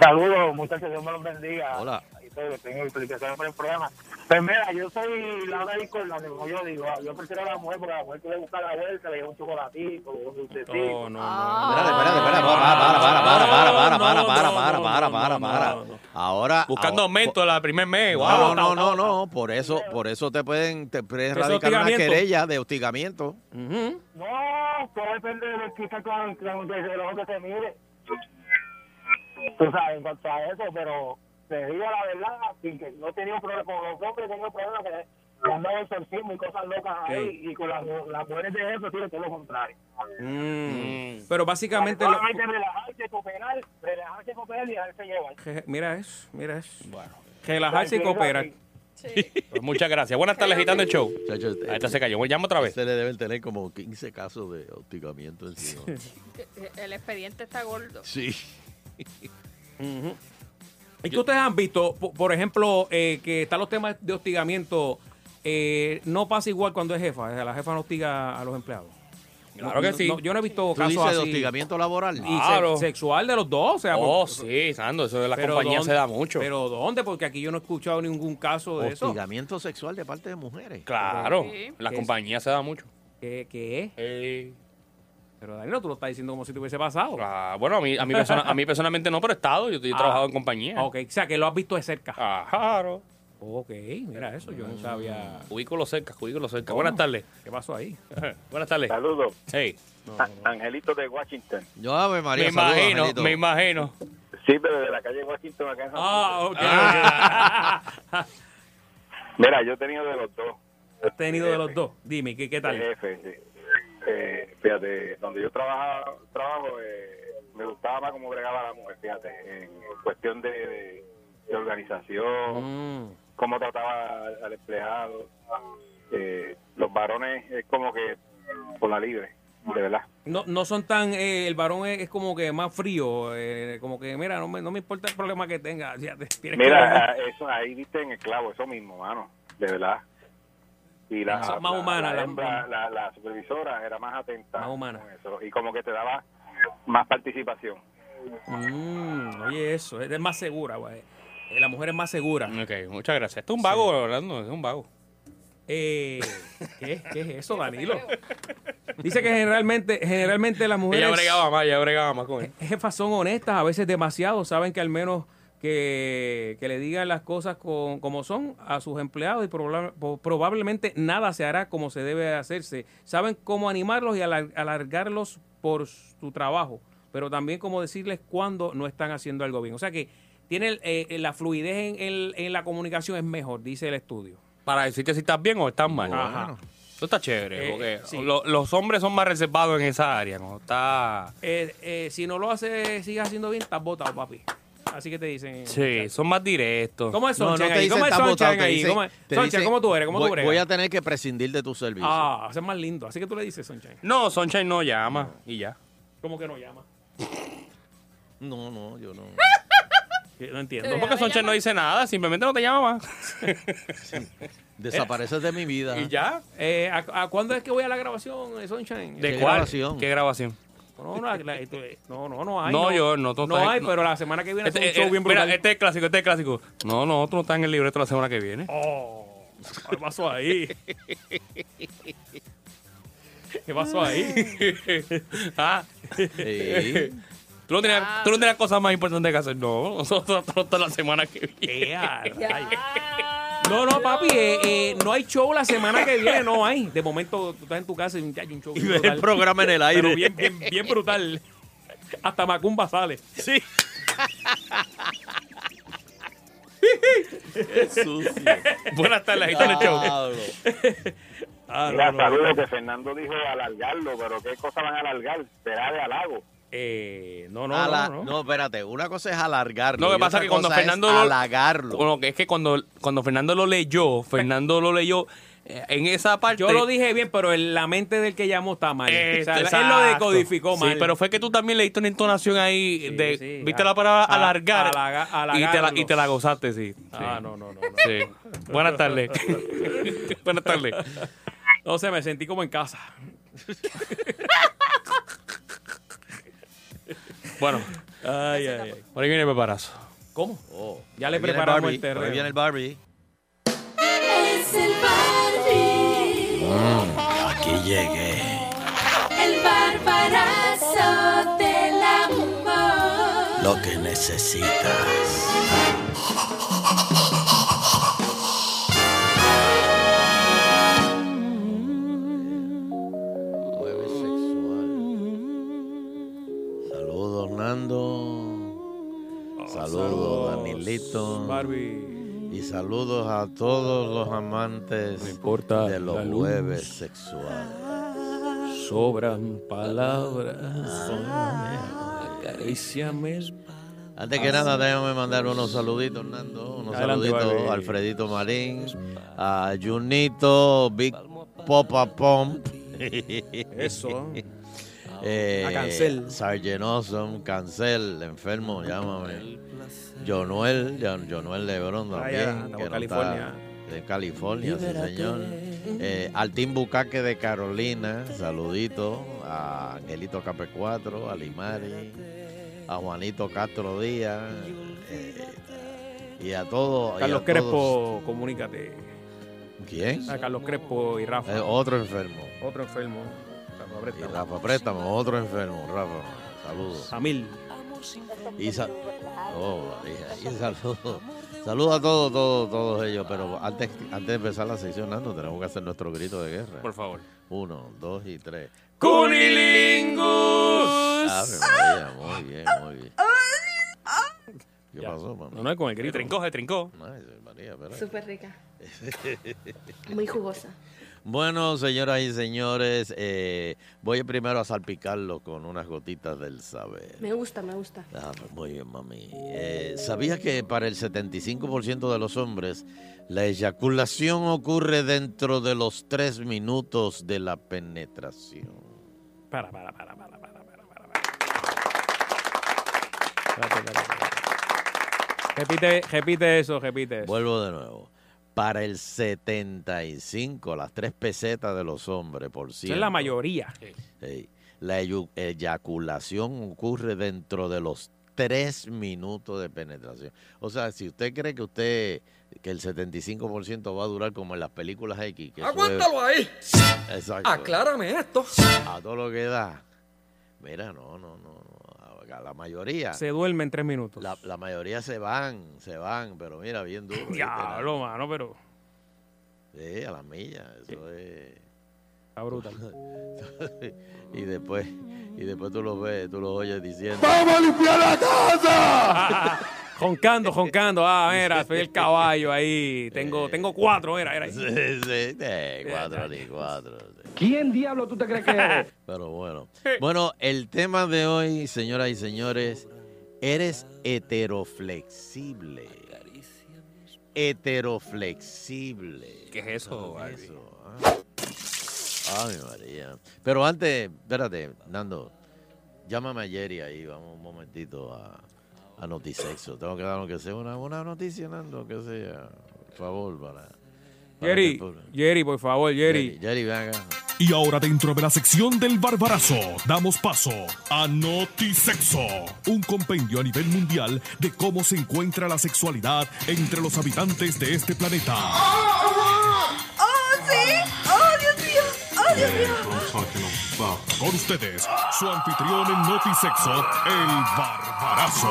Speaker 21: Saludos, muchachos, Dios me los bendiga.
Speaker 5: Hola.
Speaker 21: Y todo, tengo explicación por el programa. Pues mira, yo soy Laura Nicolás, como yo digo, yo prefiero a la mujer porque a la mujer tú le gusta la vuelta, le lleva un chocolatito, un dulcecito.
Speaker 2: No,
Speaker 21: no,
Speaker 3: Espérate, espérate, espérate. Para, para, para, para, para, para, para, para, para, para, para, para. Ahora.
Speaker 5: Buscando aumento la primer mes.
Speaker 3: No,
Speaker 5: guau.
Speaker 3: no, no, no, por eso, por eso te pueden, te pueden
Speaker 5: Eso es
Speaker 3: erradicar una
Speaker 5: hostigamiento.
Speaker 3: querella de hostigamiento.
Speaker 21: No, todo depende de lo que está con, con desde lo que se mire. Tú sabes, en cuanto a eso, pero te digo la verdad, sin que no he tenido problema con los hombres, tengo problemas que le han dado exorcismo y cosas locas ahí, y con las, las mujeres de eso tiene todo lo contrario.
Speaker 2: Mm. Pero básicamente... lo-
Speaker 21: Solamente relajarse, cooperar, relajarse, cooperar y dejarse llevar.
Speaker 2: que- mira eso, mira eso. Relajarse y cooperar.
Speaker 5: Pues muchas gracias. Buenas tardes, agitando el show.
Speaker 3: Muchachos,
Speaker 5: Ahí está, se cayó. Llama otra vez.
Speaker 3: Se este, le deben tener como 15 casos de hostigamiento encima.
Speaker 4: Eh, El expediente está gordo.
Speaker 3: sí.
Speaker 2: ¿Y que ustedes han visto, po- por ejemplo, eh, que están los temas de hostigamiento? eh, no pasa igual cuando es jefa. o sea, La jefa no hostiga a los empleados.
Speaker 5: Claro
Speaker 2: No-
Speaker 5: que
Speaker 2: no-
Speaker 5: sí.
Speaker 2: no, yo no he visto
Speaker 5: ¿Tú
Speaker 2: casos
Speaker 5: dices de
Speaker 2: así.
Speaker 5: hostigamiento laboral?
Speaker 2: Y
Speaker 5: Claro.
Speaker 2: se- sexual de los dos. O sea,
Speaker 5: Oh,
Speaker 2: por-
Speaker 5: sí, Sando, eso de la
Speaker 2: pero
Speaker 5: compañía
Speaker 2: ¿dónde-
Speaker 5: se da mucho.
Speaker 2: Pero ¿dónde? Porque aquí yo no he escuchado ningún caso de eso.
Speaker 3: Hostigamiento sexual de parte de mujeres.
Speaker 5: Claro, la
Speaker 2: Sí.
Speaker 5: compañía se da mucho.
Speaker 2: ¿Qué,
Speaker 5: Eh.
Speaker 2: qué es? Pero Danilo, tú lo estás diciendo como si te hubiese pasado.
Speaker 5: Ah, bueno, a mí, a, mí persona- a mí personalmente no, pero he estado, yo, yo he
Speaker 2: Ah.
Speaker 5: trabajado en compañía. Ah,
Speaker 2: Ok, o sea, que lo has visto de cerca.
Speaker 5: Claro.
Speaker 2: Ok, mira eso, yo no sabía.
Speaker 5: Cubículo cerca, cubículo cerca. Buenas tardes.
Speaker 2: ¿Qué pasó ahí?
Speaker 5: Buenas tardes.
Speaker 19: Saludos.
Speaker 5: Hey.
Speaker 19: Angelito de Washington.
Speaker 3: Yo, Ave María,
Speaker 5: me
Speaker 3: saludos,
Speaker 5: imagino,
Speaker 3: Angelito.
Speaker 5: me imagino.
Speaker 19: Sí, pero de la calle Washington acá en San
Speaker 2: Ah,
Speaker 19: Francisco.
Speaker 2: ok. Ah,
Speaker 19: Mira, yo he tenido de los dos.
Speaker 2: Has tenido de los dos. Dime, ¿qué, qué
Speaker 19: de
Speaker 2: tal?
Speaker 19: jefe, sí. Eh, fíjate, donde yo trabajaba, trabajo, eh, me gustaba más cómo bregaba la mujer, fíjate, en cuestión de, de- de organización,
Speaker 5: Mm.
Speaker 19: cómo trataba al, al empleado. Eh, los varones es como que por la libre, de verdad.
Speaker 2: No, no son tan. eh, el varón es, es como que más frío. eh, como que, mira, no me, no me importa el problema que tenga. ya te- tienes que-
Speaker 19: Mira, ah, eso ahí viste en el clavo, eso mismo, mano, de verdad. Y la,
Speaker 2: Son más humanas,
Speaker 19: la,
Speaker 2: la-
Speaker 19: hembra, la- la supervisora era más atenta
Speaker 2: Más humana.
Speaker 19: con eso, y como que te daba más participación.
Speaker 2: Mm, oye, eso. Es más segura, güey. Eh, La mujer es más segura.
Speaker 5: Ok, muchas gracias. Esto es un vago, Orlando, es un vago.
Speaker 2: Eh, ¿qué, qué es eso, Danilo? Dice que generalmente, generalmente las mujeres.
Speaker 5: Ella bregaba más, ella bregaba más con él.
Speaker 2: jefas son honestas, a veces demasiado, saben que al menos que, que le digan las cosas con- como son a sus empleados y proba- po- probablemente nada se hará como se debe hacerse. Saben cómo animarlos y alar- alargarlos por su trabajo, pero también cómo decirles cuando no están haciendo algo bien. O sea que tiene el- eh, la fluidez en, el- en la comunicación es mejor, dice el estudio.
Speaker 5: Para decirte si estás bien o estás mal.
Speaker 2: Ajá.
Speaker 5: Eso está chévere,
Speaker 2: Eh,
Speaker 5: porque
Speaker 2: sí.
Speaker 5: lo- los hombres son más reservados en esa área, ¿no? Está...
Speaker 2: Eh, eh, si no lo hace, sigue haciendo bien, estás botado, papi. Así que te dicen.
Speaker 5: Sí, son más directos.
Speaker 2: ¿Cómo es
Speaker 3: No, no
Speaker 2: Sonchen
Speaker 3: te
Speaker 2: ahí?
Speaker 3: dicen,
Speaker 2: ¿Cómo es
Speaker 3: "Está
Speaker 2: Sonchen
Speaker 3: botado", te
Speaker 2: ahí?
Speaker 3: dicen-
Speaker 2: ¿Cómo es?
Speaker 3: te
Speaker 2: Sonchen,
Speaker 3: dicen,
Speaker 2: ¿cómo tú eres? ¿Cómo tú
Speaker 3: voy,
Speaker 2: bregas?
Speaker 3: Voy a tener que prescindir de tu servicio.
Speaker 2: Ah, haces más lindo. Así que tú le dices Sunshine.
Speaker 5: No, Sunshine no llama y ya.
Speaker 2: ¿Cómo que no llama?
Speaker 3: No, no, yo no.
Speaker 2: No entiendo.
Speaker 5: No, porque Sunshine no dice nada, simplemente no te llama más.
Speaker 3: Desapareces de mi vida.
Speaker 5: ¿Y ya?
Speaker 2: Eh, ¿a, a cuándo es que voy a la grabación, eh, Sunshine?
Speaker 5: ¿De
Speaker 2: Eh,
Speaker 5: cuál?
Speaker 3: grabación?
Speaker 5: ¿Qué grabación?
Speaker 2: No, no, la- la- esto- eh, no, no, no hay.
Speaker 5: No, yo no, tú
Speaker 2: No
Speaker 5: estás-
Speaker 2: hay,
Speaker 5: no.
Speaker 2: pero la semana que viene
Speaker 5: Este,
Speaker 2: es un show
Speaker 5: eh,
Speaker 2: bien
Speaker 5: mira,
Speaker 2: brutal.
Speaker 5: este es clásico, este es clásico. No, no, tú no estás en el libreto la semana que viene.
Speaker 2: Oh, ¿Qué pasó ahí? ¿Qué pasó ahí?
Speaker 5: ah.
Speaker 2: Sí.
Speaker 5: ¿Tú, no tenías, tú no tenías cosas más importantes que hacer. No, nosotros hasta la semana que viene.
Speaker 2: No, no, papi, eh, eh, no hay show la semana que viene, no hay. De momento tú estás en tu casa y ya hay un show.
Speaker 3: ves el programa en el aire.
Speaker 2: Pero bien, bien, bien brutal. Hasta Macumba sale.
Speaker 3: Sí.
Speaker 5: sucio. Buenas tardes, ahí está el show.
Speaker 2: Ah,
Speaker 19: Mira,
Speaker 2: no, no,
Speaker 19: saludos
Speaker 2: no.
Speaker 19: que Fernando dijo alargarlo, pero ¿qué cosa van a alargar? Será de halago.
Speaker 2: Eh, no,
Speaker 3: no, no, espérate. Una cosa es alargarlo.
Speaker 5: Lo que
Speaker 3: y
Speaker 5: pasa
Speaker 3: otra
Speaker 5: es que cuando
Speaker 3: cosa
Speaker 5: Fernando lo-
Speaker 3: halagarlo.
Speaker 5: Bueno, que es que cuando, cuando Fernando lo leyó, Fernando lo leyó eh, en esa parte.
Speaker 2: Yo lo dije bien, pero en la mente del que llamó está mal.
Speaker 5: Eh,
Speaker 2: O sea, Este, él
Speaker 5: exacto.
Speaker 2: lo decodificó mal.
Speaker 5: Sí, pero fue que tú también leíste una entonación ahí de.
Speaker 2: sí,
Speaker 5: ¿Viste
Speaker 2: a-
Speaker 5: la palabra
Speaker 2: a-
Speaker 5: alargar?
Speaker 2: alaga-
Speaker 5: y, te la,
Speaker 2: alagarlos.
Speaker 5: y te la gozaste, sí.
Speaker 2: Ah,
Speaker 5: Sí.
Speaker 2: no, no, no.
Speaker 5: Sí. Buenas tardes. Buenas tardes.
Speaker 2: No sé, me sentí como en casa.
Speaker 5: Bueno,
Speaker 2: Ay, ay, ay.
Speaker 5: por ahí viene el Oh. preparazo.
Speaker 2: ¿Cómo? ya
Speaker 3: Ahí
Speaker 2: le
Speaker 3: viene el
Speaker 2: preparamos
Speaker 3: Barbie,
Speaker 2: el terreno.
Speaker 3: ahí viene el Barbie.
Speaker 12: Es el Barbie,
Speaker 1: Mm, Aquí llegué.
Speaker 12: el barbarazo del amor.
Speaker 1: Lo que necesitas.
Speaker 3: Jueves sexual. Saludos, Nando. Saludos, Danilito.
Speaker 2: Barbie.
Speaker 3: Y saludos a todos los amantes de los
Speaker 2: la luz.
Speaker 3: jueves sexuales.
Speaker 2: Sobran palabras. Acaríciame.
Speaker 3: Antes que nada, déjame mandar unos saluditos, Hernando. Unos
Speaker 2: Adelante,
Speaker 3: saluditos
Speaker 2: Barbie.
Speaker 3: a Alfredito Marín, a Junito, Big Popa Pomp.
Speaker 2: Eso.
Speaker 3: Eh,
Speaker 2: A Cancel.
Speaker 3: Sargent Awesome, Cancel, enfermo, llámame. Jonuel, Jan- Jonuel Lebrón
Speaker 2: Ah,
Speaker 3: también.
Speaker 2: ya, andamos
Speaker 3: que no
Speaker 2: California.
Speaker 3: está- de California, sí
Speaker 2: Libérate.
Speaker 3: señor. Eh, Altín Bucaque de Carolina, saludito. A Angelito Cape 4, a Limari, a Juanito Castro Díaz. eh, y a todos. y a
Speaker 2: Carlos
Speaker 3: todos.
Speaker 2: Crespo, comunícate.
Speaker 3: ¿Quién?
Speaker 2: A Carlos Crespo y Rafa.
Speaker 3: Eh, otro enfermo.
Speaker 2: Otro enfermo. Rafa
Speaker 3: Y
Speaker 2: Breta.
Speaker 3: Rafa Préstamo, otro enfermo, Rafa. Saludos.
Speaker 2: A mil.
Speaker 3: Y, sa- oh, María, y saludos. Saludos a todos, todos, todos ellos. Pero antes, antes de empezar la sección, Nando, tenemos que hacer nuestro grito de guerra.
Speaker 5: Por favor.
Speaker 3: Uno, dos y tres.
Speaker 5: ¡Cunilingus!
Speaker 3: Ave María, Ah, muy bien, muy bien.
Speaker 22: Ah.
Speaker 3: ¿Qué pasó,
Speaker 5: No, no, con el grito. Se trincó, se trincó.
Speaker 22: Súper rica. Muy jugosa.
Speaker 3: Bueno, señoras y señores, eh, voy primero a salpicarlo con unas gotitas del saber.
Speaker 22: Me gusta, me gusta.
Speaker 3: Ah, pues muy bien, mami. Eh, ¿Sabías que para el 75% de los hombres la eyaculación ocurre dentro de los tres minutos de la penetración?
Speaker 2: Para, para, para, para, para. Repite, repite eso, repite eso.
Speaker 3: Vuelvo de nuevo. Para el 75, las tres pesetas de los hombres, por
Speaker 2: Esa
Speaker 3: ciento.
Speaker 2: es la mayoría.
Speaker 3: Sí. La eyu- eyaculación ocurre dentro de los tres minutos de penetración. O sea, si usted cree que usted que el 75% va a durar como en las películas X, que eso es-
Speaker 23: Aguántalo ahí.
Speaker 3: Exacto.
Speaker 23: Aclárame esto.
Speaker 3: A todo lo que da. Mira, no, no, no. no. A la mayoría.
Speaker 2: Se duerme en tres minutos.
Speaker 3: La, la mayoría se van, se van, pero mira, bien duro. ¿viste?
Speaker 2: Diablo, mano, pero.
Speaker 3: Sí, a la milla, eso es.
Speaker 2: Está brutal.
Speaker 3: y después, y después tú lo ves, tú lo oyes diciendo.
Speaker 2: ¡Vamos a limpiar la casa! joncando, joncando. Ah, mira, soy el caballo ahí. Tengo, tengo cuatro, mira, mira.
Speaker 3: Sí, sí, sí, cuatro ni cuatro.
Speaker 2: ¿Quién diablo tú te crees que eres?
Speaker 3: Pero bueno. Bueno, el tema de hoy, señoras y señores, eres heteroflexible. Heteroflexible.
Speaker 5: ¿Qué es eso, Barbie?
Speaker 3: ah. Ay, María. Pero antes, espérate, Nando, llámame a Jerry ahí, vamos un momentito a, a Notisexo. Tengo que dar aunque sea una, una noticia, Nando, que sea. Por favor, para. para
Speaker 2: Jerry,
Speaker 3: que-
Speaker 2: Jerry, por favor, Jerry.
Speaker 3: Jerry, ven acá.
Speaker 1: Y ahora dentro de la sección del barbarazo, damos paso a Notisexo, un compendio a nivel mundial de cómo se encuentra la sexualidad entre los habitantes de este planeta.
Speaker 12: ¡Oh, sí! ¡Oh, Dios mío! ¡Oh, Dios mío!
Speaker 1: Con ustedes, su anfitrión en Notisexo, el barbarazo.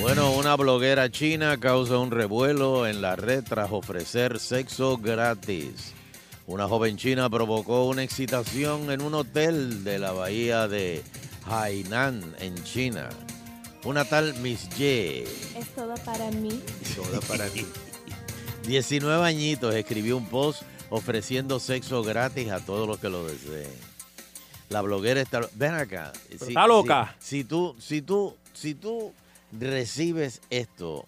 Speaker 3: Bueno, una bloguera china causa un revuelo en la red tras ofrecer sexo gratis. Una joven china provocó una excitación en un hotel de la bahía de Hainan, en China. Una tal Miss Ye,
Speaker 22: Es todo para mí.
Speaker 3: toda para ti, 19 añitos, escribió un post ofreciendo sexo gratis a todos los que lo deseen. La bloguera está... Ven acá.
Speaker 2: está loca.
Speaker 3: Si, tú, si tú, si tú recibes esto,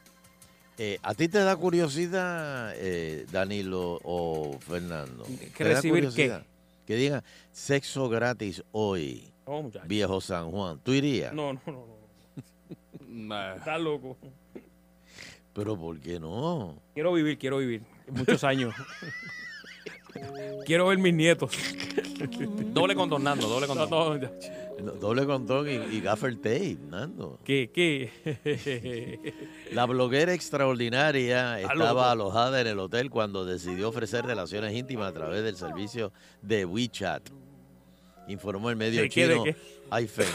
Speaker 3: eh, ¿a ti te da curiosidad, eh, Danilo o Fernando? ¿Te da
Speaker 2: recibir qué?
Speaker 3: curiosidad? Que diga sexo gratis hoy,
Speaker 2: No, Oh, muchacho.
Speaker 3: viejo San Juan. ¿Tú irías?
Speaker 2: No, no, no. no. Está loco.
Speaker 3: Pero ¿por qué no?
Speaker 2: Quiero vivir, quiero vivir. Muchos años. quiero ver mis nietos.
Speaker 5: Doble contornando, doble
Speaker 2: No,
Speaker 5: contornando.
Speaker 2: no,
Speaker 3: No, Doble contón y, y gaffer tape, Nando.
Speaker 2: ¿Qué, qué?
Speaker 3: La bloguera extraordinaria
Speaker 2: loco.
Speaker 3: estaba alojada en el hotel cuando decidió ofrecer relaciones íntimas a través del servicio de WeChat. Informó el medio
Speaker 5: ¿De qué, de
Speaker 3: chino
Speaker 5: qué?
Speaker 3: iPhone.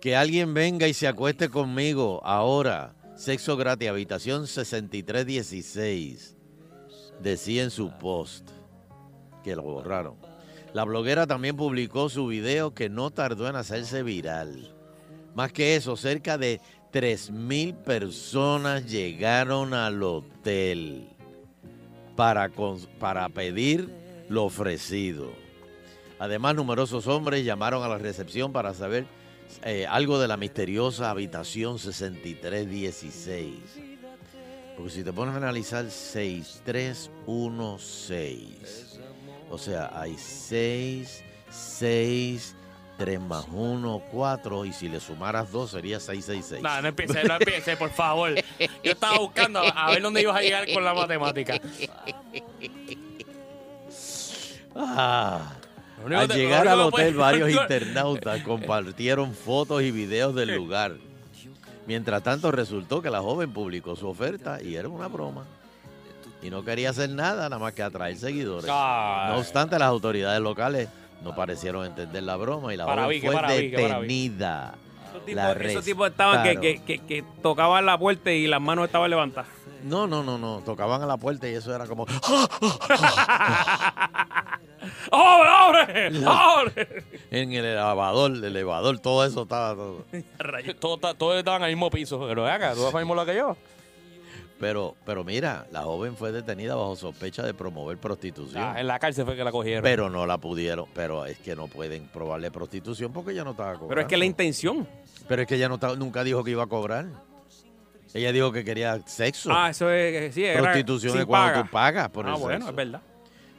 Speaker 3: que alguien venga y se acueste conmigo ahora. Sexo gratis, habitación 6316. Decía en su post que lo borraron. La bloguera también publicó su video que no tardó en hacerse viral. Más que eso, cerca de 3 mil personas llegaron al hotel para, cons- para pedir lo ofrecido. Además, numerosos hombres llamaron a la recepción para saber eh, algo de la misteriosa habitación 6316. Porque si te pones a analizar 6316, o sea, hay 6, 6, 3 más 1, 4, y si le sumaras 2 sería 666.
Speaker 5: No, no empiece, no empiece, por favor. Yo estaba buscando a ver dónde ibas a llegar con la matemática.
Speaker 3: Ah,
Speaker 5: Lo único
Speaker 3: al
Speaker 5: que- lo
Speaker 3: llegar
Speaker 5: único
Speaker 3: al
Speaker 5: que
Speaker 3: hotel,
Speaker 5: puede-
Speaker 3: varios internautas compartieron fotos y videos del lugar. Mientras tanto, resultó que la joven publicó su oferta y era una broma. Y no quería hacer nada, nada más que atraer seguidores.
Speaker 5: Ay.
Speaker 3: No obstante, las autoridades locales no parecieron entender la broma y la
Speaker 2: Para
Speaker 3: joven
Speaker 2: Vicky,
Speaker 3: fue
Speaker 2: para Vicky, para Vicky.
Speaker 3: detenida. La
Speaker 2: Tipo, esos tipos estaban que, que, que, que tocaban la puerta y las manos estaban levantadas.
Speaker 3: No, no, no, no. Tocaban a la puerta y eso era como.
Speaker 5: ¡Abre, abre!
Speaker 3: La-
Speaker 5: ¡Abre!
Speaker 3: En el elevador, el elevador, todo eso estaba. todo.
Speaker 5: Rayos, todos ta- todos estaban al mismo piso. Pero ven acá, tú vas al mismo lado que yo.
Speaker 3: Pero, pero mira, la joven fue detenida bajo sospecha de promover prostitución.
Speaker 5: Ah, en la cárcel fue que la cogieron.
Speaker 3: Pero no la pudieron. Pero es que no pueden probarle prostitución porque ella no estaba cobrando.
Speaker 2: Pero es que la intención.
Speaker 3: Pero es que ella no estaba- nunca dijo que iba a cobrar. Ella dijo que quería sexo.
Speaker 2: Ah, eso es. Sí, era
Speaker 3: prostitución
Speaker 2: sin
Speaker 3: es cuando
Speaker 2: paga.
Speaker 3: tú pagas por
Speaker 2: Ah,
Speaker 3: el
Speaker 2: bueno,
Speaker 3: sexo.
Speaker 2: es verdad.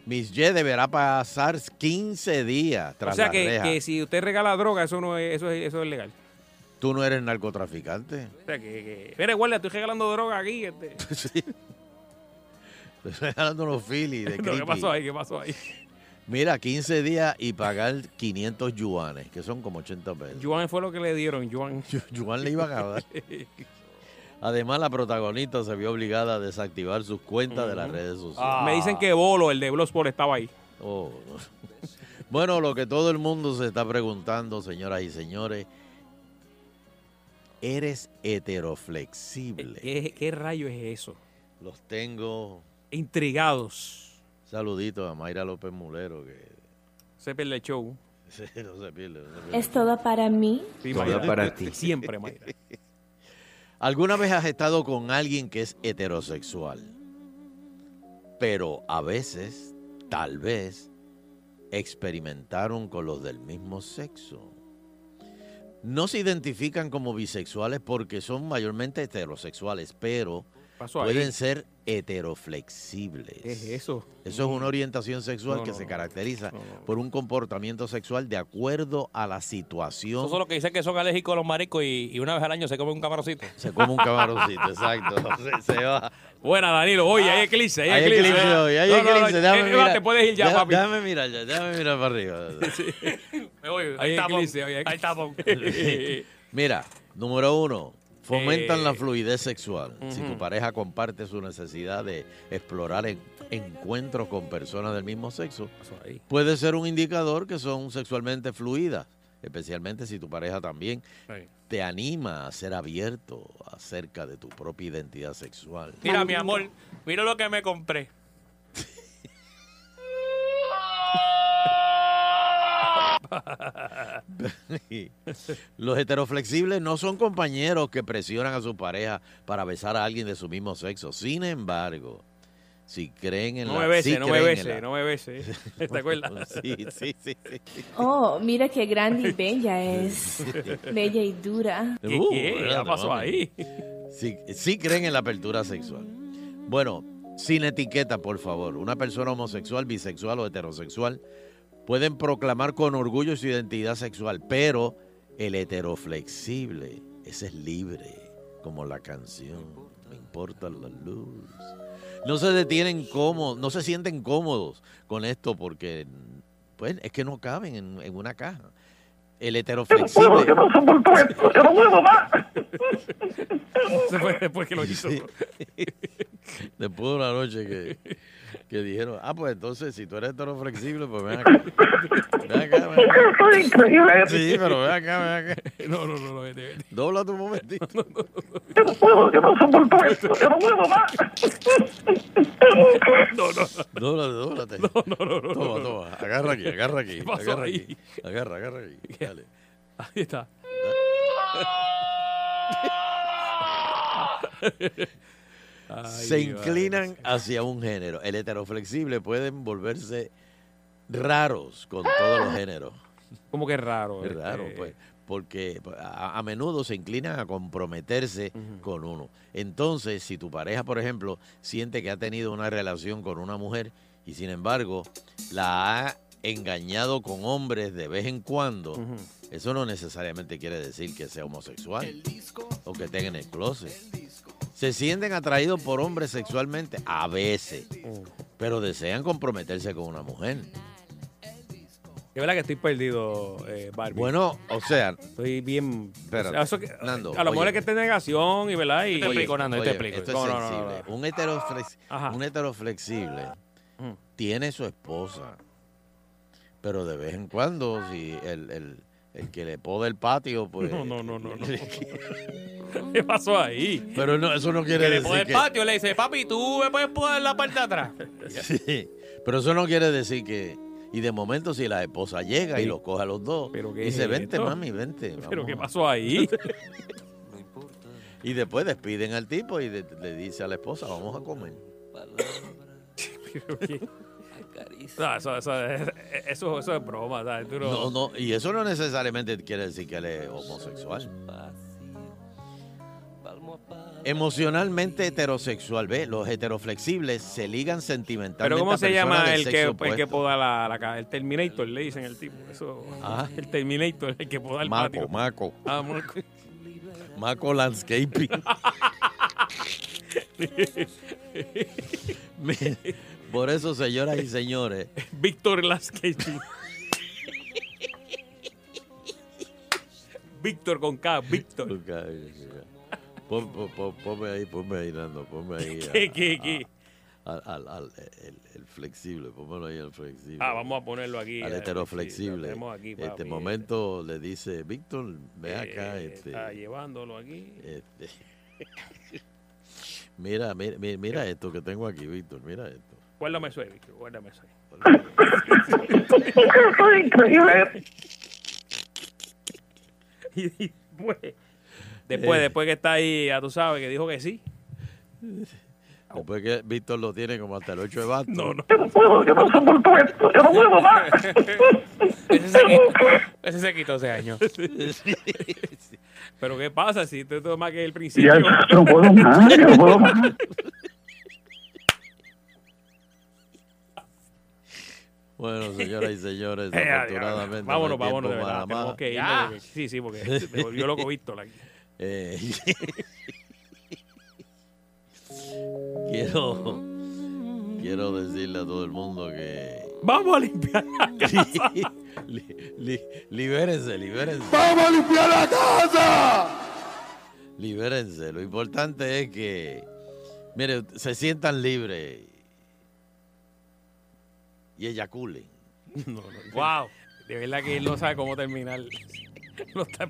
Speaker 3: Miss Ye deberá pasar 15 días tras
Speaker 2: O sea
Speaker 3: las
Speaker 2: que,
Speaker 3: rejas.
Speaker 2: que si usted regala droga, eso no es, eso es, eso es legal.
Speaker 3: Tú no eres narcotraficante.
Speaker 2: O sea que, que mira, guardia, estoy regalando droga aquí. Este.
Speaker 3: Sí. Te estoy regalando unos filis de
Speaker 2: No, ¿Qué
Speaker 3: creepy.
Speaker 2: pasó ahí? ¿Qué pasó ahí?
Speaker 3: Mira, 15 días y pagar 500 yuanes, que son como 80 pesos.
Speaker 2: Juan fue lo que le dieron, Juan.
Speaker 3: Juan le iban a dar. Además, la protagonista se vio obligada a desactivar sus cuentas de las redes sociales.
Speaker 2: Ah. Me dicen que Bolo, el de Bloodsport, estaba ahí.
Speaker 3: Oh. Bueno, lo que todo el mundo se está preguntando, señoras y señores, ¿eres heteroflexible?
Speaker 2: ¿Qué, qué rayo es eso?
Speaker 3: Los tengo
Speaker 2: intrigados.
Speaker 3: Saludito a Mayra López Mulero que
Speaker 2: Se pierde el show.
Speaker 3: Sí, no se pierde. no se pierde.
Speaker 22: ¿Es todo para mí?
Speaker 2: Sí,
Speaker 3: Todo
Speaker 2: Mayra.
Speaker 3: para ti.
Speaker 2: Siempre, Mayra.
Speaker 3: ¿Alguna vez has estado con alguien que es heterosexual? Pero a veces, tal vez, experimentaron con los del mismo sexo. No se identifican como bisexuales porque son mayormente heterosexuales, pero
Speaker 2: Pasó ahí.
Speaker 3: pueden ser heteroflexibles.
Speaker 2: ¿Qué es eso?
Speaker 3: Eso es una orientación sexual
Speaker 2: No,
Speaker 3: que
Speaker 2: no,
Speaker 3: se
Speaker 2: no.
Speaker 3: caracteriza por un comportamiento sexual de acuerdo a la situación
Speaker 5: Eso son los que dicen que son alérgicos a los maricos y, y una vez al año se come un camaroncito.
Speaker 3: Se come un camaroncito, exacto. Se, se va.
Speaker 2: Buena, Danilo. Oye, hay eclipse, hay,
Speaker 3: Ah, Hay
Speaker 2: eclipse.
Speaker 3: eclipse hoy, hay
Speaker 2: No, no, no,
Speaker 3: eclipse, déjame
Speaker 2: Eva,
Speaker 3: mirar.
Speaker 2: te puedes ir ya,
Speaker 3: Deja-
Speaker 2: papi.
Speaker 3: déjame mirar ya, déjame mirar para arriba.
Speaker 5: Me voy.
Speaker 2: Hay
Speaker 5: Ahí tapón.
Speaker 2: eclipse, oye, hay
Speaker 5: Ahí tapón.
Speaker 3: Mira, número uno, fomentan
Speaker 5: Eh.
Speaker 3: la fluidez sexual. Si tu
Speaker 5: Ujú.
Speaker 3: pareja comparte su necesidad de explorar en- encuentros con personas del mismo sexo, puede ser un indicador que son sexualmente fluidas, especialmente si tu pareja también te anima a ser abierto acerca de tu propia identidad sexual.
Speaker 5: Mira, mi amor, mira lo que me compré.
Speaker 3: Los heteroflexibles no son compañeros que presionan a su pareja para besar a alguien de su mismo sexo. Sin embargo, si creen en
Speaker 2: No
Speaker 3: la...
Speaker 2: me
Speaker 3: sí
Speaker 2: beses, no me
Speaker 3: creen en
Speaker 2: beses,
Speaker 3: la-
Speaker 2: no me beses. ¿Te acuerdas?
Speaker 3: Sí, sí, sí. sí.
Speaker 22: Oh, mira qué grande y bella es. Bella y dura.
Speaker 2: ¿Qué,
Speaker 3: Uh,
Speaker 2: qué?
Speaker 3: espérate,
Speaker 2: ¿Qué pasó
Speaker 3: mami.
Speaker 2: ahí?
Speaker 3: Sí, sí creen en la apertura sexual. Bueno, sin etiqueta, por favor. Una persona homosexual, bisexual o heterosexual pueden proclamar con orgullo su identidad sexual, pero el heteroflexible, ese es libre, como la canción. Me importa la luz. No se detienen cómodos, no se sienten cómodos con esto porque, pues, es que no caben en, en una caja. El heteroflexible.
Speaker 2: Se fue después que lo hizo.
Speaker 3: Después de una noche que, que dijeron, ah, pues entonces si tú eres heteroflexible, pues ven acá. Ven acá, ven acá. Sí, pero ven acá, ven acá.
Speaker 2: No, no, no, no, vete, vete.
Speaker 3: Dobla tu momentito.
Speaker 2: No, no.
Speaker 3: Dóblate, dóblate.
Speaker 2: No, no, no, no,
Speaker 3: Toma,
Speaker 2: no.
Speaker 3: toma. Agarra aquí, agarra aquí.
Speaker 2: ¿Qué pasó
Speaker 3: Agarra
Speaker 2: ahí?
Speaker 3: aquí. Agarra, agarra aquí. Dale.
Speaker 2: Ahí está.
Speaker 3: se inclinan hacia un género. El heteroflexible pueden volverse raros con todos los géneros.
Speaker 24: ¿Cómo que raro?
Speaker 3: Es raro,
Speaker 24: Este-
Speaker 3: pues, porque a, a menudo se inclinan a comprometerse con uno. Entonces, si tu pareja, por ejemplo, siente que ha tenido una relación con una mujer y sin embargo la ha engañado con hombres de vez en cuando, eso no necesariamente quiere decir que sea homosexual o que estén en el closet. Se sienten atraídos por hombres sexualmente a veces, pero desean comprometerse con una mujer.
Speaker 24: De verdad que estoy perdido, eh, Barbie.
Speaker 3: Bueno, o sea,
Speaker 24: estoy bien.
Speaker 3: Espérate,
Speaker 24: Eso que-
Speaker 3: Nando,
Speaker 24: a lo mejor
Speaker 3: oye.
Speaker 24: es que esté en negación y, ¿verdad? Y,
Speaker 3: Te explico, Nando,
Speaker 24: yo
Speaker 3: yo te explico. Esto es
Speaker 24: No, no, no,
Speaker 3: sensible.
Speaker 24: no.
Speaker 3: Un, heteroflex- un heteroflexible
Speaker 24: Mm.
Speaker 3: tiene su esposa, pero de vez en cuando, si el, el- el que le poda el patio, pues...
Speaker 2: No, no, no, no. no. ¿Qué pasó ahí?
Speaker 3: Pero no, eso no quiere
Speaker 2: Que le
Speaker 3: decir
Speaker 2: pone el
Speaker 3: que-
Speaker 2: patio le dice, papi, tú me puedes poner la parte de atrás.
Speaker 3: Sí, pero eso no quiere decir que... Y de momento, si la esposa llega y los coge a los dos,
Speaker 2: es
Speaker 3: dice, vente,
Speaker 2: esto?
Speaker 3: mami, vente.
Speaker 2: ¿Pero qué
Speaker 3: vamos".
Speaker 2: pasó ahí?
Speaker 3: Y después despiden al tipo y de- le dice a la esposa, vamos a comer.
Speaker 2: No, eso, eso, eso, eso es broma, ¿sabes? Tú
Speaker 3: No, no, y eso no necesariamente quiere decir que él es homosexual. Emocionalmente heterosexual, ¿ves? Los heteroflexibles se ligan sentimentalmente.
Speaker 24: Pero ¿cómo
Speaker 3: a
Speaker 24: se
Speaker 3: personas
Speaker 24: llama
Speaker 3: del
Speaker 24: el que,
Speaker 3: sexo
Speaker 24: el que
Speaker 3: opuesto.
Speaker 24: poda la, la ca- El Terminator, le dicen el tipo. Eso,
Speaker 3: Ah.
Speaker 24: El Terminator, el que poda el
Speaker 3: Maco,
Speaker 24: patio.
Speaker 3: Maco.
Speaker 24: Ah, Maco.
Speaker 3: Maco Landscaping. Mire, Por eso, señoras y señores,
Speaker 2: Víctor Landscaping. Víctor con K, Víctor.
Speaker 3: pon- pon- pon- ponme ahí, ponme ahí, Nando, ponme ahí. a-
Speaker 2: ¿Qué, qué, qué?
Speaker 3: a- al, al- al- el, el flexible, pónmelo ahí al flexible.
Speaker 2: Ah, vamos a ponerlo aquí.
Speaker 3: Al
Speaker 2: eh,
Speaker 3: heteroflexible.
Speaker 2: lo tenemos aquí,
Speaker 3: este
Speaker 2: papi.
Speaker 3: momento le dice, Víctor, ve acá.
Speaker 2: Eh,
Speaker 3: este,
Speaker 2: Está llevándolo aquí.
Speaker 3: este, mira, mira, mira, mira esto que tengo aquí, Víctor, mira esto.
Speaker 2: Guárdame eso ahí, Víctor, guárdame eso ahí. Y después, después,
Speaker 3: Eh.
Speaker 2: después que está ahí, ya tú sabes, que dijo que sí.
Speaker 3: Después que Víctor lo tiene como hasta el 8 de bato. No, no.
Speaker 2: Ese se quitó, ese se quitó ese año. Pero ¿qué pasa si tú tomas que el principio?
Speaker 12: Ya, yo no puedo más, yo no puedo más.
Speaker 3: Bueno, señoras y señores,
Speaker 2: Eh, adiós.
Speaker 3: afortunadamente. no hay
Speaker 2: Vámonos,
Speaker 3: tiempo
Speaker 2: vámonos, de verdad.
Speaker 3: para
Speaker 2: Tenemos
Speaker 3: más.
Speaker 2: que irnos,
Speaker 3: Ya.
Speaker 2: porque- sí, sí, porque se me volvió loco Víctor aquí.
Speaker 3: Eh, quiero, quiero decirle a todo el mundo que.
Speaker 2: Vamos a limpiar la
Speaker 3: casa. libérense, libérense.
Speaker 12: ¡Vamos a limpiar la casa!
Speaker 3: Libérense. Lo importante es que, mire, se sientan libres y eyaculen.
Speaker 2: No, no. Wow. De verdad que él no sabe cómo terminar. No está-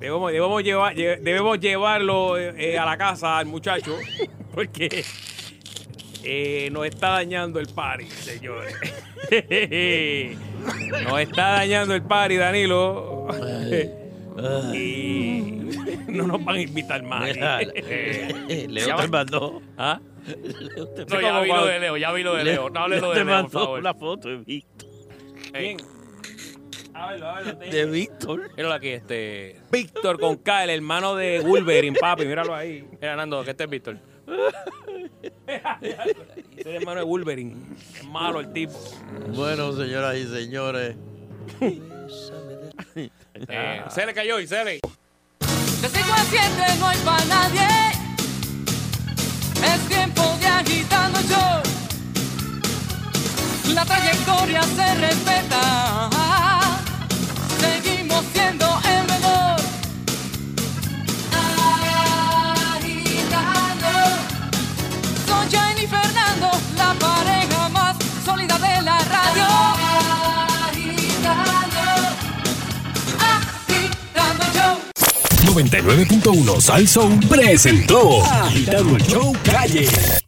Speaker 2: Debemos, debemos, llevar, lle- debemos llevarlo eh, eh, a la casa al muchacho porque eh, nos está dañando el party, señores. Nos está dañando el party, Danilo. Y no nos van a invitar más.
Speaker 3: Mira, Leo te mandó.
Speaker 2: ¿Ah?
Speaker 3: No, ya vi lo de Leo, ya vi lo de Leo. No hable lo de Leo, por favor.
Speaker 2: foto de Víctor. Bien.
Speaker 3: De Víctor.
Speaker 2: Míralo aquí, este. Víctor con K, el hermano de Wolverine, papi. Míralo ahí. Mira, Nando, que este es Víctor. Este es el hermano de Wolverine. Es malo el tipo.
Speaker 3: Bueno, señoras y señores.
Speaker 2: Eh, se le cayó y se le.
Speaker 15: Yo sigo haciendo y no hay para nadie. Es tiempo de agitando yo. La trayectoria se respeta. Seguimos siendo el mejor. Agitando. Son Jenny Fernando, la pareja más sólida de la radio. Agitando. Agitando yo.
Speaker 1: 99.1 Sal Soul presentó Agitando el Show Calle.